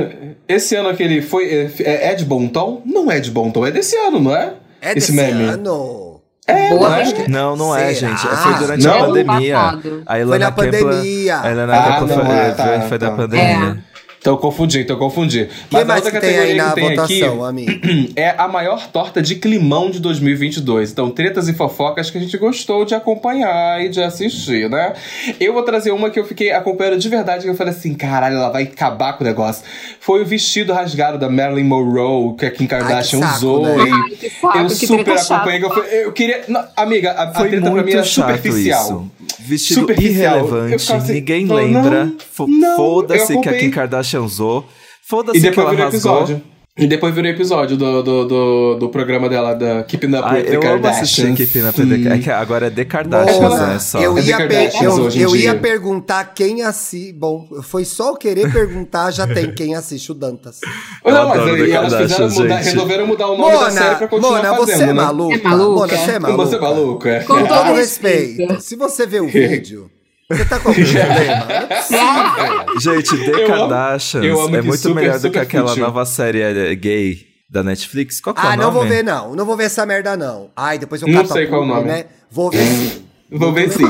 [SPEAKER 4] é, esse ano aquele foi. É, é- é de bom tom? Não é de bom tom, é desse ano, não é?
[SPEAKER 1] É desse
[SPEAKER 4] Esse meme.
[SPEAKER 1] ano.
[SPEAKER 4] É,
[SPEAKER 5] Boa,
[SPEAKER 4] não é?
[SPEAKER 5] né?
[SPEAKER 2] Não, não é,
[SPEAKER 1] Será?
[SPEAKER 2] gente. Foi durante
[SPEAKER 4] Não?
[SPEAKER 2] a pandemia.
[SPEAKER 5] um Passado.
[SPEAKER 2] A
[SPEAKER 1] Foi
[SPEAKER 2] Helena
[SPEAKER 1] na pandemia.
[SPEAKER 2] A Helena
[SPEAKER 4] Ah,
[SPEAKER 2] Kepler
[SPEAKER 4] não,
[SPEAKER 2] foi,
[SPEAKER 4] ah, tá,
[SPEAKER 2] foi
[SPEAKER 4] tá.
[SPEAKER 2] da pandemia.
[SPEAKER 4] Então eu confundi, então eu confundi.
[SPEAKER 1] O que
[SPEAKER 4] Mas a
[SPEAKER 1] mais
[SPEAKER 4] outra
[SPEAKER 1] que tem aí
[SPEAKER 4] categoria
[SPEAKER 1] na
[SPEAKER 4] que tem aqui
[SPEAKER 1] votação, amigo?
[SPEAKER 4] é a maior torta de climão de 2022. Então, tretas e fofocas que a gente gostou de acompanhar e de assistir, né? Eu vou trazer uma que eu fiquei acompanhando de verdade, que eu falei assim, caralho, ela vai acabar com o negócio. Foi o vestido rasgado da Marilyn Monroe, que a Kim Kardashian
[SPEAKER 1] saco,
[SPEAKER 4] usou.
[SPEAKER 1] né?
[SPEAKER 4] e-
[SPEAKER 5] Ai, que saco,
[SPEAKER 4] eu
[SPEAKER 5] que
[SPEAKER 4] super
[SPEAKER 5] treta chata.
[SPEAKER 4] acompanhei. que Eu, fui- eu queria... não, amiga,
[SPEAKER 1] É.
[SPEAKER 4] a, a
[SPEAKER 2] Foi
[SPEAKER 4] treta pra mim
[SPEAKER 2] muito
[SPEAKER 4] era
[SPEAKER 2] chato
[SPEAKER 4] superficial.
[SPEAKER 2] isso. Vestido
[SPEAKER 4] Superficial. Eu
[SPEAKER 2] irrelevante,
[SPEAKER 4] ficava assim,
[SPEAKER 2] ninguém
[SPEAKER 4] não,
[SPEAKER 2] lembra.
[SPEAKER 4] não,
[SPEAKER 2] Fo-
[SPEAKER 4] não, eu
[SPEAKER 2] Foda-se que a
[SPEAKER 4] acompanhei.
[SPEAKER 2] Kim Kardashian usou.
[SPEAKER 4] E
[SPEAKER 2] Foda-se que
[SPEAKER 4] depois
[SPEAKER 2] ela
[SPEAKER 4] virou
[SPEAKER 2] rasgou.
[SPEAKER 4] episódio. E depois virou episódio do, do, do, do programa dela, da Keeping Up
[SPEAKER 2] Ah,
[SPEAKER 4] with the
[SPEAKER 2] eu amo assistir
[SPEAKER 4] Kardashians. Hum.
[SPEAKER 2] Keeping Up with the- É que agora é The Kardashians,
[SPEAKER 1] Nossa,
[SPEAKER 2] né? Só.
[SPEAKER 1] Eu,
[SPEAKER 4] É
[SPEAKER 1] ia, per-
[SPEAKER 4] The Kardashians
[SPEAKER 1] eu,
[SPEAKER 4] hoje em
[SPEAKER 1] eu ia
[SPEAKER 4] dia.
[SPEAKER 1] perguntar quem assiste. Bom, foi só eu querer perguntar, já tem quem assiste o Dantas.
[SPEAKER 4] Ou
[SPEAKER 2] Eu
[SPEAKER 4] Não, mas
[SPEAKER 2] adoro
[SPEAKER 4] aí
[SPEAKER 2] The
[SPEAKER 4] elas fizeram
[SPEAKER 2] Kardashians,
[SPEAKER 4] mudar,
[SPEAKER 2] gente.
[SPEAKER 4] resolveram mudar o nome da série pra
[SPEAKER 1] Mona,
[SPEAKER 4] continuar
[SPEAKER 1] Mona,
[SPEAKER 4] fazendo,
[SPEAKER 1] você é
[SPEAKER 4] né?
[SPEAKER 1] maluca.
[SPEAKER 5] É maluca?
[SPEAKER 1] Mona, você é maluca.
[SPEAKER 4] Você é maluco, é.
[SPEAKER 5] Com
[SPEAKER 1] Com
[SPEAKER 5] todo
[SPEAKER 1] todo
[SPEAKER 5] respeito.
[SPEAKER 1] respeito, se você vê o vídeo, você tá com algum problema? Não é possível.
[SPEAKER 2] Gente, The
[SPEAKER 4] Eu amo-
[SPEAKER 2] Kardashians
[SPEAKER 4] eu amo
[SPEAKER 2] é
[SPEAKER 4] que
[SPEAKER 2] muito
[SPEAKER 4] super,
[SPEAKER 2] melhor do que
[SPEAKER 4] super
[SPEAKER 2] aquela
[SPEAKER 4] fútil.
[SPEAKER 2] nova série eh, gay da Netflix. Qual que é o
[SPEAKER 1] Ah,
[SPEAKER 2] nome?
[SPEAKER 1] não vou ver, não. Não vou ver essa merda, não. Ai, depois eu
[SPEAKER 4] Não
[SPEAKER 1] cato a
[SPEAKER 4] sei qual o
[SPEAKER 1] publi,
[SPEAKER 4] nome.
[SPEAKER 1] Né? Vou ver sim.
[SPEAKER 4] Vou ver sim.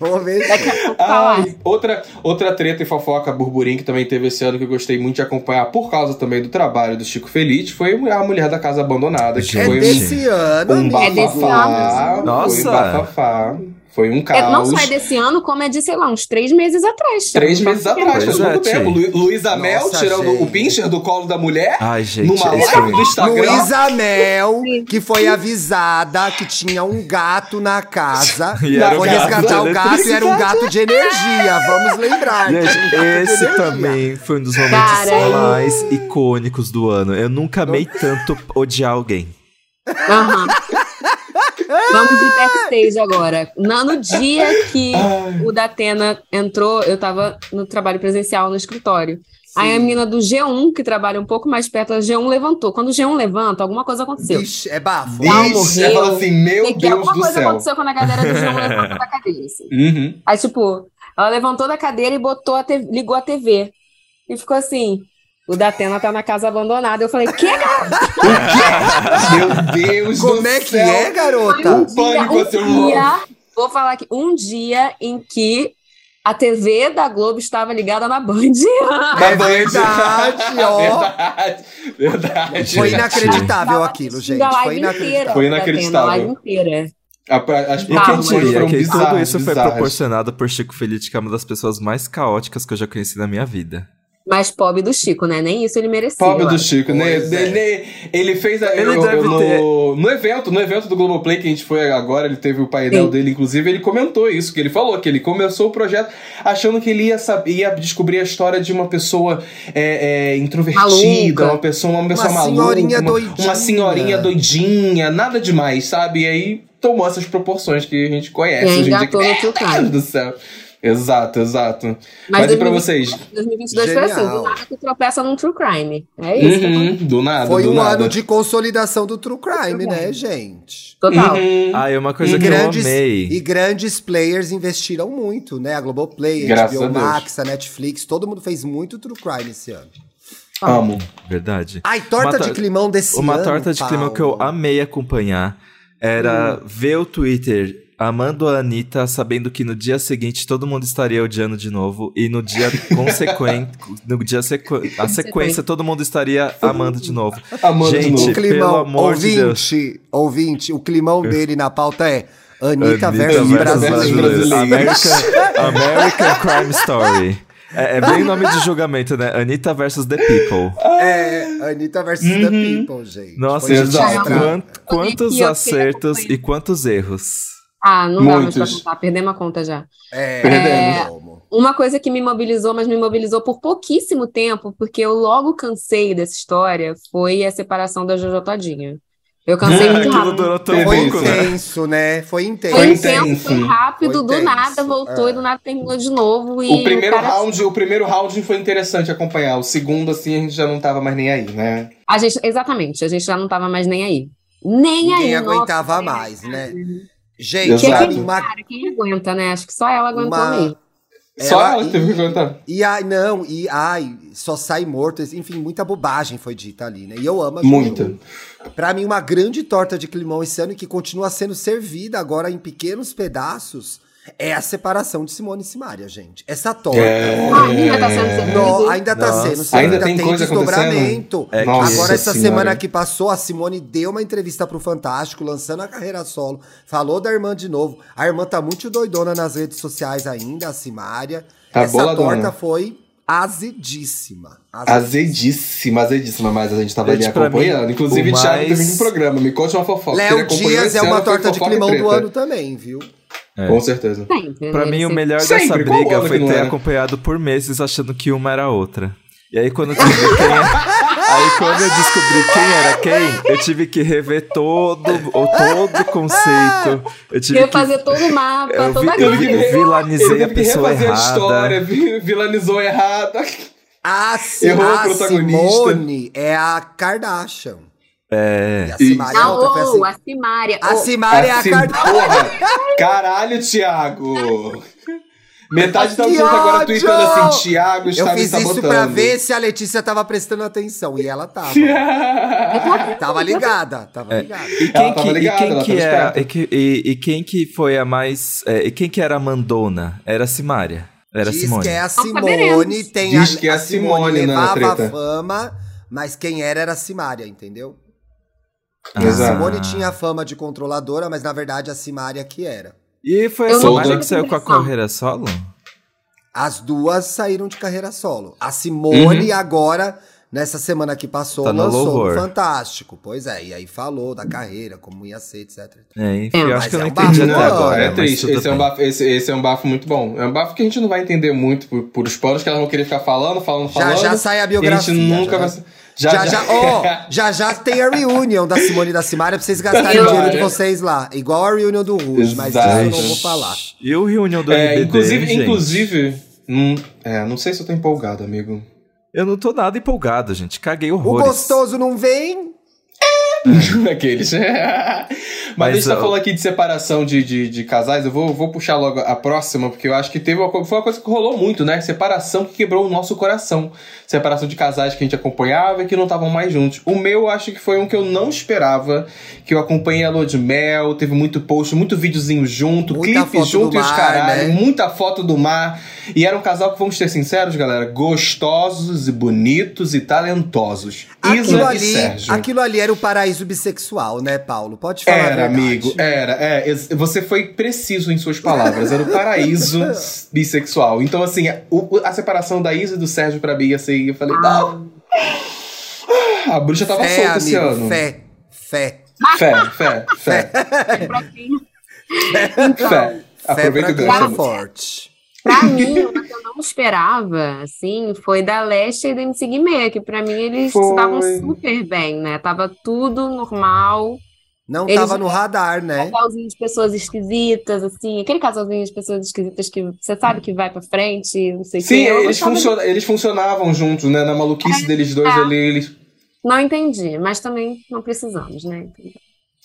[SPEAKER 1] Vou ver
[SPEAKER 5] É
[SPEAKER 1] sim.
[SPEAKER 5] tá
[SPEAKER 4] Ah, e outra, outra treta e fofoca burburinho que também teve esse ano que eu gostei muito de acompanhar por causa também do trabalho do Chico Feliz foi a mulher da casa abandonada, que
[SPEAKER 1] É
[SPEAKER 4] foi um,
[SPEAKER 1] desse ano,
[SPEAKER 4] um
[SPEAKER 1] amigo.
[SPEAKER 5] É desse
[SPEAKER 4] bafafá.
[SPEAKER 5] ano.
[SPEAKER 4] Foi
[SPEAKER 2] Nossa.
[SPEAKER 4] um bafafá. Foi um
[SPEAKER 5] É,
[SPEAKER 4] caos.
[SPEAKER 5] não só é desse ano, como é de, sei lá, uns três meses atrás. Tá
[SPEAKER 4] Três
[SPEAKER 5] Não
[SPEAKER 4] meses
[SPEAKER 5] faço ideia.
[SPEAKER 4] atrás, faz
[SPEAKER 2] Pois é,
[SPEAKER 4] pouco tempo.
[SPEAKER 2] tia.
[SPEAKER 4] Lu- Luísa Mel
[SPEAKER 1] Nossa,
[SPEAKER 4] tirando
[SPEAKER 1] gente.
[SPEAKER 4] o pincher do colo da mulher
[SPEAKER 2] Ai, Ah, gente,
[SPEAKER 4] numa
[SPEAKER 2] esse
[SPEAKER 4] live do Instagram.
[SPEAKER 1] Luísa Mel, que foi avisada que tinha um gato na casa.
[SPEAKER 2] E
[SPEAKER 1] E
[SPEAKER 2] era
[SPEAKER 4] um
[SPEAKER 1] foi
[SPEAKER 4] gato
[SPEAKER 1] resgatar
[SPEAKER 2] de
[SPEAKER 1] o gato e era um gato de energia. Vamos lembrar.
[SPEAKER 2] Gente,
[SPEAKER 1] Era um gato de
[SPEAKER 2] esse
[SPEAKER 1] energia.
[SPEAKER 2] também foi um dos momentos
[SPEAKER 5] Cara,
[SPEAKER 2] mais icônicos do ano. Eu nunca amei tanto odiar alguém.
[SPEAKER 5] Aham. Vamos de backstage agora. Na- No dia que
[SPEAKER 4] Ah,
[SPEAKER 5] o Datena entrou, eu tava no trabalho presencial no escritório. Aí a menina do G1, que trabalha um pouco mais perto, a G1 levantou. Quando o G1 levanta, alguma coisa aconteceu.
[SPEAKER 1] Bicho, é bafo.
[SPEAKER 5] Ela
[SPEAKER 4] Bicho,
[SPEAKER 5] morreu.
[SPEAKER 4] ela fala assim, meu
[SPEAKER 5] Sei que
[SPEAKER 4] Deus
[SPEAKER 5] alguma
[SPEAKER 4] do
[SPEAKER 5] coisa
[SPEAKER 4] céu.
[SPEAKER 5] aconteceu quando a galera do G1 levantou da cadeira. assim.
[SPEAKER 4] Uhum.
[SPEAKER 5] Aí, tipo, ela levantou da cadeira e botou a te- ligou a TV. E ficou assim: o Datena tá na casa abandonada. Eu falei, que
[SPEAKER 4] Meu Deus do céu.
[SPEAKER 1] Como é que é, garota?
[SPEAKER 4] Um pânico,
[SPEAKER 5] um
[SPEAKER 4] assim,
[SPEAKER 5] dia, vou falar aqui, um dia em que a TV da Globo estava ligada na Band.
[SPEAKER 4] Da
[SPEAKER 1] É
[SPEAKER 4] Band.
[SPEAKER 1] verdade, ó.
[SPEAKER 4] Verdade, verdade.
[SPEAKER 1] Foi
[SPEAKER 2] Gente.
[SPEAKER 1] inacreditável
[SPEAKER 5] Tava
[SPEAKER 1] aquilo,
[SPEAKER 5] assistindo
[SPEAKER 1] gente.
[SPEAKER 5] a
[SPEAKER 1] Foi
[SPEAKER 5] live
[SPEAKER 1] inacreditável.
[SPEAKER 5] inteira.
[SPEAKER 4] Foi
[SPEAKER 5] da Atena,
[SPEAKER 4] inacreditável.
[SPEAKER 5] A live inteira.
[SPEAKER 4] A pra- As
[SPEAKER 2] E quem
[SPEAKER 5] Calma,
[SPEAKER 4] proporções
[SPEAKER 2] diria
[SPEAKER 4] foram
[SPEAKER 2] que
[SPEAKER 4] bizarras.
[SPEAKER 2] tudo isso foi
[SPEAKER 4] bizarras.
[SPEAKER 2] proporcionado por Chico Feliz, que é uma das pessoas mais caóticas que eu já conheci na minha vida.
[SPEAKER 5] Mas pobre do Chico, né? Nem isso ele merecia.
[SPEAKER 4] Pobre
[SPEAKER 5] eu
[SPEAKER 4] do
[SPEAKER 5] acho.
[SPEAKER 4] Chico, né?
[SPEAKER 1] Pois é.
[SPEAKER 4] Ele, ele fez a,
[SPEAKER 2] Ele
[SPEAKER 4] eu- eu-
[SPEAKER 2] deve
[SPEAKER 4] no,
[SPEAKER 2] ter-
[SPEAKER 4] no evento, no evento do Globoplay que a gente foi agora, ele teve o painel
[SPEAKER 5] Sim.
[SPEAKER 4] dele, inclusive, ele comentou isso, que ele falou que ele começou o projeto achando que ele ia, saber, ia descobrir a história de uma pessoa é, é, introvertida,
[SPEAKER 5] Maluca.
[SPEAKER 4] uma pessoa, uma pessoa
[SPEAKER 1] Uma
[SPEAKER 4] maluca,
[SPEAKER 1] senhorinha
[SPEAKER 4] uma, uma
[SPEAKER 1] doidinha.
[SPEAKER 4] senhorinha doidinha, nada demais, sabe? E aí tomou essas proporções que a gente
[SPEAKER 5] E
[SPEAKER 4] conhece
[SPEAKER 5] aí
[SPEAKER 4] hoje em dia.
[SPEAKER 5] engatou no
[SPEAKER 4] Meu
[SPEAKER 5] tio
[SPEAKER 4] Deus
[SPEAKER 5] cara.
[SPEAKER 4] do céu. Exato, exato.
[SPEAKER 5] Mas,
[SPEAKER 4] Mas e pra
[SPEAKER 5] 2020
[SPEAKER 4] vocês?
[SPEAKER 5] 2022 foi assim,
[SPEAKER 1] Genial.
[SPEAKER 5] do nada tu tropeça num true crime. É isso. tá
[SPEAKER 4] Uhum, do
[SPEAKER 2] Ah,
[SPEAKER 4] nada,
[SPEAKER 1] Foi
[SPEAKER 4] do
[SPEAKER 1] um
[SPEAKER 4] nada.
[SPEAKER 1] ano de consolidação do True Crime,
[SPEAKER 5] True
[SPEAKER 1] né,
[SPEAKER 5] crime.
[SPEAKER 1] gente?
[SPEAKER 5] bom. Total.
[SPEAKER 4] Uhum.
[SPEAKER 2] Ah, e uma coisa
[SPEAKER 1] E
[SPEAKER 2] que
[SPEAKER 1] grandes,
[SPEAKER 2] eu amei.
[SPEAKER 1] e grandes players investiram muito, né? A Globoplay, a
[SPEAKER 4] Graças a
[SPEAKER 1] HBO
[SPEAKER 4] Deus.
[SPEAKER 1] Max, a Netflix, todo mundo fez muito True Crime esse ano.
[SPEAKER 4] Amo.
[SPEAKER 2] Verdade.
[SPEAKER 1] Ai, torta
[SPEAKER 2] Uma
[SPEAKER 1] de
[SPEAKER 2] to-
[SPEAKER 1] climão desse
[SPEAKER 2] Uma
[SPEAKER 1] ano.
[SPEAKER 2] torta de clima que eu
[SPEAKER 1] Paulo.
[SPEAKER 2] amei acompanhar era ver o Twitter amando a Anitta, sabendo que no dia seguinte todo mundo estaria odiando de novo, e no dia consequente, no dia sequ... a sequência todo mundo estaria amando de novo.
[SPEAKER 5] Ah.
[SPEAKER 4] Amando de
[SPEAKER 2] Gente,
[SPEAKER 4] novo.
[SPEAKER 1] O
[SPEAKER 2] pelo
[SPEAKER 1] climão,
[SPEAKER 2] amor de Deus.
[SPEAKER 1] ouvinte, ouvinte, o climão dele na pauta é Anitta,
[SPEAKER 2] Anitta
[SPEAKER 1] versus,
[SPEAKER 4] versus
[SPEAKER 1] brasileiro.
[SPEAKER 4] brasileiro.
[SPEAKER 2] American, American Crime Story. É, é bem nome de julgamento, né? Anitta versus The People.
[SPEAKER 1] É, Anitta versus The
[SPEAKER 4] Uhum.
[SPEAKER 1] People, gente.
[SPEAKER 2] Nossa,
[SPEAKER 1] Foi
[SPEAKER 4] exato.
[SPEAKER 1] gente
[SPEAKER 2] gente,
[SPEAKER 1] brava.
[SPEAKER 2] quant- quantos
[SPEAKER 5] E eu fiquei
[SPEAKER 2] acertos e
[SPEAKER 5] acompanhando.
[SPEAKER 2] quantos erros.
[SPEAKER 5] Ah, não dá mais pra
[SPEAKER 4] Muitos.
[SPEAKER 5] contar, perdemos a conta já.
[SPEAKER 1] É,
[SPEAKER 4] Perdemos.
[SPEAKER 1] como.
[SPEAKER 5] Uma coisa que me mobilizou, mas me mobilizou por pouquíssimo tempo, porque eu logo cansei dessa história, foi a separação da Jojo Todinho. Eu
[SPEAKER 4] Ah,
[SPEAKER 5] cansei muito
[SPEAKER 2] Aquilo
[SPEAKER 5] rápido.
[SPEAKER 2] durou tão
[SPEAKER 4] Teve
[SPEAKER 1] Foi
[SPEAKER 4] isso,
[SPEAKER 2] pouco, né?
[SPEAKER 1] intenso, né? Foi intenso.
[SPEAKER 5] Foi
[SPEAKER 4] intenso.
[SPEAKER 5] intenso, foi rápido,
[SPEAKER 1] Foi
[SPEAKER 5] do
[SPEAKER 1] intenso,
[SPEAKER 5] nada voltou
[SPEAKER 1] é.
[SPEAKER 5] e do nada terminou de novo. E
[SPEAKER 4] O primeiro,
[SPEAKER 5] cara-
[SPEAKER 4] round, o primeiro round foi interessante acompanhar. O segundo, assim, a gente já não tava mais nem aí, né?
[SPEAKER 5] A gente, exatamente, a gente já não tava mais nem aí. Nem
[SPEAKER 1] Ninguém
[SPEAKER 5] aí, nossa, é
[SPEAKER 1] aguentava mais, né? Gente,
[SPEAKER 4] Exato.
[SPEAKER 1] uma...
[SPEAKER 5] cara, quem aguenta, né? Acho que só ela aguentou
[SPEAKER 1] Uma-
[SPEAKER 5] mesmo.
[SPEAKER 2] É,
[SPEAKER 4] Só
[SPEAKER 1] Ela-
[SPEAKER 4] ela que teve que aguentar.
[SPEAKER 1] E ai, não, e ai, só sai morto. Enfim, muita bobagem foi dita ali, né? E eu amo a Juju.
[SPEAKER 4] Muita.
[SPEAKER 1] Pra mim, uma grande torta de climão esse ano que continua sendo servida agora em pequenos pedaços é a separação de Simone e Simaria, gente. Essa torta.
[SPEAKER 4] É.
[SPEAKER 5] Ah, ainda tá sendo servida.
[SPEAKER 1] No- ainda tá
[SPEAKER 2] Nossa.
[SPEAKER 1] sendo, servida,
[SPEAKER 4] Ainda tem coisa
[SPEAKER 1] desdobramento.
[SPEAKER 2] É que-
[SPEAKER 1] Agora,
[SPEAKER 4] Nossa
[SPEAKER 1] essa
[SPEAKER 4] Senhora.
[SPEAKER 1] semana que passou, a Simone deu uma entrevista pro Fantástico, lançando a carreira solo. Falou da irmã de novo. A irmã tá muito doidona nas redes sociais ainda, a Simária.
[SPEAKER 4] Tá
[SPEAKER 1] essa
[SPEAKER 4] boladona.
[SPEAKER 1] torta foi azedíssima.
[SPEAKER 4] Azedíssima, azedíssima, mas a gente tava
[SPEAKER 2] Gente,
[SPEAKER 4] ali
[SPEAKER 2] tipo, pra
[SPEAKER 4] acompanhando.
[SPEAKER 2] mim,
[SPEAKER 4] Inclusive,
[SPEAKER 2] o
[SPEAKER 4] Thiago teve
[SPEAKER 2] mais-
[SPEAKER 4] um programa. Me conte uma fofoca. Ele
[SPEAKER 1] Léo
[SPEAKER 4] acompanhou
[SPEAKER 1] Dias
[SPEAKER 4] esse
[SPEAKER 1] é
[SPEAKER 4] ano,
[SPEAKER 1] uma
[SPEAKER 4] foi
[SPEAKER 1] torta de
[SPEAKER 4] fofoca e
[SPEAKER 1] climão do
[SPEAKER 4] treta.
[SPEAKER 1] ano também, viu?
[SPEAKER 2] É.
[SPEAKER 4] Com certeza.
[SPEAKER 5] Sempre,
[SPEAKER 2] Pra
[SPEAKER 5] né?
[SPEAKER 2] mim, o
[SPEAKER 5] Sempre.
[SPEAKER 2] melhor
[SPEAKER 4] Sempre,
[SPEAKER 2] dessa
[SPEAKER 4] qual
[SPEAKER 2] briga
[SPEAKER 4] ano
[SPEAKER 2] foi
[SPEAKER 4] que não é?
[SPEAKER 2] ter
[SPEAKER 4] era?
[SPEAKER 2] acompanhado por meses achando que uma era a outra. E aí quando eu descobri quem era... Aí quando eu descobri quem era quem, eu tive que rever todo o todo o conceito. Eu tive
[SPEAKER 5] Eu
[SPEAKER 2] que...
[SPEAKER 5] fazer todo o mapa,
[SPEAKER 2] Eu vi-
[SPEAKER 5] toda a
[SPEAKER 2] eu
[SPEAKER 4] vi-
[SPEAKER 5] gráfica.
[SPEAKER 2] vilanizei a
[SPEAKER 4] teve que
[SPEAKER 2] pessoa
[SPEAKER 4] refazer
[SPEAKER 2] errada.
[SPEAKER 4] a história, vi- vilanizou errado.
[SPEAKER 1] A, Si-
[SPEAKER 4] Errou o
[SPEAKER 1] a
[SPEAKER 4] protagonista.
[SPEAKER 1] Simone é a Kardashian. É. E a Simaria é
[SPEAKER 5] Não,
[SPEAKER 1] outra foi
[SPEAKER 5] ou
[SPEAKER 1] assim.
[SPEAKER 5] a Simária.
[SPEAKER 1] A
[SPEAKER 5] ou-
[SPEAKER 1] Simaria é a
[SPEAKER 4] Assim,
[SPEAKER 1] Kardashian.
[SPEAKER 4] porra, Caralho, Thiago. Metade da
[SPEAKER 1] Que
[SPEAKER 4] audiência agora
[SPEAKER 1] ódio!
[SPEAKER 4] tweetando assim, Thiago
[SPEAKER 1] Eu
[SPEAKER 4] está me
[SPEAKER 1] fiz
[SPEAKER 4] sabotando.
[SPEAKER 1] isso pra ver se a Letícia tava prestando atenção. E ela tava. tava ligada,
[SPEAKER 2] É,
[SPEAKER 1] tava ligada.
[SPEAKER 2] E
[SPEAKER 4] Ela
[SPEAKER 2] quem
[SPEAKER 4] tava
[SPEAKER 2] que,
[SPEAKER 4] ligada,
[SPEAKER 2] e quem
[SPEAKER 4] ela
[SPEAKER 2] que
[SPEAKER 4] tava
[SPEAKER 2] é,
[SPEAKER 4] esperta.
[SPEAKER 2] e, que- e- e quem que foi a mais, é, e quem que era a mandona? Era a Simária. Era a
[SPEAKER 1] Diz
[SPEAKER 2] Simone.
[SPEAKER 1] que é a
[SPEAKER 5] saberemos.
[SPEAKER 1] Simone, tem
[SPEAKER 4] Diz que é a Simone, né, na
[SPEAKER 1] levava
[SPEAKER 4] treta.
[SPEAKER 1] a fama, mas quem era era a Simária, entendeu?
[SPEAKER 2] Ah.
[SPEAKER 1] E a Simone tinha a fama de controladora, mas na verdade a Simária que era.
[SPEAKER 2] E foi a
[SPEAKER 5] Eu
[SPEAKER 4] não
[SPEAKER 2] Simária
[SPEAKER 4] sei
[SPEAKER 2] que saiu com a
[SPEAKER 5] dessa.
[SPEAKER 2] carreira solo?
[SPEAKER 1] As duas saíram de carreira solo. A Simone agora, nessa semana que passou,
[SPEAKER 2] Uhum. Tá no
[SPEAKER 1] lançou
[SPEAKER 2] louvor.
[SPEAKER 1] no Fantástico. Pois é, e aí falou da carreira, como ia ser, etc.
[SPEAKER 2] É, enfim,
[SPEAKER 5] É,
[SPEAKER 2] eu
[SPEAKER 1] mas
[SPEAKER 2] acho que eu
[SPEAKER 1] é
[SPEAKER 2] não
[SPEAKER 1] um
[SPEAKER 2] entendi
[SPEAKER 1] bafo,
[SPEAKER 2] até
[SPEAKER 1] né?
[SPEAKER 2] agora.
[SPEAKER 4] é
[SPEAKER 2] mas
[SPEAKER 4] triste.
[SPEAKER 2] tudo
[SPEAKER 4] Esse é, um
[SPEAKER 2] bem.
[SPEAKER 4] bafo, esse, esse é um bafo muito bom. É um bafo que a gente não vai entender muito por, por os panos que elas vão querer ficar falando, falando,
[SPEAKER 1] Já
[SPEAKER 4] falando.
[SPEAKER 1] já sai a
[SPEAKER 4] E a gente
[SPEAKER 1] biografia.
[SPEAKER 4] nunca
[SPEAKER 1] já,
[SPEAKER 4] vai.
[SPEAKER 1] já, já, já, ó, já já tem a reunion da Simone e da Simária pra vocês gastarem o
[SPEAKER 5] Simária.
[SPEAKER 1] dinheiro de vocês lá. Igual a reunion do Rouge, mas disso eu não vou
[SPEAKER 4] Exato.
[SPEAKER 1] falar.
[SPEAKER 2] E o reunião do
[SPEAKER 4] É,
[SPEAKER 2] RBD,
[SPEAKER 4] inclusive,
[SPEAKER 2] gente?
[SPEAKER 4] inclusive. hum, é, não sei se eu tô empolgado, amigo.
[SPEAKER 2] Eu não tô nada empolgado, gente. Caguei
[SPEAKER 1] O
[SPEAKER 2] horrores.
[SPEAKER 1] gostoso não vem?
[SPEAKER 4] Aqueles. Mas,
[SPEAKER 2] Mas,
[SPEAKER 4] a gente tá
[SPEAKER 2] ó,
[SPEAKER 4] falando aqui de separação de, de, de casais. Eu vou, vou puxar logo a próxima, porque eu acho que teve uma, co- foi uma coisa que rolou muito, né? Separação que quebrou o nosso coração. Separação de casais que a gente acompanhava e que não estavam mais juntos. O meu, eu acho que foi um que eu não esperava, que eu acompanhei a Lua de Mel, teve muito post, muito videozinho junto,
[SPEAKER 1] Muita
[SPEAKER 4] clipe
[SPEAKER 1] foto
[SPEAKER 4] junto
[SPEAKER 1] do
[SPEAKER 4] e os
[SPEAKER 1] mar, né?
[SPEAKER 4] caralho, muita foto do mar. E era um casal que, vamos ser sinceros, galera, gostosos e bonitos e talentosos.
[SPEAKER 1] Aquilo
[SPEAKER 4] Isa e
[SPEAKER 1] ali,
[SPEAKER 4] Sérgio.
[SPEAKER 1] aquilo ali era o paraíso bissexual, né, Paulo? Pode falar. a
[SPEAKER 4] Era,
[SPEAKER 1] verdade.
[SPEAKER 4] amigo, era. É, ex- você foi preciso em suas palavras. Era o paraíso bissexual. Então, assim, a, o- a separação da Isa e do Sérgio pra mim ia ser. Eu falei, não. A bruxa tava
[SPEAKER 1] Ah. fé,
[SPEAKER 4] solta
[SPEAKER 1] amigo,
[SPEAKER 4] esse ano.
[SPEAKER 1] Fé, fé.
[SPEAKER 4] fé, fé, fé. fé. Aproveita o
[SPEAKER 1] Então, fé pra
[SPEAKER 4] gancho.
[SPEAKER 1] quem é
[SPEAKER 4] amigo.
[SPEAKER 1] forte.
[SPEAKER 5] Pra mim, uma que eu não esperava, assim, foi da Leste e da MC Guimê, que pra mim eles
[SPEAKER 4] Foi.
[SPEAKER 5] estavam super bem, né? Tava tudo normal,
[SPEAKER 1] Não
[SPEAKER 5] Eles-
[SPEAKER 1] tava no radar, né?
[SPEAKER 5] casalzinho de pessoas esquisitas, assim, aquele casalzinho de pessoas esquisitas que você sabe que vai pra frente, não sei o
[SPEAKER 4] Sim,
[SPEAKER 5] quê. Eu
[SPEAKER 4] eles,
[SPEAKER 5] gostava de-
[SPEAKER 4] funciona- eles funcionavam juntos, né? Na
[SPEAKER 1] É.
[SPEAKER 4] maluquice deles dois
[SPEAKER 5] tá.
[SPEAKER 4] ali, eles.
[SPEAKER 5] Não entendi, mas também não precisamos, né?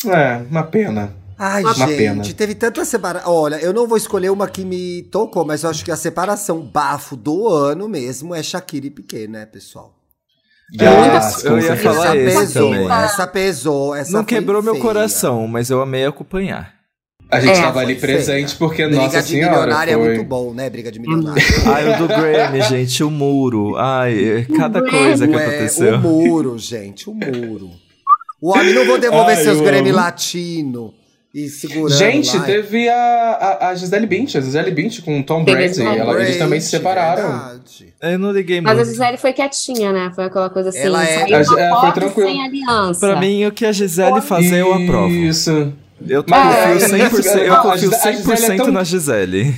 [SPEAKER 4] É, uma pena.
[SPEAKER 1] Ai,
[SPEAKER 4] Uma
[SPEAKER 1] gente,
[SPEAKER 4] pena.
[SPEAKER 1] teve tanta separação. Olha, eu não vou escolher uma que me tocou, mas eu acho que a separação bafo do ano mesmo é Shakira e Piquet, né, pessoal? É
[SPEAKER 4] Graças,
[SPEAKER 2] eu
[SPEAKER 4] com
[SPEAKER 2] ia
[SPEAKER 4] certeza.
[SPEAKER 2] falar esse
[SPEAKER 1] pesou,
[SPEAKER 2] também.
[SPEAKER 4] né?
[SPEAKER 1] essa pesou, essa
[SPEAKER 2] Não
[SPEAKER 1] foi
[SPEAKER 2] quebrou meu
[SPEAKER 1] feia.
[SPEAKER 2] coração, mas eu amei acompanhar.
[SPEAKER 4] A gente
[SPEAKER 5] É,
[SPEAKER 4] tava ali
[SPEAKER 1] foi
[SPEAKER 4] presente,
[SPEAKER 1] feia.
[SPEAKER 4] porque,
[SPEAKER 1] Briga
[SPEAKER 4] nossa
[SPEAKER 1] de
[SPEAKER 4] senhora.
[SPEAKER 1] milionário
[SPEAKER 4] foi...
[SPEAKER 1] é muito bom, né? Briga de milionário.
[SPEAKER 2] Ai, o do Grammy, gente, o muro. Ai, cada
[SPEAKER 5] Grammy,
[SPEAKER 2] coisa
[SPEAKER 4] é,
[SPEAKER 2] que
[SPEAKER 1] Ué,
[SPEAKER 2] aconteceu.
[SPEAKER 1] é, o muro, gente, o muro. O homem não vou devolver
[SPEAKER 4] Ai,
[SPEAKER 1] seus
[SPEAKER 4] eu
[SPEAKER 1] Grammy
[SPEAKER 4] amo.
[SPEAKER 1] latino e segurando.
[SPEAKER 4] Gente,
[SPEAKER 1] lá.
[SPEAKER 4] teve a, a, a Gisele Bündchen, a Gisele Bündchen com o Tom
[SPEAKER 5] Teve a
[SPEAKER 4] Brady.
[SPEAKER 5] Gisele
[SPEAKER 4] Ela, eles também se
[SPEAKER 1] Gente,
[SPEAKER 4] separaram.
[SPEAKER 1] verdade.
[SPEAKER 2] Eu não liguei
[SPEAKER 5] Mas a
[SPEAKER 4] é
[SPEAKER 2] muito.
[SPEAKER 5] Gisele foi quietinha, né? Foi aquela coisa assim,
[SPEAKER 1] Ela é-
[SPEAKER 5] saiu
[SPEAKER 4] A-
[SPEAKER 5] uma
[SPEAKER 4] é, foi
[SPEAKER 5] foto
[SPEAKER 4] tranquila.
[SPEAKER 5] sem aliança.
[SPEAKER 2] Pra mim, o que a Gisele fazer, eu aprovo.
[SPEAKER 4] Isso.
[SPEAKER 2] Eu
[SPEAKER 5] Ah,
[SPEAKER 2] confio 100%,
[SPEAKER 4] é.
[SPEAKER 2] eu confio
[SPEAKER 4] A Gisele- a Gisele é
[SPEAKER 2] 100%
[SPEAKER 4] tão-
[SPEAKER 2] na Gisele.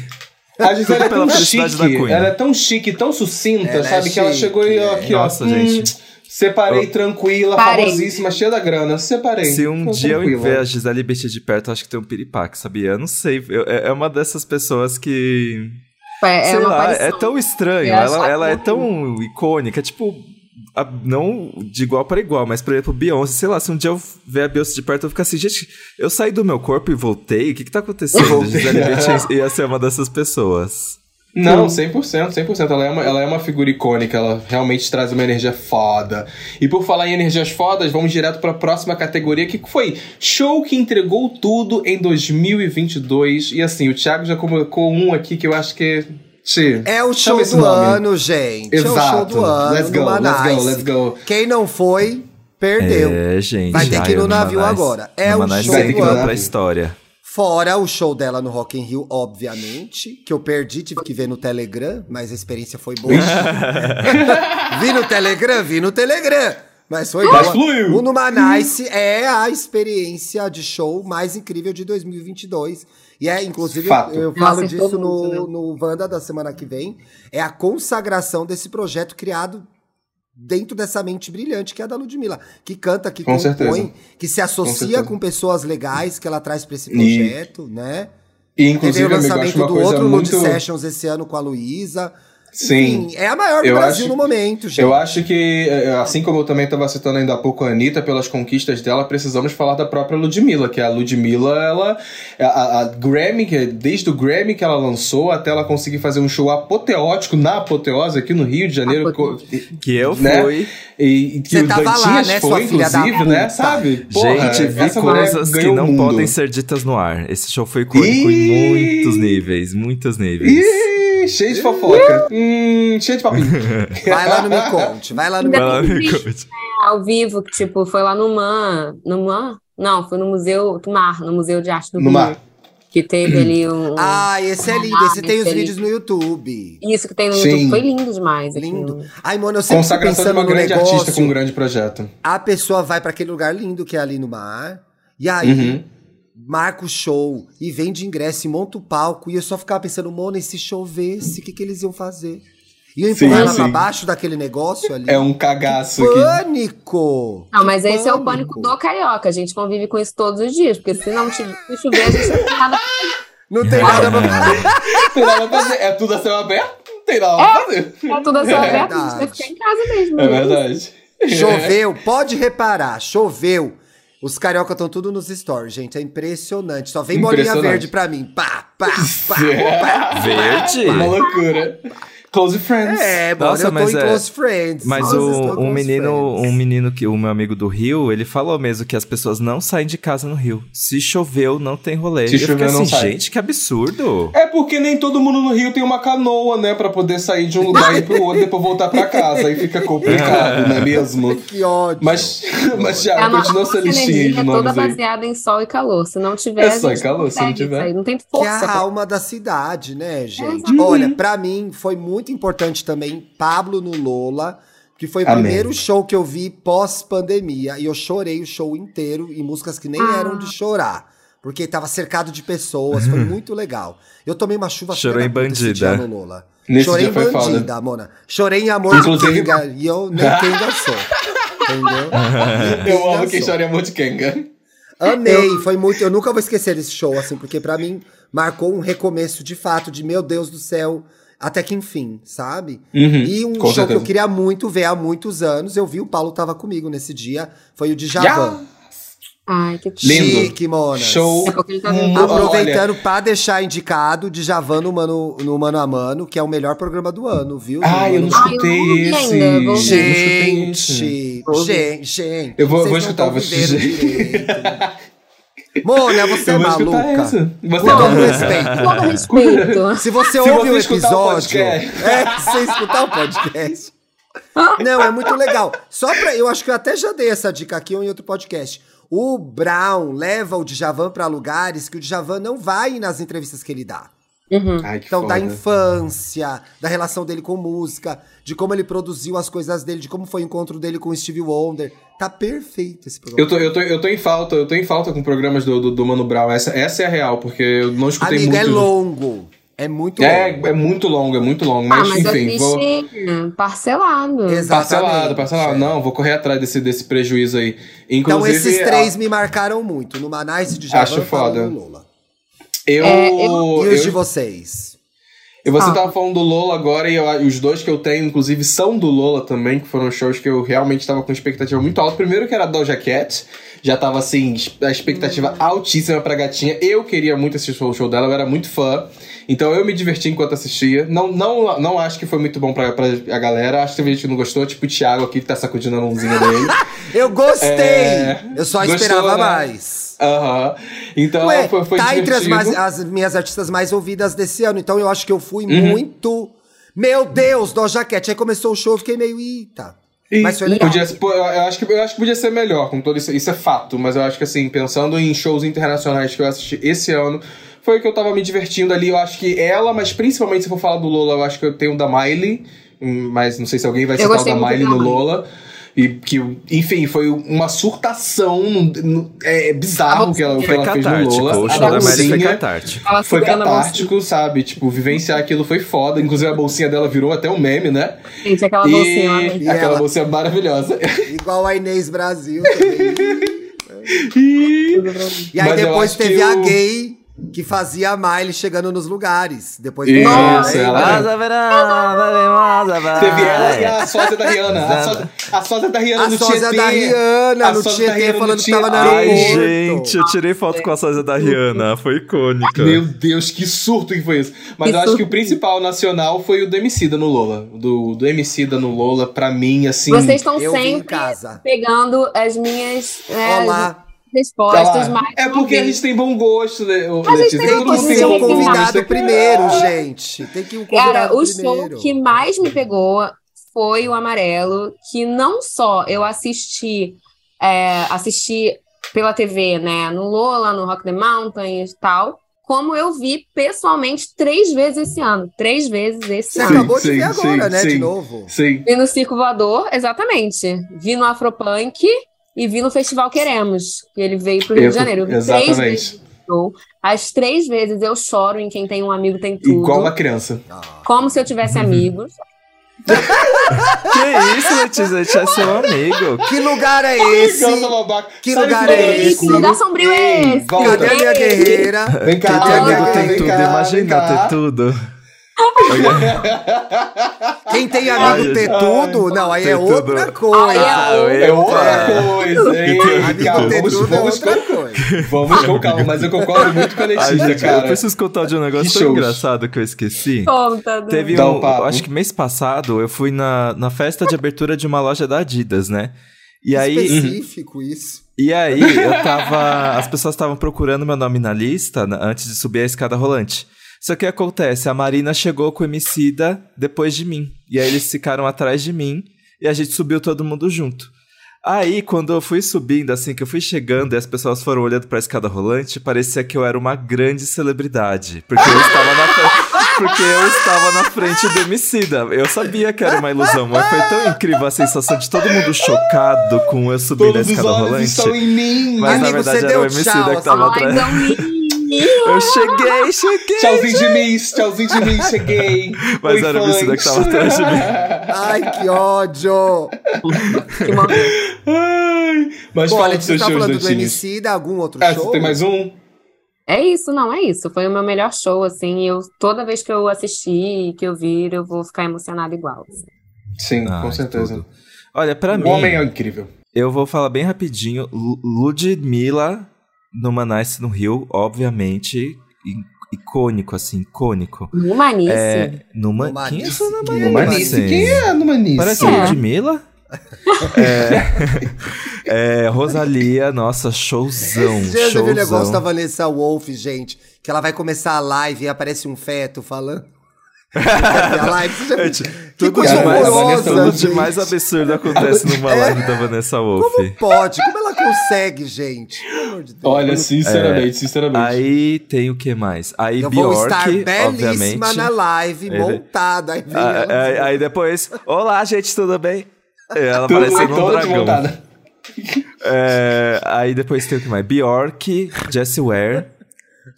[SPEAKER 4] A Gisele é
[SPEAKER 2] Pela
[SPEAKER 4] tão
[SPEAKER 2] felicidade da
[SPEAKER 4] chique,
[SPEAKER 2] Cunha.
[SPEAKER 4] ela é tão chique, tão sucinta,
[SPEAKER 1] Ela é
[SPEAKER 4] sabe? que ela
[SPEAKER 1] chique,
[SPEAKER 4] chegou e ó,
[SPEAKER 1] é.
[SPEAKER 4] aqui, ó.
[SPEAKER 2] Nossa,
[SPEAKER 4] hum,
[SPEAKER 2] gente.
[SPEAKER 4] Separei tranquila,
[SPEAKER 5] Parei.
[SPEAKER 4] famosíssima, cheia da grana. Separei.
[SPEAKER 2] Se um
[SPEAKER 4] Tô
[SPEAKER 2] dia eu
[SPEAKER 4] tranquila.
[SPEAKER 2] ver a Gisele Bündchen de perto, eu acho que tem um piripaque, sabia? Eu não sei, eu- é é uma dessas pessoas que...
[SPEAKER 5] É, é
[SPEAKER 2] sei
[SPEAKER 5] uma
[SPEAKER 2] lá,
[SPEAKER 5] aparição.
[SPEAKER 2] é
[SPEAKER 1] né?
[SPEAKER 2] tão estranho.
[SPEAKER 5] Eu acho
[SPEAKER 2] Ela, ela é
[SPEAKER 5] absurdo.
[SPEAKER 2] tão icônica, tipo. a- não de igual para igual, mas, por exemplo, Beyoncé, sei lá, se um dia eu ver a Beyoncé de perto, eu fico assim, gente, eu saí do meu corpo e voltei? O que que tá acontecendo?
[SPEAKER 4] Voltei.
[SPEAKER 2] Gisele Bündchen ia ser uma dessas pessoas.
[SPEAKER 4] Não, 100%, 100%. Ela é, uma, ela é uma figura icônica, ela realmente traz uma energia foda. E por falar em energias fodas, vamos direto pra próxima categoria, que foi show que entregou tudo em 2022. E assim, o Thiago já colocou um aqui que eu acho que... Ti,
[SPEAKER 1] É o show
[SPEAKER 4] Chama esse
[SPEAKER 1] do
[SPEAKER 4] nome.
[SPEAKER 1] ano, gente. É o show
[SPEAKER 4] Exato.
[SPEAKER 1] do ano.
[SPEAKER 4] let's go,
[SPEAKER 1] do
[SPEAKER 4] let's go,
[SPEAKER 1] Manais.
[SPEAKER 4] let's go.
[SPEAKER 1] Quem não foi, perdeu.
[SPEAKER 2] É, gente.
[SPEAKER 1] Vai ter que ir
[SPEAKER 2] ai,
[SPEAKER 1] no
[SPEAKER 2] eu
[SPEAKER 1] navio
[SPEAKER 2] Manaus-
[SPEAKER 1] agora. É
[SPEAKER 2] no
[SPEAKER 1] o
[SPEAKER 2] Manaus
[SPEAKER 1] show
[SPEAKER 2] tem que
[SPEAKER 1] do
[SPEAKER 2] ir
[SPEAKER 1] ano.
[SPEAKER 2] pra história.
[SPEAKER 1] Fora o show dela no Rock in Rio, obviamente, que eu perdi, tive que ver no Telegram, mas a experiência foi boa. vi no Telegram, vi no Telegram, mas foi
[SPEAKER 4] Mas
[SPEAKER 1] boa.
[SPEAKER 4] fluiu.
[SPEAKER 1] O Numanice é a experiência de show mais incrível de 2022. E é, inclusive,
[SPEAKER 4] Fato.
[SPEAKER 1] eu, eu falo
[SPEAKER 5] acertou
[SPEAKER 1] disso no,
[SPEAKER 5] muito,
[SPEAKER 1] no Wanda da semana que vem. É a consagração desse projeto criado dentro dessa mente brilhante que é a da Ludmilla, que canta, que
[SPEAKER 4] Com
[SPEAKER 1] compõe,
[SPEAKER 4] certeza.
[SPEAKER 1] que se associa
[SPEAKER 4] certeza.
[SPEAKER 1] com, pessoas legais que ela traz pra esse
[SPEAKER 4] E-
[SPEAKER 1] projeto, né?
[SPEAKER 4] E,
[SPEAKER 1] Teve
[SPEAKER 4] inclusive,
[SPEAKER 1] o
[SPEAKER 4] amigo, eu acho
[SPEAKER 1] lançamento
[SPEAKER 4] uma
[SPEAKER 1] do
[SPEAKER 4] coisa
[SPEAKER 1] outro
[SPEAKER 4] muito...
[SPEAKER 1] Lud Sessions esse ano com a Luísa.
[SPEAKER 4] Sim.
[SPEAKER 1] Enfim, é a maior do
[SPEAKER 4] Eu
[SPEAKER 1] Brasil
[SPEAKER 4] acho-
[SPEAKER 1] no momento, gente.
[SPEAKER 4] Eu acho que, eh, assim como eu também estava citando ainda há pouco a Anitta, pelas conquistas dela, precisamos falar da própria Ludmilla, que a Ludmilla, ela. A, a Grammy, que é- desde o Grammy que ela lançou até ela conseguir fazer um show apoteótico na apoteose aqui no Rio de Janeiro. co- e-
[SPEAKER 2] Que eu
[SPEAKER 4] Né?
[SPEAKER 2] fui.
[SPEAKER 4] E, e que
[SPEAKER 1] Você
[SPEAKER 4] o
[SPEAKER 1] tava lá,
[SPEAKER 4] Dantinhas
[SPEAKER 1] né, sua
[SPEAKER 4] foi,
[SPEAKER 1] filha da
[SPEAKER 4] inclusive, né?
[SPEAKER 1] puta.
[SPEAKER 4] Sabe? Porra,
[SPEAKER 2] Gente, vi
[SPEAKER 4] essa mulher
[SPEAKER 2] coisas que
[SPEAKER 4] ganhou o
[SPEAKER 2] não
[SPEAKER 4] mundo.
[SPEAKER 2] podem ser ditas no ar. Esse show foi icônico
[SPEAKER 4] Ih!
[SPEAKER 2] em muitos níveis, muitos níveis.
[SPEAKER 4] Ih, cheio de fofoca. Hum, cheio de papinho.
[SPEAKER 1] Vai lá no Me Conte, vai lá no Me
[SPEAKER 2] Vai
[SPEAKER 1] Conte.
[SPEAKER 2] lá,
[SPEAKER 5] Ainda tem
[SPEAKER 2] me
[SPEAKER 5] vídeo.
[SPEAKER 2] conte.
[SPEAKER 5] né? ao vivo, que, tipo, foi lá no MAN. No MAN? Não, foi no Museu do Mar, no Museu de Arte do
[SPEAKER 4] No
[SPEAKER 5] Rio.
[SPEAKER 4] Mar.
[SPEAKER 5] Que teve ali um.
[SPEAKER 1] Ah, esse é lindo, esse
[SPEAKER 5] Ah,
[SPEAKER 1] tem os
[SPEAKER 5] esse é
[SPEAKER 1] vídeos no YouTube.
[SPEAKER 5] Isso que tem no
[SPEAKER 4] Sim.
[SPEAKER 5] YouTube. Foi lindo demais. aquilo.
[SPEAKER 1] Lindo. Ai, mano, eu sempre fico
[SPEAKER 4] Consagração de
[SPEAKER 1] pensando
[SPEAKER 4] uma
[SPEAKER 1] no
[SPEAKER 4] grande artista com um
[SPEAKER 1] negócio.
[SPEAKER 4] grande projeto.
[SPEAKER 1] A pessoa vai pra aquele lugar lindo que é ali no mar. E aí,
[SPEAKER 4] Uhum.
[SPEAKER 1] marca o show e vende ingresso e monta o palco. E eu só ficava pensando, mano, e se chovesse, o que, que eles iam fazer? E eu
[SPEAKER 4] Sim,
[SPEAKER 1] empurrava
[SPEAKER 4] sim.
[SPEAKER 1] pra baixo daquele negócio ali.
[SPEAKER 4] É um cagaço que
[SPEAKER 1] Pânico!
[SPEAKER 5] Não, mas esse é o pânico do carioca. A gente convive com isso todos os dias, porque se não te- se chover, a gente não tem nada.
[SPEAKER 1] Não tem nada pra
[SPEAKER 4] tem nada pra fazer. É tudo a céu aberto, não tem nada
[SPEAKER 1] Ah!
[SPEAKER 4] pra fazer.
[SPEAKER 5] Tá tudo a
[SPEAKER 4] É
[SPEAKER 5] céu aberto, a gente vai
[SPEAKER 1] verdade.
[SPEAKER 5] ficar em casa mesmo. né?
[SPEAKER 4] É verdade.
[SPEAKER 1] Choveu, pode reparar, choveu. Os carioca estão tudo nos stories, gente. É impressionante. Só vem bolinha
[SPEAKER 4] Impressionante.
[SPEAKER 1] verde pra mim. Pá, pá, pá.
[SPEAKER 2] Verde?
[SPEAKER 4] É Uma loucura. Close friends.
[SPEAKER 1] É, mano,
[SPEAKER 2] Nossa,
[SPEAKER 1] eu tô
[SPEAKER 2] mas
[SPEAKER 1] em
[SPEAKER 2] é-
[SPEAKER 1] Close Friends.
[SPEAKER 2] Mas
[SPEAKER 1] Nossa, estou
[SPEAKER 2] o,
[SPEAKER 1] em
[SPEAKER 2] um
[SPEAKER 1] Close
[SPEAKER 2] menino,
[SPEAKER 1] Friends.
[SPEAKER 2] um menino que o meu amigo do Rio, ele falou mesmo que as pessoas não saem de casa no Rio. Se choveu, não tem rolê.
[SPEAKER 4] Se
[SPEAKER 2] E eu fiquei
[SPEAKER 4] choveu, não
[SPEAKER 2] assim,
[SPEAKER 4] sai.
[SPEAKER 2] gente, que absurdo.
[SPEAKER 4] É porque nem todo mundo no Rio tem uma canoa, né? Pra poder sair de um lugar e ir pro outro, depois voltar pra casa. Aí fica complicado, não é
[SPEAKER 2] um
[SPEAKER 4] mesmo?
[SPEAKER 1] Que ódio.
[SPEAKER 4] Mas, mas
[SPEAKER 5] É
[SPEAKER 4] já,
[SPEAKER 5] a no-
[SPEAKER 4] continua
[SPEAKER 5] nossa
[SPEAKER 4] essa listinha aí
[SPEAKER 5] energia
[SPEAKER 4] de
[SPEAKER 5] é toda
[SPEAKER 4] nomes aí.
[SPEAKER 5] baseada em sol e calor. Se não tiver,
[SPEAKER 4] É
[SPEAKER 5] a gente
[SPEAKER 4] só e
[SPEAKER 5] não
[SPEAKER 4] calor, se não
[SPEAKER 5] consegue
[SPEAKER 4] tiver.
[SPEAKER 5] sair. Não tem
[SPEAKER 1] que é
[SPEAKER 5] força.
[SPEAKER 1] a
[SPEAKER 5] pra-
[SPEAKER 1] alma da cidade, né, gente?
[SPEAKER 5] Exato.
[SPEAKER 1] Olha, pra mim foi muito importante também Pablo no Lola, que foi o
[SPEAKER 4] Amém.
[SPEAKER 1] primeiro show que eu vi pós-pandemia. E eu chorei o show inteiro e músicas que nem
[SPEAKER 5] Ah.
[SPEAKER 1] eram de chorar. Porque tava cercado de pessoas,
[SPEAKER 4] Uhum.
[SPEAKER 1] foi muito legal. Eu tomei uma chuva
[SPEAKER 2] Chorou
[SPEAKER 1] filha
[SPEAKER 2] em
[SPEAKER 1] da puta esse
[SPEAKER 2] bandida.
[SPEAKER 1] dia no Lola.
[SPEAKER 4] Nesse
[SPEAKER 1] Chorei
[SPEAKER 4] dia
[SPEAKER 1] em
[SPEAKER 4] foi
[SPEAKER 1] bandida,
[SPEAKER 4] foda.
[SPEAKER 1] Mona. Chorei em amor
[SPEAKER 4] Inclusive-
[SPEAKER 1] de Kenga. E eu nem Kenga sou. Entendeu?
[SPEAKER 4] Eu amo
[SPEAKER 1] Kenga
[SPEAKER 4] quem
[SPEAKER 1] sou.
[SPEAKER 4] chora em amor de Kenga.
[SPEAKER 1] Amei, foi muito. Eu nunca vou esquecer esse show, assim, porque pra mim marcou um recomeço de fato, de meu Deus do céu, até que enfim, sabe?
[SPEAKER 4] Uhum.
[SPEAKER 1] E um
[SPEAKER 4] com
[SPEAKER 1] show que
[SPEAKER 4] certeza.
[SPEAKER 1] eu queria muito ver há muitos anos. Eu vi, o Paulo tava comigo nesse dia. Foi o Djavan.
[SPEAKER 5] Ai, que
[SPEAKER 4] Lindo.
[SPEAKER 1] Chique, Monas.
[SPEAKER 4] Show.
[SPEAKER 5] É porque ele
[SPEAKER 1] Um
[SPEAKER 5] tá vendo.
[SPEAKER 1] Aproveitando pra deixar indicado de Javan no mano, no mano a Mano, que é o melhor programa do ano, viu?
[SPEAKER 4] Ai, eu não
[SPEAKER 5] Ai, eu não
[SPEAKER 4] escutei
[SPEAKER 5] ouvi
[SPEAKER 4] esse.
[SPEAKER 5] ainda, eu vou ouvir.
[SPEAKER 4] Eu não escutei esse.
[SPEAKER 1] Gente,
[SPEAKER 5] Ouve.
[SPEAKER 1] gente, gente.
[SPEAKER 4] Eu vou- vou
[SPEAKER 1] vocês não
[SPEAKER 4] escutar,
[SPEAKER 1] tão
[SPEAKER 4] vou
[SPEAKER 1] vivendo
[SPEAKER 4] escutar.
[SPEAKER 1] direito. Mona, você é
[SPEAKER 4] Eu vou escutar
[SPEAKER 1] maluca.
[SPEAKER 4] essa.
[SPEAKER 1] Com
[SPEAKER 4] Você
[SPEAKER 5] um
[SPEAKER 4] é
[SPEAKER 1] todo
[SPEAKER 4] maluca.
[SPEAKER 1] respeito.
[SPEAKER 5] Todo respeito. Ah,
[SPEAKER 1] Se você
[SPEAKER 4] Se
[SPEAKER 1] ouve
[SPEAKER 4] você
[SPEAKER 1] o
[SPEAKER 4] escutar o
[SPEAKER 1] episódio,
[SPEAKER 4] podcast.
[SPEAKER 1] é, se você escutar o podcast. Não, é muito legal. Só pra, eu acho que eu até já dei essa dica aqui ou em um outro podcast. O Brown leva o Djavan pra lugares que o Djavan não vai nas entrevistas que ele dá.
[SPEAKER 5] Uhum.
[SPEAKER 4] Ai, que
[SPEAKER 1] Então, da
[SPEAKER 4] foda.
[SPEAKER 1] infância, da relação dele com música, de como ele produziu as coisas dele, de como foi o encontro dele com o Steve Wonder. Tá perfeito esse programa.
[SPEAKER 4] Eu tô, eu, tô, eu tô em falta, eu tô em falta com programas do, do, do Mano Brown. Essa, essa é a real, porque eu não escutei
[SPEAKER 1] Amigo, é
[SPEAKER 4] muito.
[SPEAKER 1] longo. É muito
[SPEAKER 4] É,
[SPEAKER 1] longo.
[SPEAKER 4] é muito longo, é muito longo.
[SPEAKER 5] Ah,
[SPEAKER 4] Mas,
[SPEAKER 5] mas
[SPEAKER 4] enfim, vou.
[SPEAKER 5] assiste parcelado.
[SPEAKER 4] é, Parcelado, parcelado. Não, vou correr atrás desse, desse prejuízo aí.
[SPEAKER 1] Então
[SPEAKER 4] Inclusive,
[SPEAKER 1] esses
[SPEAKER 4] a-
[SPEAKER 1] três me marcaram muito. No Manais de Javan,
[SPEAKER 4] Acho
[SPEAKER 1] Acho
[SPEAKER 4] foda.
[SPEAKER 1] foda. no Lola.
[SPEAKER 4] eu,
[SPEAKER 5] É,
[SPEAKER 1] E
[SPEAKER 4] eu,
[SPEAKER 1] os de vocês?
[SPEAKER 4] eu- você
[SPEAKER 5] Ah.
[SPEAKER 4] tava falando do Lola agora, e eu- os dois que eu tenho, inclusive, são do Lola também, que foram shows que eu realmente tava com expectativa muito alta. Primeiro que era Doja Cat, já tava assim, a
[SPEAKER 1] Hum.
[SPEAKER 4] expectativa altíssima pra gatinha. Eu queria muito assistir o show dela, eu era muito fã. Então eu me diverti enquanto assistia. Não, não, não acho que foi muito bom pra, pra a galera. Acho que teve gente que não gostou, tipo o Thiago aqui que tá sacudindo a mãozinha dele.
[SPEAKER 1] Eu gostei!
[SPEAKER 4] É,
[SPEAKER 1] Eu só
[SPEAKER 4] gostou,
[SPEAKER 1] esperava
[SPEAKER 4] né?
[SPEAKER 1] mais.
[SPEAKER 4] Aham. Então
[SPEAKER 1] Ué,
[SPEAKER 4] foi, foi
[SPEAKER 1] tá entre
[SPEAKER 4] divertido. Uhum.
[SPEAKER 1] as, mais- as minhas artistas mais ouvidas desse ano, então eu acho que eu fui muito. Meu Deus, Doja Cat. Aí começou o show, eu fiquei meio. Eita. Mas foi legal.
[SPEAKER 4] Podia ser- pô, eu, eu acho que, eu acho que podia ser melhor com todo isso. Isso é fato, mas eu acho que assim, pensando em shows internacionais que eu assisti esse ano, foi que eu tava me divertindo ali. Eu acho que ela, mas principalmente se for falar do Lola, eu acho que eu tenho o da Miley, hum, mas não sei se alguém vai
[SPEAKER 5] Eu
[SPEAKER 4] citar o
[SPEAKER 5] gostei
[SPEAKER 4] da
[SPEAKER 5] muito
[SPEAKER 4] Miley
[SPEAKER 5] da
[SPEAKER 4] no
[SPEAKER 5] Miley.
[SPEAKER 4] Lola. E que, enfim, foi uma surtação um, é, bizarro que ela, que
[SPEAKER 2] Foi
[SPEAKER 4] ela fez no
[SPEAKER 2] catártico.
[SPEAKER 4] Lola.
[SPEAKER 2] O
[SPEAKER 4] A
[SPEAKER 2] show da Mary foi
[SPEAKER 4] bolsinha
[SPEAKER 2] catártico.
[SPEAKER 5] Ela
[SPEAKER 4] Foi
[SPEAKER 5] segurando a bolsinha.
[SPEAKER 4] catártico, sabe? Tipo, vivenciar aquilo foi foda. Inclusive, a bolsinha dela virou até um meme, né?
[SPEAKER 5] assim, Gente, aquela
[SPEAKER 4] E-
[SPEAKER 5] bolsinha lá né? dentro.
[SPEAKER 1] E
[SPEAKER 4] Aquela
[SPEAKER 1] ela?
[SPEAKER 4] bolsinha maravilhosa.
[SPEAKER 1] Igual a Inês Brasil também. E aí
[SPEAKER 4] Mas eu
[SPEAKER 1] depois
[SPEAKER 4] acho que
[SPEAKER 1] teve a
[SPEAKER 4] o-
[SPEAKER 1] gay que fazia a Miley chegando nos lugares. Depois
[SPEAKER 4] Isso,
[SPEAKER 1] Nossa,
[SPEAKER 4] ela-
[SPEAKER 2] Asa verá, vai ver, asa
[SPEAKER 1] Ah,
[SPEAKER 2] vai.
[SPEAKER 4] Teve ela e a sósia da Rihanna. A sósia, a sósia da Rihanna
[SPEAKER 1] é. A
[SPEAKER 4] no
[SPEAKER 1] sósia
[SPEAKER 4] Tietê.
[SPEAKER 1] da Rihanna
[SPEAKER 4] A
[SPEAKER 1] no
[SPEAKER 4] sósia
[SPEAKER 1] Tietê
[SPEAKER 4] da Rihanna no
[SPEAKER 1] falando que tava no
[SPEAKER 4] Tietê.
[SPEAKER 2] Ai,
[SPEAKER 1] aeroporto.
[SPEAKER 2] gente, eu tirei foto com a sósia da Rihanna. Foi icônica.
[SPEAKER 4] Meu Deus, que surto que foi isso. Mas
[SPEAKER 5] Que
[SPEAKER 4] eu acho
[SPEAKER 5] surto.
[SPEAKER 4] que o principal nacional foi o do Emicida no Lola. Do, do Emicida no Lola, pra mim, assim...
[SPEAKER 5] Vocês estão
[SPEAKER 1] eu vim em
[SPEAKER 5] sempre
[SPEAKER 1] casa.
[SPEAKER 5] pegando as minhas
[SPEAKER 1] É,
[SPEAKER 5] né,
[SPEAKER 1] Olá.
[SPEAKER 4] tá
[SPEAKER 5] respostas
[SPEAKER 4] lá.
[SPEAKER 5] mais.
[SPEAKER 4] É
[SPEAKER 5] uma
[SPEAKER 4] porque a
[SPEAKER 5] vez.
[SPEAKER 4] gente tem bom gosto, né, ô,
[SPEAKER 5] A gente
[SPEAKER 4] Letícia?
[SPEAKER 5] tem
[SPEAKER 1] Tem
[SPEAKER 5] Todo
[SPEAKER 1] que
[SPEAKER 5] mundo
[SPEAKER 1] ser um
[SPEAKER 5] tem que
[SPEAKER 1] convidado
[SPEAKER 4] tem que-
[SPEAKER 1] primeiro, gente. Tem que ir um
[SPEAKER 5] Cara,
[SPEAKER 1] convidado
[SPEAKER 5] o
[SPEAKER 1] primeiro.
[SPEAKER 5] show que mais me pegou foi o Amarelo, que não só eu assisti, é, assisti pela TV, né, no Lola, no Rock the Mountain e tal, como eu vi pessoalmente três vezes esse ano. Três vezes esse
[SPEAKER 1] Você
[SPEAKER 5] ano.
[SPEAKER 1] acabou
[SPEAKER 4] Sim,
[SPEAKER 1] de ver
[SPEAKER 4] sim,
[SPEAKER 1] agora, né?
[SPEAKER 4] sim.
[SPEAKER 1] De novo.
[SPEAKER 4] Sim.
[SPEAKER 5] Vi no Circo Voador, exatamente. Vi no Afropunk e vi no Festival Queremos, que ele veio pro Rio de Janeiro. Eu vi três vezes
[SPEAKER 4] Exatamente.
[SPEAKER 5] o show. As três vezes eu choro em Quem Tem Um Amigo Tem Tudo.
[SPEAKER 4] Igual Uhum. uma criança.
[SPEAKER 1] Ah.
[SPEAKER 5] Como se eu tivesse amigos.
[SPEAKER 2] Que isso, Letícia? A gente é seu amigo.
[SPEAKER 1] Que lugar é esse?
[SPEAKER 4] Criança babaca.
[SPEAKER 1] que
[SPEAKER 4] Sabe
[SPEAKER 1] lugar
[SPEAKER 4] qual
[SPEAKER 1] é
[SPEAKER 4] o nome
[SPEAKER 1] esse?
[SPEAKER 4] desse
[SPEAKER 5] Que lugar sombrio é
[SPEAKER 4] Ei,
[SPEAKER 5] esse?
[SPEAKER 4] volta.
[SPEAKER 1] Cadê a minha guerreira?
[SPEAKER 4] Vem cá,
[SPEAKER 1] Cadê
[SPEAKER 2] Tem
[SPEAKER 1] Ah,
[SPEAKER 2] amigo,
[SPEAKER 1] vem
[SPEAKER 2] tem tudo.
[SPEAKER 1] cá,
[SPEAKER 2] Imagina ter tudo.
[SPEAKER 1] Quem tem amigo
[SPEAKER 2] Ai,
[SPEAKER 1] ter
[SPEAKER 2] gente.
[SPEAKER 1] tudo? Não, aí
[SPEAKER 2] Ter
[SPEAKER 1] é outra
[SPEAKER 2] tudo.
[SPEAKER 1] coisa.
[SPEAKER 2] Ah,
[SPEAKER 4] É outra coisa, hein?
[SPEAKER 1] Amigo
[SPEAKER 4] Calma,
[SPEAKER 1] ter
[SPEAKER 4] vamos,
[SPEAKER 1] tudo é
[SPEAKER 4] vamos,
[SPEAKER 1] outra coisa.
[SPEAKER 4] vamos com calma, mas eu concordo muito com a
[SPEAKER 2] Ai,
[SPEAKER 4] Letícia,
[SPEAKER 2] gente, eu
[SPEAKER 4] cara.
[SPEAKER 2] preciso contar de um negócio
[SPEAKER 4] Que
[SPEAKER 2] tão
[SPEAKER 4] shows.
[SPEAKER 2] engraçado que eu esqueci.
[SPEAKER 5] Conta. do-
[SPEAKER 2] Teve
[SPEAKER 4] Dá
[SPEAKER 2] um.
[SPEAKER 4] um papo.
[SPEAKER 2] acho que mês passado eu fui na, na festa de abertura de uma loja da Adidas, né? E aí,
[SPEAKER 1] Específico isso.
[SPEAKER 2] e aí eu tava. As pessoas estavam procurando meu nome na lista na- antes de subir a escada rolante. Só que acontece, a Marina chegou com o Emicida depois de mim. E aí eles ficaram atrás de mim e a gente subiu todo mundo junto. Aí, quando eu fui subindo, assim, que eu fui chegando e as pessoas foram olhando pra escada rolante, parecia que eu era uma grande celebridade. Porque eu estava na frente, porque eu estava na frente do Emicida. Eu sabia que era uma ilusão, mas foi tão incrível a sensação de todo mundo chocado com eu subindo a
[SPEAKER 4] Todos os
[SPEAKER 2] escada
[SPEAKER 4] olhos
[SPEAKER 2] rolante.
[SPEAKER 4] estão em mim.
[SPEAKER 2] Mas
[SPEAKER 1] Amigo,
[SPEAKER 2] na
[SPEAKER 1] você
[SPEAKER 2] verdade era
[SPEAKER 1] deu
[SPEAKER 2] o Emicida
[SPEAKER 1] tchau,
[SPEAKER 2] que tava
[SPEAKER 5] Ai,
[SPEAKER 4] assim.
[SPEAKER 2] atrás.
[SPEAKER 5] então me-
[SPEAKER 2] Eu cheguei, cheguei!
[SPEAKER 4] Tchauzinho de mim, tchauzinho de mim, cheguei.
[SPEAKER 2] Mas
[SPEAKER 4] Oi,
[SPEAKER 2] era o
[SPEAKER 4] fãs.
[SPEAKER 2] Emicida que tava atrás de
[SPEAKER 4] mim.
[SPEAKER 1] Ai, que ódio.
[SPEAKER 5] Que momento.
[SPEAKER 4] Mas
[SPEAKER 1] Bom,
[SPEAKER 4] fala
[SPEAKER 1] Letícia,
[SPEAKER 4] dos seus
[SPEAKER 1] tá
[SPEAKER 4] shows,
[SPEAKER 1] falando do
[SPEAKER 4] Dantinho.
[SPEAKER 1] MC, da algum outro
[SPEAKER 4] Ah,
[SPEAKER 1] show?
[SPEAKER 4] você tem mais um?
[SPEAKER 5] É isso, não, é isso. Foi o meu melhor show, assim. Eu, toda vez que eu assisti e que eu vir, eu vou ficar emocionada igual. assim.
[SPEAKER 4] Sim,
[SPEAKER 2] Ai,
[SPEAKER 4] com certeza.
[SPEAKER 2] Ah, tudo. Olha, pra
[SPEAKER 4] O
[SPEAKER 2] mim.
[SPEAKER 4] homem é incrível.
[SPEAKER 2] Eu vou falar bem rapidinho. Lu- Ludmilla no Manais no Rio, obviamente. i- Icônico, assim, icônico.
[SPEAKER 5] Humanice.
[SPEAKER 2] É, numa...
[SPEAKER 1] Numa
[SPEAKER 2] Quem é
[SPEAKER 1] Nice?
[SPEAKER 2] essa Numa
[SPEAKER 1] Numa
[SPEAKER 2] Nice?
[SPEAKER 1] Nice?
[SPEAKER 4] Quem é no Manice?
[SPEAKER 2] Parece
[SPEAKER 5] É.
[SPEAKER 2] Ludmilla? É... É, Rosalia, nossa, showzão.
[SPEAKER 1] Esses dias eu vi o negócio da
[SPEAKER 2] showzão.
[SPEAKER 1] Vanessa Wolf, gente, que ela vai começar a live e aparece um feto falando. a live, você já...
[SPEAKER 2] Gente,
[SPEAKER 1] Que
[SPEAKER 2] tudo
[SPEAKER 1] coisa
[SPEAKER 2] demais,
[SPEAKER 1] horrorosa,
[SPEAKER 2] tudo
[SPEAKER 1] gente.
[SPEAKER 2] de mais absurdo acontece numa live da Vanessa Wolf.
[SPEAKER 1] Pode, como ela consegue, gente? Pelo amor de Deus.
[SPEAKER 4] Olha, sinceramente, sinceramente.
[SPEAKER 2] É. Aí tem o que mais? Aí
[SPEAKER 1] eu vou estar
[SPEAKER 2] Bjork,
[SPEAKER 1] belíssima
[SPEAKER 2] obviamente.
[SPEAKER 1] na live,
[SPEAKER 2] Ele-
[SPEAKER 1] montada. Aí vem
[SPEAKER 2] Ah,
[SPEAKER 1] ela-
[SPEAKER 2] Aí, aí depois, olá gente, tudo bem? Ela
[SPEAKER 4] Tudo é
[SPEAKER 2] parecendo um
[SPEAKER 4] toda
[SPEAKER 2] dragão.
[SPEAKER 4] desmontada.
[SPEAKER 2] É, aí depois tem o que mais? Bjork, Jessie Ware,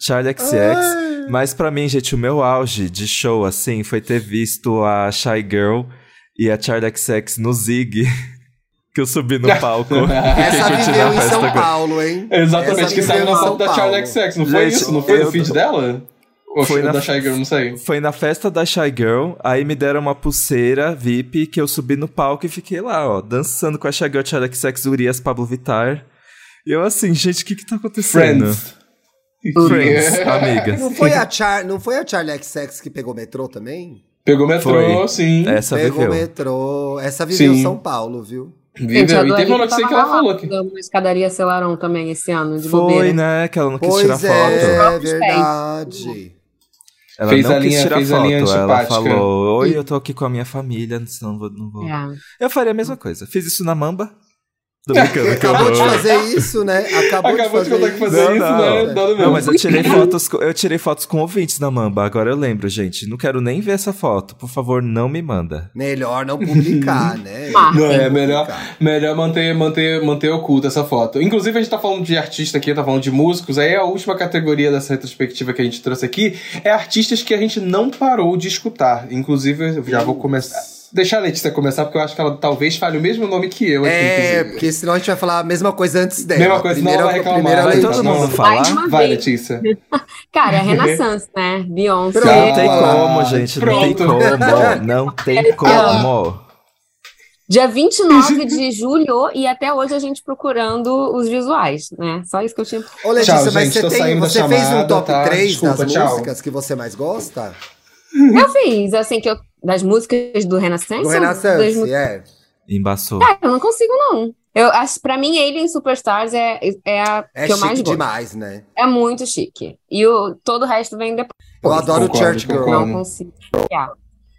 [SPEAKER 2] Charlie XX. Mas pra mim, gente, o meu auge de show, assim, foi ter visto a Shy Girl e a Charlie XX no Zig. Que eu subi no palco.
[SPEAKER 1] Essa
[SPEAKER 2] Fiquei curtindo a
[SPEAKER 1] viveu em
[SPEAKER 2] festa
[SPEAKER 1] São
[SPEAKER 2] com-
[SPEAKER 1] Paulo, hein?
[SPEAKER 4] Exatamente,
[SPEAKER 1] Essa
[SPEAKER 4] que saiu
[SPEAKER 1] viveu
[SPEAKER 4] na
[SPEAKER 1] em
[SPEAKER 4] foto
[SPEAKER 1] São
[SPEAKER 4] da
[SPEAKER 1] Paulo.
[SPEAKER 4] Charlie XX, não foi
[SPEAKER 2] Gente,
[SPEAKER 4] isso? Não foi
[SPEAKER 2] eu
[SPEAKER 4] no feed
[SPEAKER 2] tô-
[SPEAKER 4] dela? Ou
[SPEAKER 2] Foi
[SPEAKER 4] foi
[SPEAKER 2] na-
[SPEAKER 4] da Shy Girl, não sei.
[SPEAKER 2] Foi na festa da Shy Girl, aí me deram uma pulseira VIP que eu subi no palco e fiquei lá, ó, dançando com a Shy Girl, Charlie XX, Urias, Pablo Vittar. E eu assim, gente, o que que tá acontecendo?
[SPEAKER 4] Friends.
[SPEAKER 2] Friends, amigas.
[SPEAKER 1] Não foi, a Char... não foi a Charlie XX que pegou metrô também?
[SPEAKER 4] Pegou metrô,
[SPEAKER 2] Foi. É.
[SPEAKER 4] sim.
[SPEAKER 2] Essa
[SPEAKER 1] pegou
[SPEAKER 2] viveu.
[SPEAKER 1] metrô. Essa viveu em
[SPEAKER 4] Sim.
[SPEAKER 1] São Paulo, viu?
[SPEAKER 5] Gente,
[SPEAKER 4] Viveu.
[SPEAKER 5] a
[SPEAKER 4] E
[SPEAKER 5] Dua
[SPEAKER 4] teve
[SPEAKER 5] Lipa
[SPEAKER 4] uma notícia
[SPEAKER 5] tava
[SPEAKER 4] que ela
[SPEAKER 5] lá
[SPEAKER 4] falou que.
[SPEAKER 5] dando uma escadaria Celarão também esse ano, de
[SPEAKER 2] Foi,
[SPEAKER 5] bobeira.
[SPEAKER 2] né? Que ela não quis tirar
[SPEAKER 1] Pois é,
[SPEAKER 2] foto.
[SPEAKER 1] verdade.
[SPEAKER 2] Ela
[SPEAKER 4] Fez
[SPEAKER 2] não
[SPEAKER 4] a
[SPEAKER 2] quis
[SPEAKER 4] linha-
[SPEAKER 2] tirar
[SPEAKER 4] fez a
[SPEAKER 2] foto.
[SPEAKER 4] linha
[SPEAKER 2] Ela
[SPEAKER 4] antipática.
[SPEAKER 2] falou: Oi, eu tô aqui com a minha família, senão não vou. Não vou.
[SPEAKER 5] É.
[SPEAKER 2] Eu faria a mesma coisa. Fiz isso na Mamba. Tô brincando, que eu
[SPEAKER 1] Acabou de
[SPEAKER 2] vou.
[SPEAKER 1] fazer isso, né? Acabou,
[SPEAKER 4] Acabou de contar que fazer
[SPEAKER 2] isso.
[SPEAKER 4] isso,
[SPEAKER 2] Não,
[SPEAKER 4] né?
[SPEAKER 2] não.
[SPEAKER 4] Nada
[SPEAKER 2] Não, mas
[SPEAKER 4] mesmo.
[SPEAKER 2] eu tirei fotos, co- eu tirei fotos com ouvintes na Mamba, agora eu lembro, gente. Não quero nem ver essa foto. Por favor, não me manda.
[SPEAKER 1] Melhor não publicar, né?
[SPEAKER 5] Marca.
[SPEAKER 4] Não, é
[SPEAKER 1] Não
[SPEAKER 4] melhor,
[SPEAKER 1] publicar.
[SPEAKER 4] melhor manter, manter, manter oculta essa foto. Inclusive, a gente tá falando de artista aqui, tá falando de músicos. Aí a última categoria dessa retrospectiva que a gente trouxe aqui é artistas que a gente não parou de escutar. Inclusive, eu já vou começar. Deixar a Letícia começar, porque eu acho que ela talvez fale o mesmo nome que eu aqui.
[SPEAKER 1] É,
[SPEAKER 4] inclusive.
[SPEAKER 1] porque senão a gente vai falar a mesma coisa antes dela.
[SPEAKER 4] Mesma coisa, senão ela vai reclamar,
[SPEAKER 1] primeira tá
[SPEAKER 4] vai
[SPEAKER 2] Vai
[SPEAKER 1] leitura.
[SPEAKER 2] todo
[SPEAKER 4] não.
[SPEAKER 2] mundo
[SPEAKER 5] Mais
[SPEAKER 2] falar?
[SPEAKER 5] uma
[SPEAKER 4] Vai,
[SPEAKER 5] vez.
[SPEAKER 4] Letícia.
[SPEAKER 5] Cara, é a Renaissance, né? Beyoncé.
[SPEAKER 1] Pronto.
[SPEAKER 2] Não tem como, gente. Não tem
[SPEAKER 4] Pronto.
[SPEAKER 2] como. Não tem como.
[SPEAKER 5] Dia 29 de julho e até hoje a gente procurando os visuais, né? Só isso que eu tinha.
[SPEAKER 1] Ô, Letícia,
[SPEAKER 4] Tchau,
[SPEAKER 1] mas
[SPEAKER 4] gente, tô
[SPEAKER 1] você, tem,
[SPEAKER 4] saindo da
[SPEAKER 1] você fez um
[SPEAKER 4] chamada,
[SPEAKER 1] top
[SPEAKER 4] tá?
[SPEAKER 1] 3
[SPEAKER 4] Desculpa,
[SPEAKER 1] das
[SPEAKER 4] tchau.
[SPEAKER 1] músicas que você mais gosta?
[SPEAKER 4] Hum.
[SPEAKER 5] Eu fiz, assim, que eu, das músicas do Renaissance.
[SPEAKER 1] Do
[SPEAKER 5] ou das
[SPEAKER 1] Renaissance,
[SPEAKER 5] músicas-
[SPEAKER 1] é.
[SPEAKER 2] Embaçou.
[SPEAKER 5] Cara, eu não consigo, não. Eu acho, pra mim, Alien Superstars é, é a
[SPEAKER 1] É
[SPEAKER 5] que eu
[SPEAKER 1] chique
[SPEAKER 5] mais gosto.
[SPEAKER 1] demais, né?
[SPEAKER 5] É muito chique. E o, todo o resto vem depois.
[SPEAKER 1] Eu adoro
[SPEAKER 4] concordo,
[SPEAKER 1] Church Girl.
[SPEAKER 4] concordo.
[SPEAKER 5] Não consigo.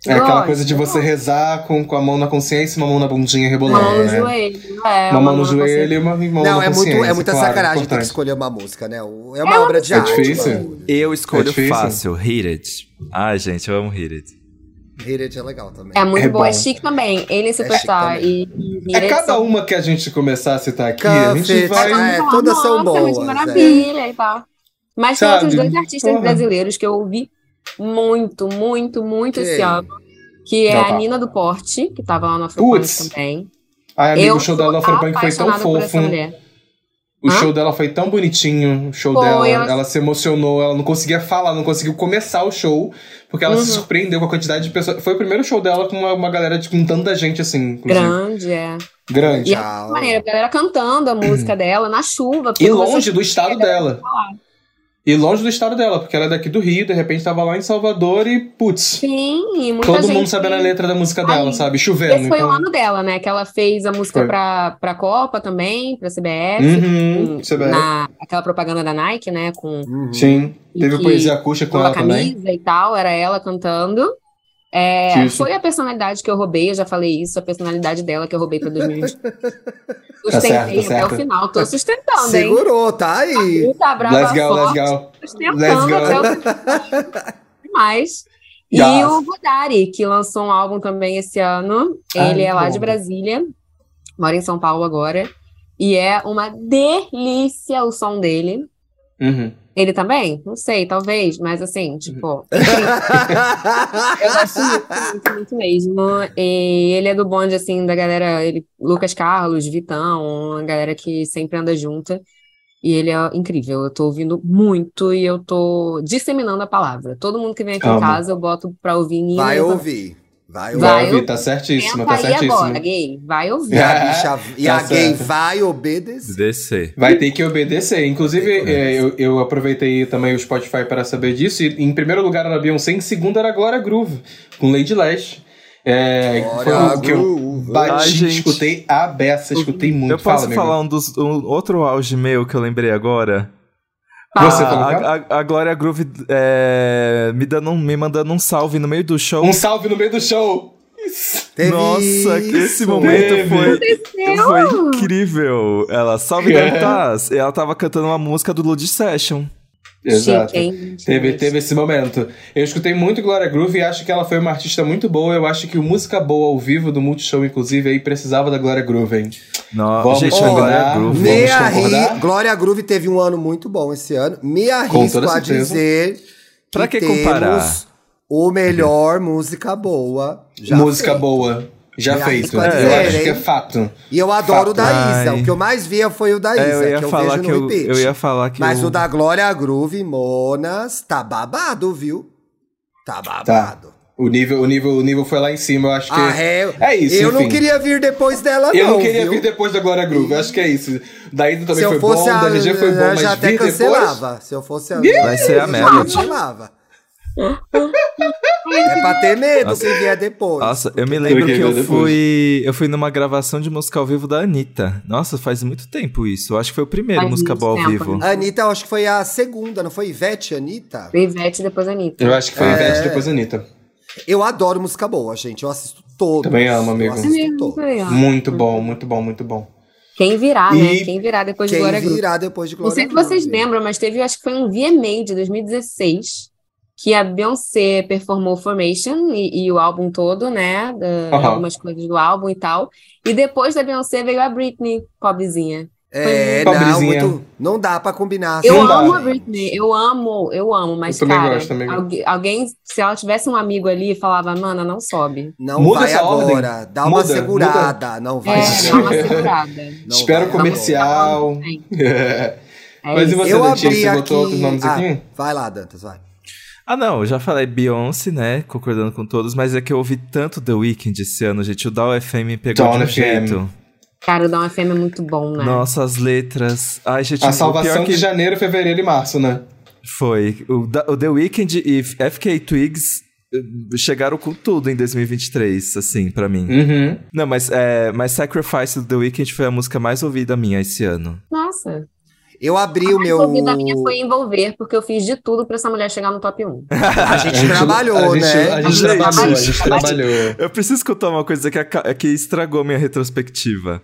[SPEAKER 4] É aquela
[SPEAKER 5] Lógico.
[SPEAKER 4] coisa de você rezar com, com a mão na consciência e uma mão na bundinha
[SPEAKER 5] Uma
[SPEAKER 4] rebolando,
[SPEAKER 5] mão no
[SPEAKER 4] né?
[SPEAKER 5] joelho. É,
[SPEAKER 4] Uma mão no
[SPEAKER 5] consciência.
[SPEAKER 4] joelho e uma mão
[SPEAKER 1] Não,
[SPEAKER 4] na
[SPEAKER 1] é, muito,
[SPEAKER 4] consciência.
[SPEAKER 1] é muita
[SPEAKER 4] claro,
[SPEAKER 1] sacanagem ter que
[SPEAKER 4] importante.
[SPEAKER 1] escolher uma música, né? O- É uma obra de
[SPEAKER 5] É
[SPEAKER 1] arte.
[SPEAKER 4] difícil.
[SPEAKER 1] mano.
[SPEAKER 2] Eu escolho
[SPEAKER 4] É difícil?
[SPEAKER 2] fácil, Hit It. Ai, gente, eu amo Hit It.
[SPEAKER 1] Hated é legal também.
[SPEAKER 5] É muito
[SPEAKER 4] É
[SPEAKER 5] bom. É
[SPEAKER 4] bom.
[SPEAKER 5] chique também. Alien Superstar
[SPEAKER 1] também.
[SPEAKER 5] e, e
[SPEAKER 4] É
[SPEAKER 5] Hit
[SPEAKER 4] cada
[SPEAKER 5] são-
[SPEAKER 4] uma que a gente começar a citar aqui, a gente
[SPEAKER 1] Café,
[SPEAKER 4] vai.
[SPEAKER 1] Ah, é, todas são
[SPEAKER 5] Nossa, muito
[SPEAKER 1] boas,
[SPEAKER 5] maravilha e tal. Mas
[SPEAKER 4] Sabe?
[SPEAKER 5] tem outros dois artistas
[SPEAKER 4] Porra.
[SPEAKER 5] brasileiros que eu ouvi muito, muito, muito esse
[SPEAKER 1] Quem?
[SPEAKER 5] ano. Que é
[SPEAKER 4] Não,
[SPEAKER 5] a
[SPEAKER 4] tá.
[SPEAKER 5] Nina do Porte, que tava lá no Afropunk
[SPEAKER 4] Puts.
[SPEAKER 5] também.
[SPEAKER 4] Ai, amigo,
[SPEAKER 5] eu
[SPEAKER 4] o show
[SPEAKER 5] sou
[SPEAKER 4] dela no Afropunk foi tão
[SPEAKER 5] apaixonada por essa
[SPEAKER 4] fofo.
[SPEAKER 5] mulher.
[SPEAKER 4] O
[SPEAKER 5] Hã?
[SPEAKER 4] show dela foi tão bonitinho. O show
[SPEAKER 5] Foi,
[SPEAKER 4] dela. Ela...
[SPEAKER 5] ela-
[SPEAKER 4] se emocionou, ela não conseguia falar, não conseguiu começar o show, porque ela se
[SPEAKER 5] Uhum.
[SPEAKER 4] surpreendeu com a quantidade de pessoas. Foi o primeiro show dela com uma, uma galera de, com tanta gente assim, inclusive.
[SPEAKER 5] Grande, é.
[SPEAKER 4] Grande.
[SPEAKER 5] E é
[SPEAKER 1] Tchau.
[SPEAKER 5] muito maneiro, a galera cantando a música dela na chuva.
[SPEAKER 4] Hum. E
[SPEAKER 5] porque
[SPEAKER 4] longe
[SPEAKER 5] você-
[SPEAKER 4] do estado dela. E longe do estado dela, porque ela é daqui do Rio, de repente tava lá em Salvador e, putz,
[SPEAKER 5] Sim, e muita
[SPEAKER 4] todo
[SPEAKER 5] gente...
[SPEAKER 4] mundo sabendo a letra da música
[SPEAKER 5] Ai,
[SPEAKER 4] dela, sabe? Chovendo.
[SPEAKER 5] Esse foi o
[SPEAKER 4] Então...
[SPEAKER 5] ano dela, né? Que ela fez a música
[SPEAKER 4] Foi.
[SPEAKER 5] pra, pra Copa também, pra CBF.
[SPEAKER 4] Uhum, você vê.
[SPEAKER 5] né? na, aquela propaganda da Nike, né? Com
[SPEAKER 1] Uhum.
[SPEAKER 4] Sim.
[SPEAKER 5] E
[SPEAKER 4] Teve
[SPEAKER 5] que-
[SPEAKER 4] poesia acústica com
[SPEAKER 5] com a
[SPEAKER 4] ela Tá, também.
[SPEAKER 5] camisa e tal, era ela cantando. É,
[SPEAKER 4] Sim, sim.
[SPEAKER 5] foi a personalidade que eu roubei, eu já falei isso, a personalidade dela que eu roubei pra 2020. Sustentei
[SPEAKER 4] Tá certo, tá
[SPEAKER 5] até
[SPEAKER 4] certo.
[SPEAKER 5] o final, tô sustentando, hein?
[SPEAKER 1] Segurou, tá aí.
[SPEAKER 5] Muita brava
[SPEAKER 4] Let's go, let's
[SPEAKER 5] forte,
[SPEAKER 4] go.
[SPEAKER 5] sustentando
[SPEAKER 4] let's go.
[SPEAKER 5] até o final. Demais. E
[SPEAKER 4] Yes.
[SPEAKER 5] o Rodari, que lançou um álbum também esse ano.
[SPEAKER 4] Ah,
[SPEAKER 5] Ele é lá
[SPEAKER 4] muito
[SPEAKER 5] de
[SPEAKER 4] bom.
[SPEAKER 5] Brasília, mora em São Paulo agora. E é uma delícia o som dele.
[SPEAKER 4] Uhum.
[SPEAKER 5] Ele também? Não sei, talvez, mas assim, tipo,
[SPEAKER 4] Tá
[SPEAKER 5] eu gosto muito, muito, muito mesmo. E ele é do bonde, assim, da galera, ele, Lucas Carlos, Vitão, uma galera que sempre anda junta. E ele é incrível, eu tô ouvindo muito e eu tô disseminando a palavra. Todo mundo que vem aqui
[SPEAKER 4] Amo.
[SPEAKER 5] em casa, eu boto pra ouvir Nina.
[SPEAKER 1] Vai
[SPEAKER 5] eu falo,
[SPEAKER 1] ouvir. Vai ouvir.
[SPEAKER 4] Vai
[SPEAKER 5] Vai
[SPEAKER 4] ouvir,
[SPEAKER 5] ouvir.
[SPEAKER 4] tá
[SPEAKER 5] Senta
[SPEAKER 4] certíssima, tá
[SPEAKER 5] aí agora,
[SPEAKER 4] certíssima.
[SPEAKER 5] gay, vai
[SPEAKER 1] E
[SPEAKER 5] ouvir.
[SPEAKER 1] a, bicha, e
[SPEAKER 4] Tá
[SPEAKER 1] a gay
[SPEAKER 4] certo.
[SPEAKER 1] vai obedecer.
[SPEAKER 2] DC.
[SPEAKER 4] Vai ter que obedecer. Inclusive,
[SPEAKER 2] Tem que
[SPEAKER 4] é, eu, eu aproveitei também o Spotify para saber disso. E, em primeiro lugar era Beyoncé, em segundo era Glória Groove, com Lady Lash. É, foi
[SPEAKER 1] Bora,
[SPEAKER 4] o que eu
[SPEAKER 1] Gru.
[SPEAKER 2] Ai,
[SPEAKER 4] bati,
[SPEAKER 2] gente.
[SPEAKER 4] escutei a beça, escutei muito.
[SPEAKER 2] Eu posso
[SPEAKER 4] Fala, amigo.
[SPEAKER 2] falar um dos um outro auge meu que eu lembrei agora?
[SPEAKER 4] Ah. Você tá?
[SPEAKER 2] a,
[SPEAKER 4] colocou?
[SPEAKER 2] a, a- a Glória Groove é, me, dando um- me mandando um salve no meio do show.
[SPEAKER 4] Um salve no meio do show! Isso.
[SPEAKER 1] Teve
[SPEAKER 2] Nossa, que esse
[SPEAKER 1] isso.
[SPEAKER 2] momento
[SPEAKER 4] Teve.
[SPEAKER 2] foi,
[SPEAKER 5] Aconteceu!
[SPEAKER 2] foi incrível. Ela, salve
[SPEAKER 4] É.
[SPEAKER 2] Dantas! Ela tava cantando uma música do Lud Session.
[SPEAKER 4] Exato.
[SPEAKER 5] Chique, hein?
[SPEAKER 4] Teve, teve esse momento. Eu escutei muito Glória Groove e acho que ela foi uma artista muito boa. Eu acho que o Música Boa ao vivo do Multishow, inclusive, aí precisava da Glória Groove, hein? Vamos
[SPEAKER 2] Nossa, gente, a Glória
[SPEAKER 4] concordar.
[SPEAKER 2] Groove.
[SPEAKER 4] Vamos
[SPEAKER 1] Mia
[SPEAKER 4] concordar?
[SPEAKER 1] Ri, Glória Groove teve um ano muito bom esse ano. Me arrisco
[SPEAKER 4] toda
[SPEAKER 1] a
[SPEAKER 4] certeza.
[SPEAKER 1] dizer
[SPEAKER 2] Pra que
[SPEAKER 1] temos
[SPEAKER 2] comparar?
[SPEAKER 1] o melhor música boa. já
[SPEAKER 4] música
[SPEAKER 1] feita.
[SPEAKER 4] boa. Já
[SPEAKER 1] Me
[SPEAKER 4] fez.
[SPEAKER 1] arrisco a
[SPEAKER 4] Eu
[SPEAKER 1] dizer,
[SPEAKER 4] acho
[SPEAKER 1] hein?
[SPEAKER 4] que é fato.
[SPEAKER 1] E eu adoro o da
[SPEAKER 2] Fato.
[SPEAKER 1] Isa.
[SPEAKER 2] Ai.
[SPEAKER 1] O que eu mais via foi o da
[SPEAKER 2] É,
[SPEAKER 1] Isa,
[SPEAKER 2] eu ia
[SPEAKER 1] que eu
[SPEAKER 2] falar
[SPEAKER 1] vejo
[SPEAKER 2] que
[SPEAKER 1] no
[SPEAKER 2] eu,
[SPEAKER 1] repeat.
[SPEAKER 2] eu ia falar que
[SPEAKER 1] Mas
[SPEAKER 2] eu-
[SPEAKER 1] o da Glória Groove, Monas, tá babado, viu? Tá babado.
[SPEAKER 4] O nível, o nível, o nível foi lá em cima, eu acho que.
[SPEAKER 1] A ré...
[SPEAKER 4] É isso,
[SPEAKER 1] Eu
[SPEAKER 4] enfim.
[SPEAKER 1] não queria vir depois dela,
[SPEAKER 4] Eu não
[SPEAKER 1] Ah, é? não,
[SPEAKER 4] queria
[SPEAKER 1] viu?
[SPEAKER 4] vir depois da Glória Groove, acho que é isso. Da Ida também
[SPEAKER 1] Se
[SPEAKER 4] foi
[SPEAKER 1] eu fosse
[SPEAKER 4] bom,
[SPEAKER 1] a...
[SPEAKER 4] da GG foi bom,
[SPEAKER 1] eu
[SPEAKER 4] mas
[SPEAKER 1] já até
[SPEAKER 4] vir
[SPEAKER 1] cancelava. Se eu fosse a...
[SPEAKER 2] Vai ser a
[SPEAKER 1] Eu já
[SPEAKER 2] Melody.
[SPEAKER 1] cancelava. É pra ter medo
[SPEAKER 2] Nossa.
[SPEAKER 1] que vier depois.
[SPEAKER 2] Nossa, eu me lembro
[SPEAKER 4] queria
[SPEAKER 2] que eu
[SPEAKER 4] ver depois.
[SPEAKER 2] fui. Eu fui numa gravação de música ao vivo da Anitta. Nossa, faz muito tempo isso. Eu acho que foi o primeiro
[SPEAKER 5] Faz
[SPEAKER 2] música
[SPEAKER 5] muito
[SPEAKER 2] boa ao
[SPEAKER 5] tempo,
[SPEAKER 2] vivo.
[SPEAKER 5] né?
[SPEAKER 1] A Anitta, eu acho que foi a segunda, não foi Ivete, Anitta?
[SPEAKER 5] Ivete, depois a Anitta.
[SPEAKER 4] depois. Eu acho que foi
[SPEAKER 1] É.
[SPEAKER 4] Ivete depois a Anitta.
[SPEAKER 1] Eu adoro música boa, gente. Eu assisto todos.
[SPEAKER 4] Também amo, amigo.
[SPEAKER 1] Eu
[SPEAKER 5] É mesmo,
[SPEAKER 1] assisto todos.
[SPEAKER 5] foi, ó.
[SPEAKER 4] Muito bom, muito bom, muito bom.
[SPEAKER 5] Quem virá,
[SPEAKER 4] E
[SPEAKER 5] né? Quem virá depois de
[SPEAKER 1] Quem
[SPEAKER 5] Glória Groove.
[SPEAKER 1] virá depois de
[SPEAKER 5] Não
[SPEAKER 1] Glória
[SPEAKER 5] sei se
[SPEAKER 4] né?
[SPEAKER 5] vocês
[SPEAKER 1] Groove.
[SPEAKER 5] lembram, mas teve, eu acho que foi um VMA de 2016 que a Beyoncé performou Formation e, e o álbum todo, né? Da-
[SPEAKER 4] Aham.
[SPEAKER 5] Algumas coisas do álbum e tal. E depois da Beyoncé veio a Britney, pobrezinha.
[SPEAKER 1] É,
[SPEAKER 4] Foi
[SPEAKER 1] não,
[SPEAKER 4] pobrezinha.
[SPEAKER 1] muito, não dá pra combinar.
[SPEAKER 5] Eu
[SPEAKER 1] assim,
[SPEAKER 4] dá.
[SPEAKER 5] amo a Britney, eu amo, eu amo, mas
[SPEAKER 4] Ah, também
[SPEAKER 5] cara,
[SPEAKER 4] gosto, também gosto.
[SPEAKER 5] algu- alguém, se ela tivesse um amigo ali, falava, mana, não sobe.
[SPEAKER 1] Não
[SPEAKER 4] Muda
[SPEAKER 1] vai
[SPEAKER 4] essa
[SPEAKER 1] agora. Dá uma
[SPEAKER 4] Muda,
[SPEAKER 1] segurada. Não vai. Tá
[SPEAKER 5] É, dá uma segurada. É
[SPEAKER 1] Não
[SPEAKER 4] Espero
[SPEAKER 1] vai, Tipo,
[SPEAKER 4] comercial.
[SPEAKER 5] Tem. É
[SPEAKER 4] Mas e
[SPEAKER 5] isso.
[SPEAKER 4] você,
[SPEAKER 1] Eu
[SPEAKER 4] Letícia,
[SPEAKER 1] abri
[SPEAKER 4] botou
[SPEAKER 1] aqui- Ah,
[SPEAKER 4] outros nomes aqui?
[SPEAKER 1] Vai lá, Dantas, vai.
[SPEAKER 2] Ah, não, eu já falei Beyoncé, né? Concordando com todos, mas é que eu ouvi tanto The Weeknd esse ano, gente. O Dow FM me pegou
[SPEAKER 4] Down
[SPEAKER 2] de um
[SPEAKER 4] FM.
[SPEAKER 2] jeito.
[SPEAKER 5] Cara, o Dom FM é muito bom, né?
[SPEAKER 2] Nossa, as letras. Ai, gente,
[SPEAKER 4] A
[SPEAKER 2] o
[SPEAKER 4] salvação
[SPEAKER 2] pior
[SPEAKER 4] de janeiro, fevereiro e março, né?
[SPEAKER 2] Foi. O, da- o The Weeknd e FK Twigs eh, chegaram com tudo em 2023, assim, pra mim.
[SPEAKER 4] Uhum.
[SPEAKER 2] Não, mas, é, mas Sacrifice do The Weeknd foi a música mais ouvida minha esse ano.
[SPEAKER 5] Nossa.
[SPEAKER 1] Eu abri
[SPEAKER 5] Ah,
[SPEAKER 1] o
[SPEAKER 5] então a mais
[SPEAKER 1] meu.
[SPEAKER 5] ouvida minha foi envolver, porque eu fiz de tudo pra essa mulher chegar no top 1.
[SPEAKER 1] A gente trabalhou,
[SPEAKER 4] a gente,
[SPEAKER 1] né?
[SPEAKER 4] A gente
[SPEAKER 5] Gente,
[SPEAKER 4] trabalhou, a
[SPEAKER 5] mas-
[SPEAKER 4] gente trabalhou.
[SPEAKER 2] Eu preciso contar uma coisa que, aca- que estragou minha retrospectiva.
[SPEAKER 1] Uhum.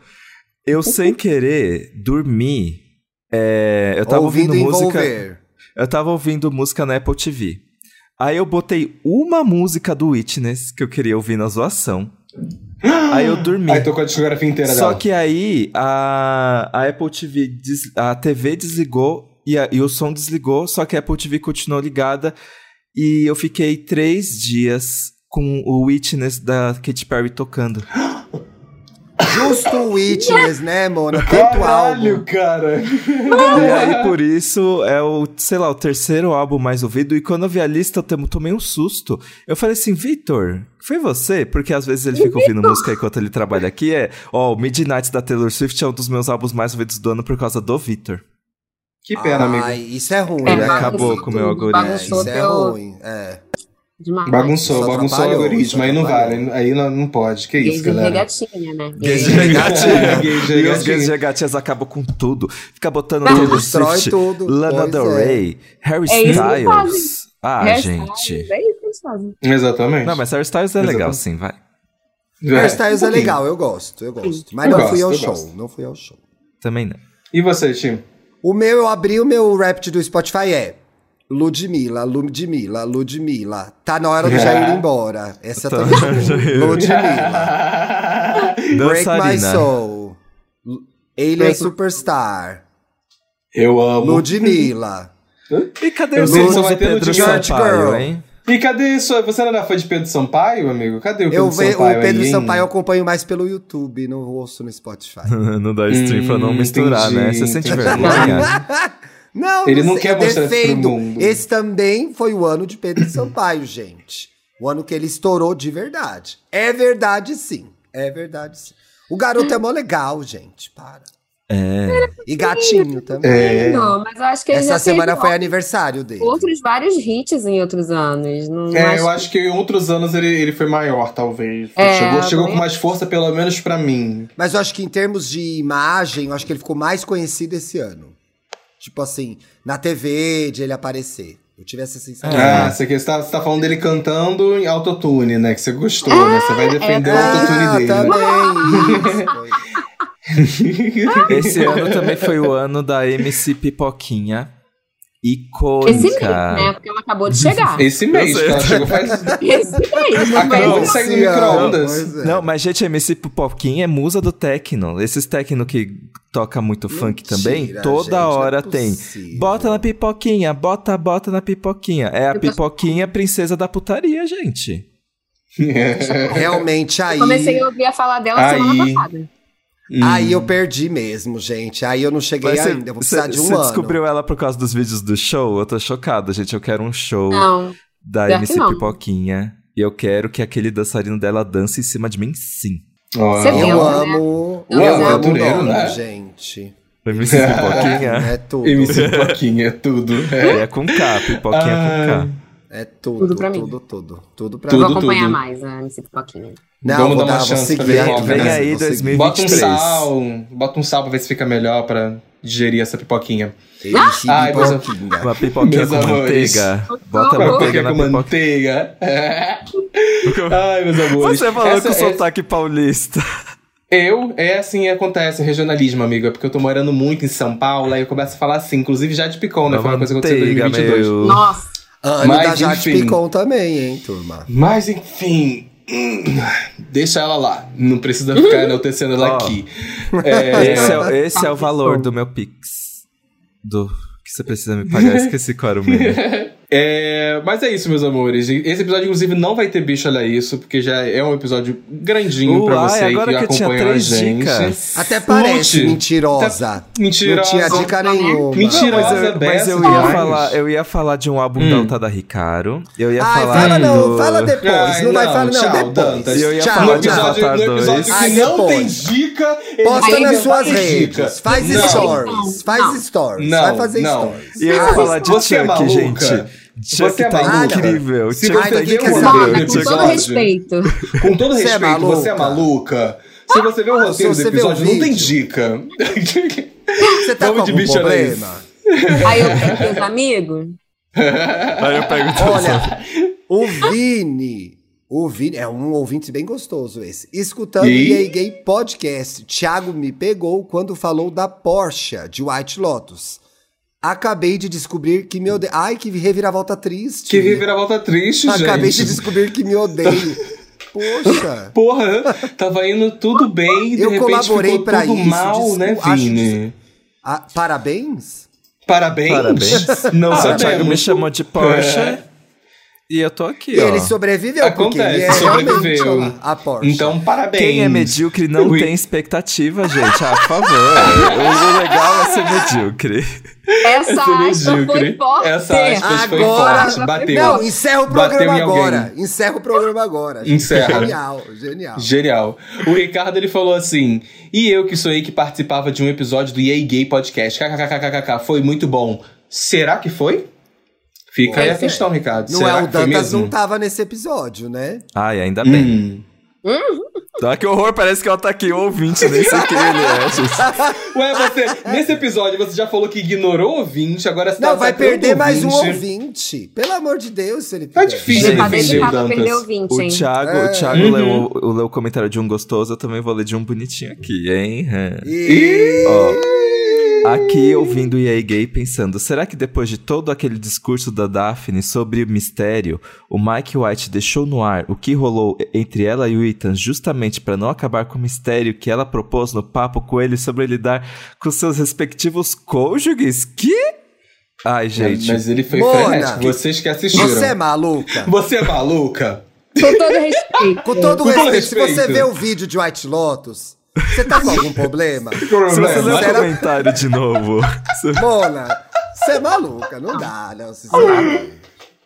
[SPEAKER 2] Eu, sem querer, dormi. é, eu tava
[SPEAKER 1] Ouvindo
[SPEAKER 2] ouvindo, música.
[SPEAKER 1] envolver.
[SPEAKER 2] Eu tava ouvindo música na Apple TV. Aí eu botei uma música do Witness que eu queria ouvir na zoação. Aí eu dormi.
[SPEAKER 4] Aí tocou a discografia inteira
[SPEAKER 2] Só
[SPEAKER 4] dela.
[SPEAKER 2] que aí a, a Apple TV, des- a TV desligou e, a- e o som desligou, só que a Apple TV continuou ligada e eu fiquei três dias com o Witness da Katy Perry tocando.
[SPEAKER 1] Justo o Witness, né, Mona? Tanto álbum.
[SPEAKER 4] Caralho, cara.
[SPEAKER 2] e aí por isso é o, sei lá, o terceiro álbum mais ouvido e quando eu vi a lista eu tam- tomei um susto. Eu falei assim, Victor, foi você? Porque às vezes ele fica ouvindo música enquanto ele trabalha aqui. É, ó, o Midnight da Taylor Swift é um dos meus álbuns mais ouvidos do ano por causa do Victor.
[SPEAKER 4] Que pena, amigo.
[SPEAKER 1] Ai, isso é ruim,
[SPEAKER 5] É,
[SPEAKER 1] né?
[SPEAKER 5] bagunçou
[SPEAKER 2] acabou com o meu
[SPEAKER 5] tudo,
[SPEAKER 2] algoritmo.
[SPEAKER 1] É,
[SPEAKER 5] Bagunçou
[SPEAKER 1] isso é
[SPEAKER 5] teu-
[SPEAKER 1] ruim. É.
[SPEAKER 5] Demais.
[SPEAKER 4] Bagunçou,
[SPEAKER 1] Só
[SPEAKER 4] bagunçou o
[SPEAKER 1] atrapalhou,
[SPEAKER 4] algoritmo.
[SPEAKER 1] só
[SPEAKER 4] Aí não
[SPEAKER 1] atrapalhou.
[SPEAKER 4] vale, aí não, não pode. Que
[SPEAKER 5] Gays
[SPEAKER 4] isso,
[SPEAKER 5] de
[SPEAKER 4] galera.
[SPEAKER 5] regatinha, né?
[SPEAKER 2] Gays de
[SPEAKER 5] Gays.
[SPEAKER 2] regatinha.
[SPEAKER 4] Gays de
[SPEAKER 2] E os gays
[SPEAKER 4] regatinha.
[SPEAKER 2] de gatinhas acabam com tudo. Fica botando Taylor
[SPEAKER 1] Destrói
[SPEAKER 2] Swift,
[SPEAKER 1] tudo.
[SPEAKER 2] Lana
[SPEAKER 1] Pois
[SPEAKER 2] Del
[SPEAKER 1] é.
[SPEAKER 2] Rey, Harry
[SPEAKER 5] É isso que eles
[SPEAKER 2] Styles. Ah,
[SPEAKER 5] Hairstyles,
[SPEAKER 2] gente.
[SPEAKER 5] É isso que eles fazem. né?
[SPEAKER 4] Exatamente.
[SPEAKER 2] Não, mas Harry Styles é
[SPEAKER 4] Exatamente.
[SPEAKER 2] legal, sim, vai.
[SPEAKER 4] É,
[SPEAKER 1] Hairstyles
[SPEAKER 4] um
[SPEAKER 1] é
[SPEAKER 4] pouquinho.
[SPEAKER 1] legal, eu gosto, eu gosto. Mas
[SPEAKER 4] Eu
[SPEAKER 1] não
[SPEAKER 4] gosto,
[SPEAKER 1] fui ao
[SPEAKER 4] eu
[SPEAKER 1] show,
[SPEAKER 4] gosto.
[SPEAKER 1] não fui ao show.
[SPEAKER 2] Também não.
[SPEAKER 4] E você, Tim?
[SPEAKER 1] O meu, eu abri o meu rap do Spotify é Ludmilla, Ludmilla, Ludmilla. Tá na
[SPEAKER 4] É.
[SPEAKER 1] hora do Jair ir embora. Essa
[SPEAKER 2] Tá
[SPEAKER 1] tá
[SPEAKER 2] na hora do Jair.
[SPEAKER 1] Ludmilla. Break My
[SPEAKER 2] Dançarina.
[SPEAKER 1] Soul. L- Alien
[SPEAKER 5] Break-
[SPEAKER 1] Superstar.
[SPEAKER 4] Eu amo.
[SPEAKER 1] Ludmilla.
[SPEAKER 2] E cadê
[SPEAKER 4] Eu
[SPEAKER 2] o
[SPEAKER 4] sei que só
[SPEAKER 2] Zonzo
[SPEAKER 4] vai ter no
[SPEAKER 2] Pedro
[SPEAKER 4] Tibete,
[SPEAKER 2] Sampaio,
[SPEAKER 1] girl.
[SPEAKER 2] hein?
[SPEAKER 4] E cadê isso? Você não era fã de Pedro Sampaio, amigo? Cadê o Pedro
[SPEAKER 1] Eu ve,
[SPEAKER 4] Sampaio?
[SPEAKER 1] o Pedro
[SPEAKER 4] aí, hein?
[SPEAKER 1] Sampaio eu acompanho mais pelo YouTube, não ouço no Spotify.
[SPEAKER 2] não dá stream pra não
[SPEAKER 4] Hum,
[SPEAKER 2] misturar, né?
[SPEAKER 4] entendi,
[SPEAKER 2] Você sente
[SPEAKER 4] entendi.
[SPEAKER 2] vergonha?
[SPEAKER 1] Não,
[SPEAKER 4] Ele não
[SPEAKER 1] sei,
[SPEAKER 4] quer
[SPEAKER 1] eu
[SPEAKER 4] mostrar isso pro
[SPEAKER 1] defendo.
[SPEAKER 4] mundo.
[SPEAKER 1] Esse também foi o ano de Pedro Sampaio, gente. O ano que ele estourou de verdade. É verdade, sim. É verdade, sim. O garoto é mó legal, gente. Para.
[SPEAKER 2] é.
[SPEAKER 1] E gatinho também.
[SPEAKER 4] É.
[SPEAKER 5] Não, mas eu acho que ele
[SPEAKER 1] Essa
[SPEAKER 5] já
[SPEAKER 1] semana
[SPEAKER 5] teve
[SPEAKER 1] foi aniversário dele.
[SPEAKER 5] outros vários hits em outros anos. Não
[SPEAKER 4] É,
[SPEAKER 5] acho-
[SPEAKER 4] eu acho que em outros anos ele, ele foi maior, talvez.
[SPEAKER 5] É,
[SPEAKER 4] chegou
[SPEAKER 5] eu
[SPEAKER 4] chegou com
[SPEAKER 5] também
[SPEAKER 4] mais força, pelo menos pra mim.
[SPEAKER 1] Mas eu acho que em termos de imagem, eu acho que ele ficou mais conhecido esse ano. Tipo assim, na TV, de ele aparecer. Eu tive essa
[SPEAKER 2] É.
[SPEAKER 1] sensação.
[SPEAKER 4] Ah, você, que- você, tá, você tá falando dele cantando em autotune, né? Que você gostou, né? Você
[SPEAKER 5] Ah, é
[SPEAKER 4] vai defender o autotune dele. né?
[SPEAKER 1] Ah, também. isso.
[SPEAKER 5] Ah,
[SPEAKER 2] Esse ano também foi o ano da MC Pipoquinha. Icônica.
[SPEAKER 5] Esse mês, né? Porque ela acabou de chegar.
[SPEAKER 4] Esse mês,
[SPEAKER 2] sei.
[SPEAKER 4] que ela chegou faz.
[SPEAKER 5] Esse mês, não foi?
[SPEAKER 4] Acabou
[SPEAKER 1] Não,
[SPEAKER 4] de sair do
[SPEAKER 1] esse ano,
[SPEAKER 4] micro-ondas.
[SPEAKER 1] pois é.
[SPEAKER 2] Não, mas gente, a MC Pipoquinha é musa do techno. Esses techno que toca muito funk
[SPEAKER 1] Mentira,
[SPEAKER 2] também, toda
[SPEAKER 1] gente, não é
[SPEAKER 2] hora tem.
[SPEAKER 1] possível.
[SPEAKER 2] Bota na pipoquinha, bota, bota na pipoquinha. É a
[SPEAKER 5] Eu tô-
[SPEAKER 2] pipoquinha princesa da putaria, gente.
[SPEAKER 4] É.
[SPEAKER 1] É, Realmente aí.
[SPEAKER 5] Eu comecei a ouvir a falar dela semana
[SPEAKER 4] Aí.
[SPEAKER 5] passada.
[SPEAKER 1] Aí eu perdi mesmo, gente. Aí eu não cheguei
[SPEAKER 2] Mas cê-
[SPEAKER 1] ainda. Eu vou precisar
[SPEAKER 2] cê-
[SPEAKER 1] de um
[SPEAKER 2] cê
[SPEAKER 1] ano.
[SPEAKER 2] descobriu ela por causa dos vídeos do show? Eu tô chocado, gente. Eu quero um show
[SPEAKER 5] Não.
[SPEAKER 2] da
[SPEAKER 5] pior que
[SPEAKER 2] MC
[SPEAKER 5] não.
[SPEAKER 2] Pipoquinha. E eu quero que aquele dançarino dela dance em cima de mim, sim.
[SPEAKER 4] Hum. Ó,
[SPEAKER 5] Você
[SPEAKER 1] Eu
[SPEAKER 5] viu?
[SPEAKER 1] amo.
[SPEAKER 5] Não,
[SPEAKER 1] eu
[SPEAKER 5] não.
[SPEAKER 1] amo o
[SPEAKER 4] Aventureiro,
[SPEAKER 1] nome,
[SPEAKER 4] né?
[SPEAKER 1] gente.
[SPEAKER 2] MC Pipoquinha.
[SPEAKER 1] É tudo.
[SPEAKER 4] MC Pipoquinha, é tudo.
[SPEAKER 2] E
[SPEAKER 4] É.
[SPEAKER 2] é com K, pipoquinha
[SPEAKER 4] Ah.
[SPEAKER 2] com K.
[SPEAKER 1] É tudo.
[SPEAKER 5] Tudo
[SPEAKER 1] Tudo,
[SPEAKER 5] pra mim.
[SPEAKER 1] tudo, tudo. Tudo pra
[SPEAKER 5] Eu
[SPEAKER 4] Tudo,
[SPEAKER 5] vou
[SPEAKER 1] mim.
[SPEAKER 5] acompanhar
[SPEAKER 4] tudo.
[SPEAKER 5] mais a MC Pipoquinha.
[SPEAKER 1] Não,
[SPEAKER 4] Vamos
[SPEAKER 1] vou
[SPEAKER 4] dar uma
[SPEAKER 1] dar, vou
[SPEAKER 4] chance pra
[SPEAKER 1] seguir.
[SPEAKER 4] ver
[SPEAKER 1] aqui,
[SPEAKER 4] qual
[SPEAKER 2] Vem
[SPEAKER 4] Beleza,
[SPEAKER 1] né?
[SPEAKER 2] aí
[SPEAKER 1] Vou seguir.
[SPEAKER 2] 2023.
[SPEAKER 4] Bota um sal, bota um sal pra ver se fica melhor pra digerir essa pipoquinha.
[SPEAKER 1] MC
[SPEAKER 4] Ai, mas eu-
[SPEAKER 1] Pipoquinha.
[SPEAKER 2] Uma pipoquinha
[SPEAKER 4] Meus
[SPEAKER 2] com
[SPEAKER 4] amores.
[SPEAKER 2] manteiga. Bota a
[SPEAKER 5] Pipoquinha
[SPEAKER 2] manteiga
[SPEAKER 4] Pipoquinha
[SPEAKER 2] na
[SPEAKER 4] com
[SPEAKER 2] pipoquinha.
[SPEAKER 4] manteiga. Ai, meus amores.
[SPEAKER 2] Você falou
[SPEAKER 4] Essa- é
[SPEAKER 2] com
[SPEAKER 4] essa-
[SPEAKER 2] sotaque paulista.
[SPEAKER 4] Eu, é assim que acontece, regionalismo, amigo. É porque eu tô morando muito em São Paulo, aí eu começo a falar assim. Inclusive, já de picão, né? Foi uma coisa que aconteceu em
[SPEAKER 2] Manteiga,
[SPEAKER 4] 2022.
[SPEAKER 2] meu.
[SPEAKER 5] Nossa,
[SPEAKER 1] Ano
[SPEAKER 4] Mas,
[SPEAKER 1] da Jade
[SPEAKER 4] enfim.
[SPEAKER 1] Picon também, hein, turma?
[SPEAKER 4] Mas, enfim... hum, Deixa ela lá. Não precisa ficar enaltecendo ela
[SPEAKER 2] Ó.
[SPEAKER 4] aqui. É,
[SPEAKER 2] Esse, é, o- esse é o valor do meu Pix. Do que você precisa me pagar. Eu Esqueci qual era o meu.
[SPEAKER 4] É, mas é isso, meus amores. Esse episódio, inclusive, não vai ter bicho, olha isso, porque já é um episódio grandinho pra
[SPEAKER 2] Uai,
[SPEAKER 4] você
[SPEAKER 2] agora que eu tinha
[SPEAKER 4] acompanha
[SPEAKER 2] três
[SPEAKER 4] a gente.
[SPEAKER 2] dicas.
[SPEAKER 1] Até parece
[SPEAKER 4] Lute.
[SPEAKER 1] mentirosa.
[SPEAKER 4] Mentirosa.
[SPEAKER 1] Não tinha dica nenhuma.
[SPEAKER 4] Mentira.
[SPEAKER 2] Mas
[SPEAKER 4] Rosa
[SPEAKER 2] eu, mas eu
[SPEAKER 4] Bessa,
[SPEAKER 2] ia
[SPEAKER 4] mas-
[SPEAKER 2] falar, eu ia falar de um álbum da
[SPEAKER 4] Hum.
[SPEAKER 2] Altada Ricaro. Eu ia
[SPEAKER 1] Ai,
[SPEAKER 2] falar.
[SPEAKER 1] fala não,
[SPEAKER 2] do-
[SPEAKER 1] fala depois.
[SPEAKER 4] Ai,
[SPEAKER 1] não, vai
[SPEAKER 4] não,
[SPEAKER 1] falar não,
[SPEAKER 4] tchau,
[SPEAKER 1] depois.
[SPEAKER 4] Dantas.
[SPEAKER 2] E eu ia
[SPEAKER 1] tchau,
[SPEAKER 4] No
[SPEAKER 2] falar de
[SPEAKER 1] tchau.
[SPEAKER 4] episódio,
[SPEAKER 2] Avatar
[SPEAKER 4] no episódio
[SPEAKER 2] 2.
[SPEAKER 4] que
[SPEAKER 1] Ai,
[SPEAKER 4] Ah, não
[SPEAKER 1] depois.
[SPEAKER 4] tem dica,
[SPEAKER 1] Posta
[SPEAKER 4] ele
[SPEAKER 1] nas
[SPEAKER 4] vai
[SPEAKER 1] suas
[SPEAKER 4] ter
[SPEAKER 1] redes. Faz
[SPEAKER 4] não,
[SPEAKER 1] stories. Faz
[SPEAKER 5] Não.
[SPEAKER 1] stories.
[SPEAKER 4] Não,
[SPEAKER 1] vai fazer
[SPEAKER 4] não.
[SPEAKER 1] stories.
[SPEAKER 2] E eu ia
[SPEAKER 1] Faz
[SPEAKER 2] falar de
[SPEAKER 4] Você é
[SPEAKER 2] Chuck,
[SPEAKER 4] maluca?
[SPEAKER 2] gente. Chuck
[SPEAKER 4] Você é
[SPEAKER 2] tá
[SPEAKER 1] maluca?
[SPEAKER 2] incrível.
[SPEAKER 4] Se
[SPEAKER 2] Chuck
[SPEAKER 4] você
[SPEAKER 2] tá
[SPEAKER 4] vê um
[SPEAKER 2] incrível.
[SPEAKER 4] roteiro
[SPEAKER 5] Sara,
[SPEAKER 4] do
[SPEAKER 5] com todo
[SPEAKER 4] episódio-
[SPEAKER 5] respeito.
[SPEAKER 4] Com todo
[SPEAKER 1] Você é
[SPEAKER 4] respeito, você
[SPEAKER 1] maluca?
[SPEAKER 4] é
[SPEAKER 1] Ah,
[SPEAKER 4] maluca. Se você vê o roteiro do
[SPEAKER 1] você vê o
[SPEAKER 4] episódio, não tem
[SPEAKER 1] vídeo.
[SPEAKER 4] dica.
[SPEAKER 1] Você tá
[SPEAKER 4] Vamos
[SPEAKER 1] com
[SPEAKER 4] de
[SPEAKER 1] algum
[SPEAKER 4] bicho era
[SPEAKER 1] problema?
[SPEAKER 5] Aí eu perguntei os amigos.
[SPEAKER 2] Aí eu pego então,
[SPEAKER 1] Olha, o Vini. O Vini é um ouvinte bem gostoso esse. Escutando o
[SPEAKER 4] E?
[SPEAKER 1] EA Gay Podcast, Thiago me pegou quando falou da Porsche de White Lotus. Acabei de descobrir que me odeio. Ai, que reviravolta triste.
[SPEAKER 4] que reviravolta triste, gente.
[SPEAKER 1] Acabei de descobrir que me odeio. Poxa.
[SPEAKER 4] Porra, tava indo tudo bem, de
[SPEAKER 1] Eu
[SPEAKER 4] repente
[SPEAKER 1] colaborei
[SPEAKER 4] ficou
[SPEAKER 1] pra
[SPEAKER 4] tudo
[SPEAKER 1] isso,
[SPEAKER 4] mal,
[SPEAKER 1] desculpa,
[SPEAKER 4] né,
[SPEAKER 1] acho
[SPEAKER 4] Vini?
[SPEAKER 1] Ah, parabéns?
[SPEAKER 4] Parabéns?
[SPEAKER 2] Parabéns.
[SPEAKER 4] Não
[SPEAKER 2] o Thiago me
[SPEAKER 4] sabemos.
[SPEAKER 2] chamou de Porsche.
[SPEAKER 4] É.
[SPEAKER 2] E eu tô aqui,
[SPEAKER 1] E
[SPEAKER 2] ó.
[SPEAKER 1] ele sobreviveu, porque ele é
[SPEAKER 4] Acontece,
[SPEAKER 1] realmente
[SPEAKER 4] sobreviveu.
[SPEAKER 1] ó, a Porsche.
[SPEAKER 4] Então, parabéns.
[SPEAKER 2] Quem é medíocre não
[SPEAKER 4] Ui.
[SPEAKER 2] tem expectativa, gente. Ah, por favor. o legal é ser medíocre.
[SPEAKER 5] Essa
[SPEAKER 4] Essa
[SPEAKER 5] aspa
[SPEAKER 4] medíocre.
[SPEAKER 5] foi forte.
[SPEAKER 4] Essa aspa foi
[SPEAKER 1] Agora-
[SPEAKER 4] forte, bateu.
[SPEAKER 1] Não, encerra o
[SPEAKER 4] Bateu
[SPEAKER 1] programa
[SPEAKER 4] em
[SPEAKER 1] agora.
[SPEAKER 4] alguém.
[SPEAKER 1] Encerra o programa agora. gente.
[SPEAKER 4] Encerra.
[SPEAKER 1] Genial, genial.
[SPEAKER 4] Genial. O Ricardo ele falou assim: e eu que sonhei que participava de um episódio do Yay Gay Podcast. KKKKKK, foi muito bom. Será que foi? Fica aí a
[SPEAKER 1] Pois é.
[SPEAKER 4] questão, Ricardo.
[SPEAKER 1] Não
[SPEAKER 4] Será
[SPEAKER 1] é, o
[SPEAKER 4] que foi
[SPEAKER 1] Dantas
[SPEAKER 4] mesmo? Tá,
[SPEAKER 1] não tava nesse episódio, né?
[SPEAKER 2] Ai, ainda bem.
[SPEAKER 4] Hum.
[SPEAKER 2] Ah, que horror, parece que ela tá aqui, o ouvinte, nem sei quem ele é. gente.
[SPEAKER 4] Ué, você, nesse episódio você já falou que ignorou o ouvinte, agora você tá
[SPEAKER 1] Não, vai
[SPEAKER 4] atacando
[SPEAKER 1] perder
[SPEAKER 4] o
[SPEAKER 1] mais um
[SPEAKER 4] ouvinte.
[SPEAKER 1] ouvinte. Pelo amor de Deus, Felipe.
[SPEAKER 4] Tá
[SPEAKER 1] Neto.
[SPEAKER 4] difícil.
[SPEAKER 5] Ele tá
[SPEAKER 2] Gente,
[SPEAKER 5] dedicado a
[SPEAKER 4] Dantas.
[SPEAKER 5] perder o 20,
[SPEAKER 2] O
[SPEAKER 5] hein?
[SPEAKER 2] Thiago,
[SPEAKER 1] É.
[SPEAKER 2] o Thiago
[SPEAKER 4] Uhum.
[SPEAKER 2] leu, o- leu o comentário de um gostoso, eu também vou ler de um bonitinho aqui, hein? Hum. Hã.
[SPEAKER 1] E...
[SPEAKER 2] Aqui ouvindo o EA Gay pensando, será que depois de todo aquele discurso da Daphne sobre o mistério, o Mike White deixou no ar o que rolou entre ela e o Ethan justamente para não acabar com o mistério que ela propôs no papo com ele sobre lidar com seus respectivos cônjuges? Que? Ai, gente.
[SPEAKER 4] Mas ele foi
[SPEAKER 1] Mona.
[SPEAKER 4] frenético, vocês que assistiram.
[SPEAKER 1] Você é maluca?
[SPEAKER 4] Você é maluca?
[SPEAKER 5] Com todo respeito.
[SPEAKER 1] Com todo
[SPEAKER 4] Com todo
[SPEAKER 1] respeito, se você
[SPEAKER 4] respeito.
[SPEAKER 1] vê o vídeo de White Lotus, você tá com algum problema?
[SPEAKER 2] Se
[SPEAKER 4] é
[SPEAKER 2] você ler o
[SPEAKER 1] Será-
[SPEAKER 2] comentário de novo.
[SPEAKER 1] Mona, você é maluca, não dá, não. sinceramente.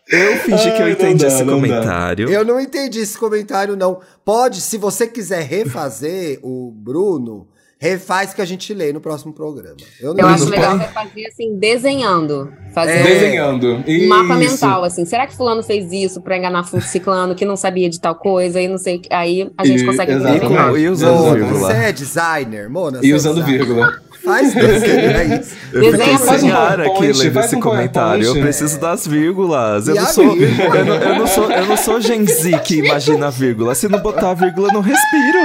[SPEAKER 2] Eu fingi que
[SPEAKER 4] Ai,
[SPEAKER 2] eu
[SPEAKER 4] não
[SPEAKER 2] entendi
[SPEAKER 4] dá,
[SPEAKER 2] esse
[SPEAKER 4] não dá.
[SPEAKER 2] comentário.
[SPEAKER 1] Eu não entendi esse comentário, não. Pode, se você quiser refazer o Bruno, refaz que a gente lê no próximo programa. não
[SPEAKER 5] Eu acho
[SPEAKER 1] entendi.
[SPEAKER 5] legal é fazer assim, desenhando.
[SPEAKER 1] É.
[SPEAKER 5] Fazer
[SPEAKER 4] É. Desenhando.
[SPEAKER 5] um mapa
[SPEAKER 4] Isso.
[SPEAKER 5] mental, assim. Será que fulano fez isso pra enganar fu- ciclano que não sabia de tal coisa e não sei o que. Aí a gente
[SPEAKER 4] E-
[SPEAKER 5] consegue
[SPEAKER 4] exato.
[SPEAKER 2] E,
[SPEAKER 5] desenhar.
[SPEAKER 2] com, e usando
[SPEAKER 1] Mona,
[SPEAKER 2] vírgula.
[SPEAKER 1] você é designer, Mona. você
[SPEAKER 4] E
[SPEAKER 1] é
[SPEAKER 4] usando
[SPEAKER 1] designer.
[SPEAKER 4] vírgula.
[SPEAKER 1] Faz desenho, é isso.
[SPEAKER 2] Eu fiquei
[SPEAKER 5] Desenha, faz um
[SPEAKER 2] sem ar aqui
[SPEAKER 4] PowerPoint,
[SPEAKER 2] lendo
[SPEAKER 4] faz
[SPEAKER 2] esse
[SPEAKER 4] um
[SPEAKER 2] comentário. Eu
[SPEAKER 4] PowerPoint.
[SPEAKER 2] preciso das vírgulas. Eu
[SPEAKER 1] E
[SPEAKER 2] não,
[SPEAKER 1] a
[SPEAKER 2] sou,
[SPEAKER 1] vírgula?
[SPEAKER 2] eu, não, eu não sou. Eu não sou Gen Z que imagina a vírgula. Se não botar a vírgula, eu não respiro.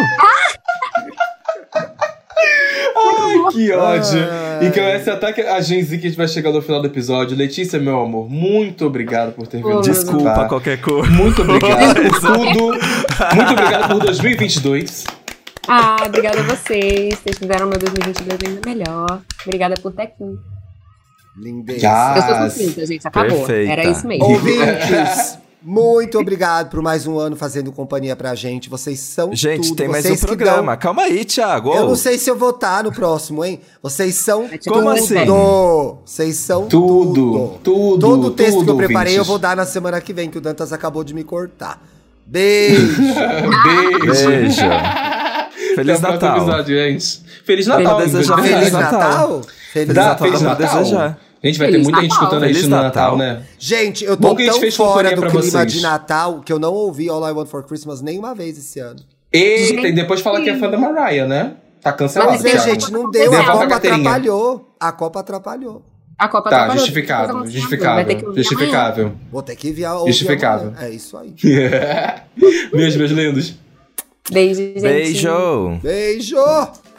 [SPEAKER 4] Ai, que ódio.
[SPEAKER 1] Ai.
[SPEAKER 4] Então, esse ataque a Gen Z que a gente vai chegando ao final do episódio. Letícia, meu amor, muito obrigado por ter vindo.
[SPEAKER 5] Oh, meu Deus.
[SPEAKER 2] Desculpa
[SPEAKER 1] Tá.
[SPEAKER 4] participar.
[SPEAKER 2] qualquer cor.
[SPEAKER 4] Muito obrigado por tudo. Muito obrigado por 2022.
[SPEAKER 5] Ah, obrigada a vocês. Vocês fizeram meu 2022 ainda melhor. Obrigada por estar aqui.
[SPEAKER 1] Lindeza.
[SPEAKER 4] Já.
[SPEAKER 5] Eu sou
[SPEAKER 4] As-
[SPEAKER 5] sucinta, gente. Acabou.
[SPEAKER 2] Perfeita.
[SPEAKER 5] Era isso mesmo.
[SPEAKER 1] Ouvintes, muito obrigado por mais um ano fazendo companhia pra gente. Vocês são
[SPEAKER 2] Gente,
[SPEAKER 1] tudo.
[SPEAKER 2] tem mais um
[SPEAKER 1] Vocês que dão-
[SPEAKER 2] programa. Calma aí, Thiago.
[SPEAKER 1] Eu não sei se eu vou estar no próximo, hein? Vocês são
[SPEAKER 5] É tipo
[SPEAKER 1] tudo.
[SPEAKER 2] um assim?
[SPEAKER 1] Vocês são
[SPEAKER 4] Tudo, tudo,
[SPEAKER 1] Todo o texto
[SPEAKER 4] tudo,
[SPEAKER 1] que eu preparei eu
[SPEAKER 4] ouvintes.
[SPEAKER 1] vou dar na semana que vem, que o Dantas acabou de me cortar. Beijo!
[SPEAKER 4] Beijo.
[SPEAKER 2] Beijo. Feliz
[SPEAKER 4] Até o próximo
[SPEAKER 2] Natal.
[SPEAKER 4] episódio, gente. Feliz Natal.
[SPEAKER 2] Pra desejar
[SPEAKER 4] inclusive.
[SPEAKER 1] Feliz
[SPEAKER 2] Feliz
[SPEAKER 1] Natal!
[SPEAKER 2] Natal.
[SPEAKER 1] Feliz
[SPEAKER 4] Dá,
[SPEAKER 1] Natal!
[SPEAKER 4] feliz
[SPEAKER 2] dá pra
[SPEAKER 4] Natal.
[SPEAKER 2] desejar.
[SPEAKER 4] Gente, vai
[SPEAKER 5] Feliz
[SPEAKER 4] ter muita gente
[SPEAKER 5] Natal.
[SPEAKER 4] escutando a gente
[SPEAKER 2] Feliz
[SPEAKER 4] no Natal,
[SPEAKER 2] Natal.
[SPEAKER 4] né?
[SPEAKER 1] Gente, eu
[SPEAKER 4] Bom
[SPEAKER 1] tô
[SPEAKER 4] que a gente
[SPEAKER 1] tão
[SPEAKER 4] fez
[SPEAKER 1] fora
[SPEAKER 4] companhia
[SPEAKER 1] do
[SPEAKER 4] pra
[SPEAKER 1] clima
[SPEAKER 4] vocês.
[SPEAKER 1] de Natal que eu não ouvi All I Want for Christmas nenhuma vez esse ano.
[SPEAKER 4] Eita, e
[SPEAKER 5] Gente.
[SPEAKER 4] depois fala que é fã da Mariah, né? Tá cancelado.
[SPEAKER 1] Mas é,
[SPEAKER 4] Thiago.
[SPEAKER 1] gente, não deu. A
[SPEAKER 4] Devolve a
[SPEAKER 1] Copa
[SPEAKER 4] carteirinha.
[SPEAKER 1] atrapalhou. A Copa atrapalhou.
[SPEAKER 5] A Copa
[SPEAKER 4] Tá,
[SPEAKER 5] atrapalhou, tá
[SPEAKER 4] justificável,
[SPEAKER 5] acontecendo. Vai ter que
[SPEAKER 4] justificável,
[SPEAKER 5] ouvir
[SPEAKER 4] justificável.
[SPEAKER 1] Vou ter que enviar. ouvir
[SPEAKER 4] Justificável.
[SPEAKER 1] amanhã. É isso aí.
[SPEAKER 4] Meus, meus lindos.
[SPEAKER 6] Beijo, gente.
[SPEAKER 5] Beijo!
[SPEAKER 1] Beijo!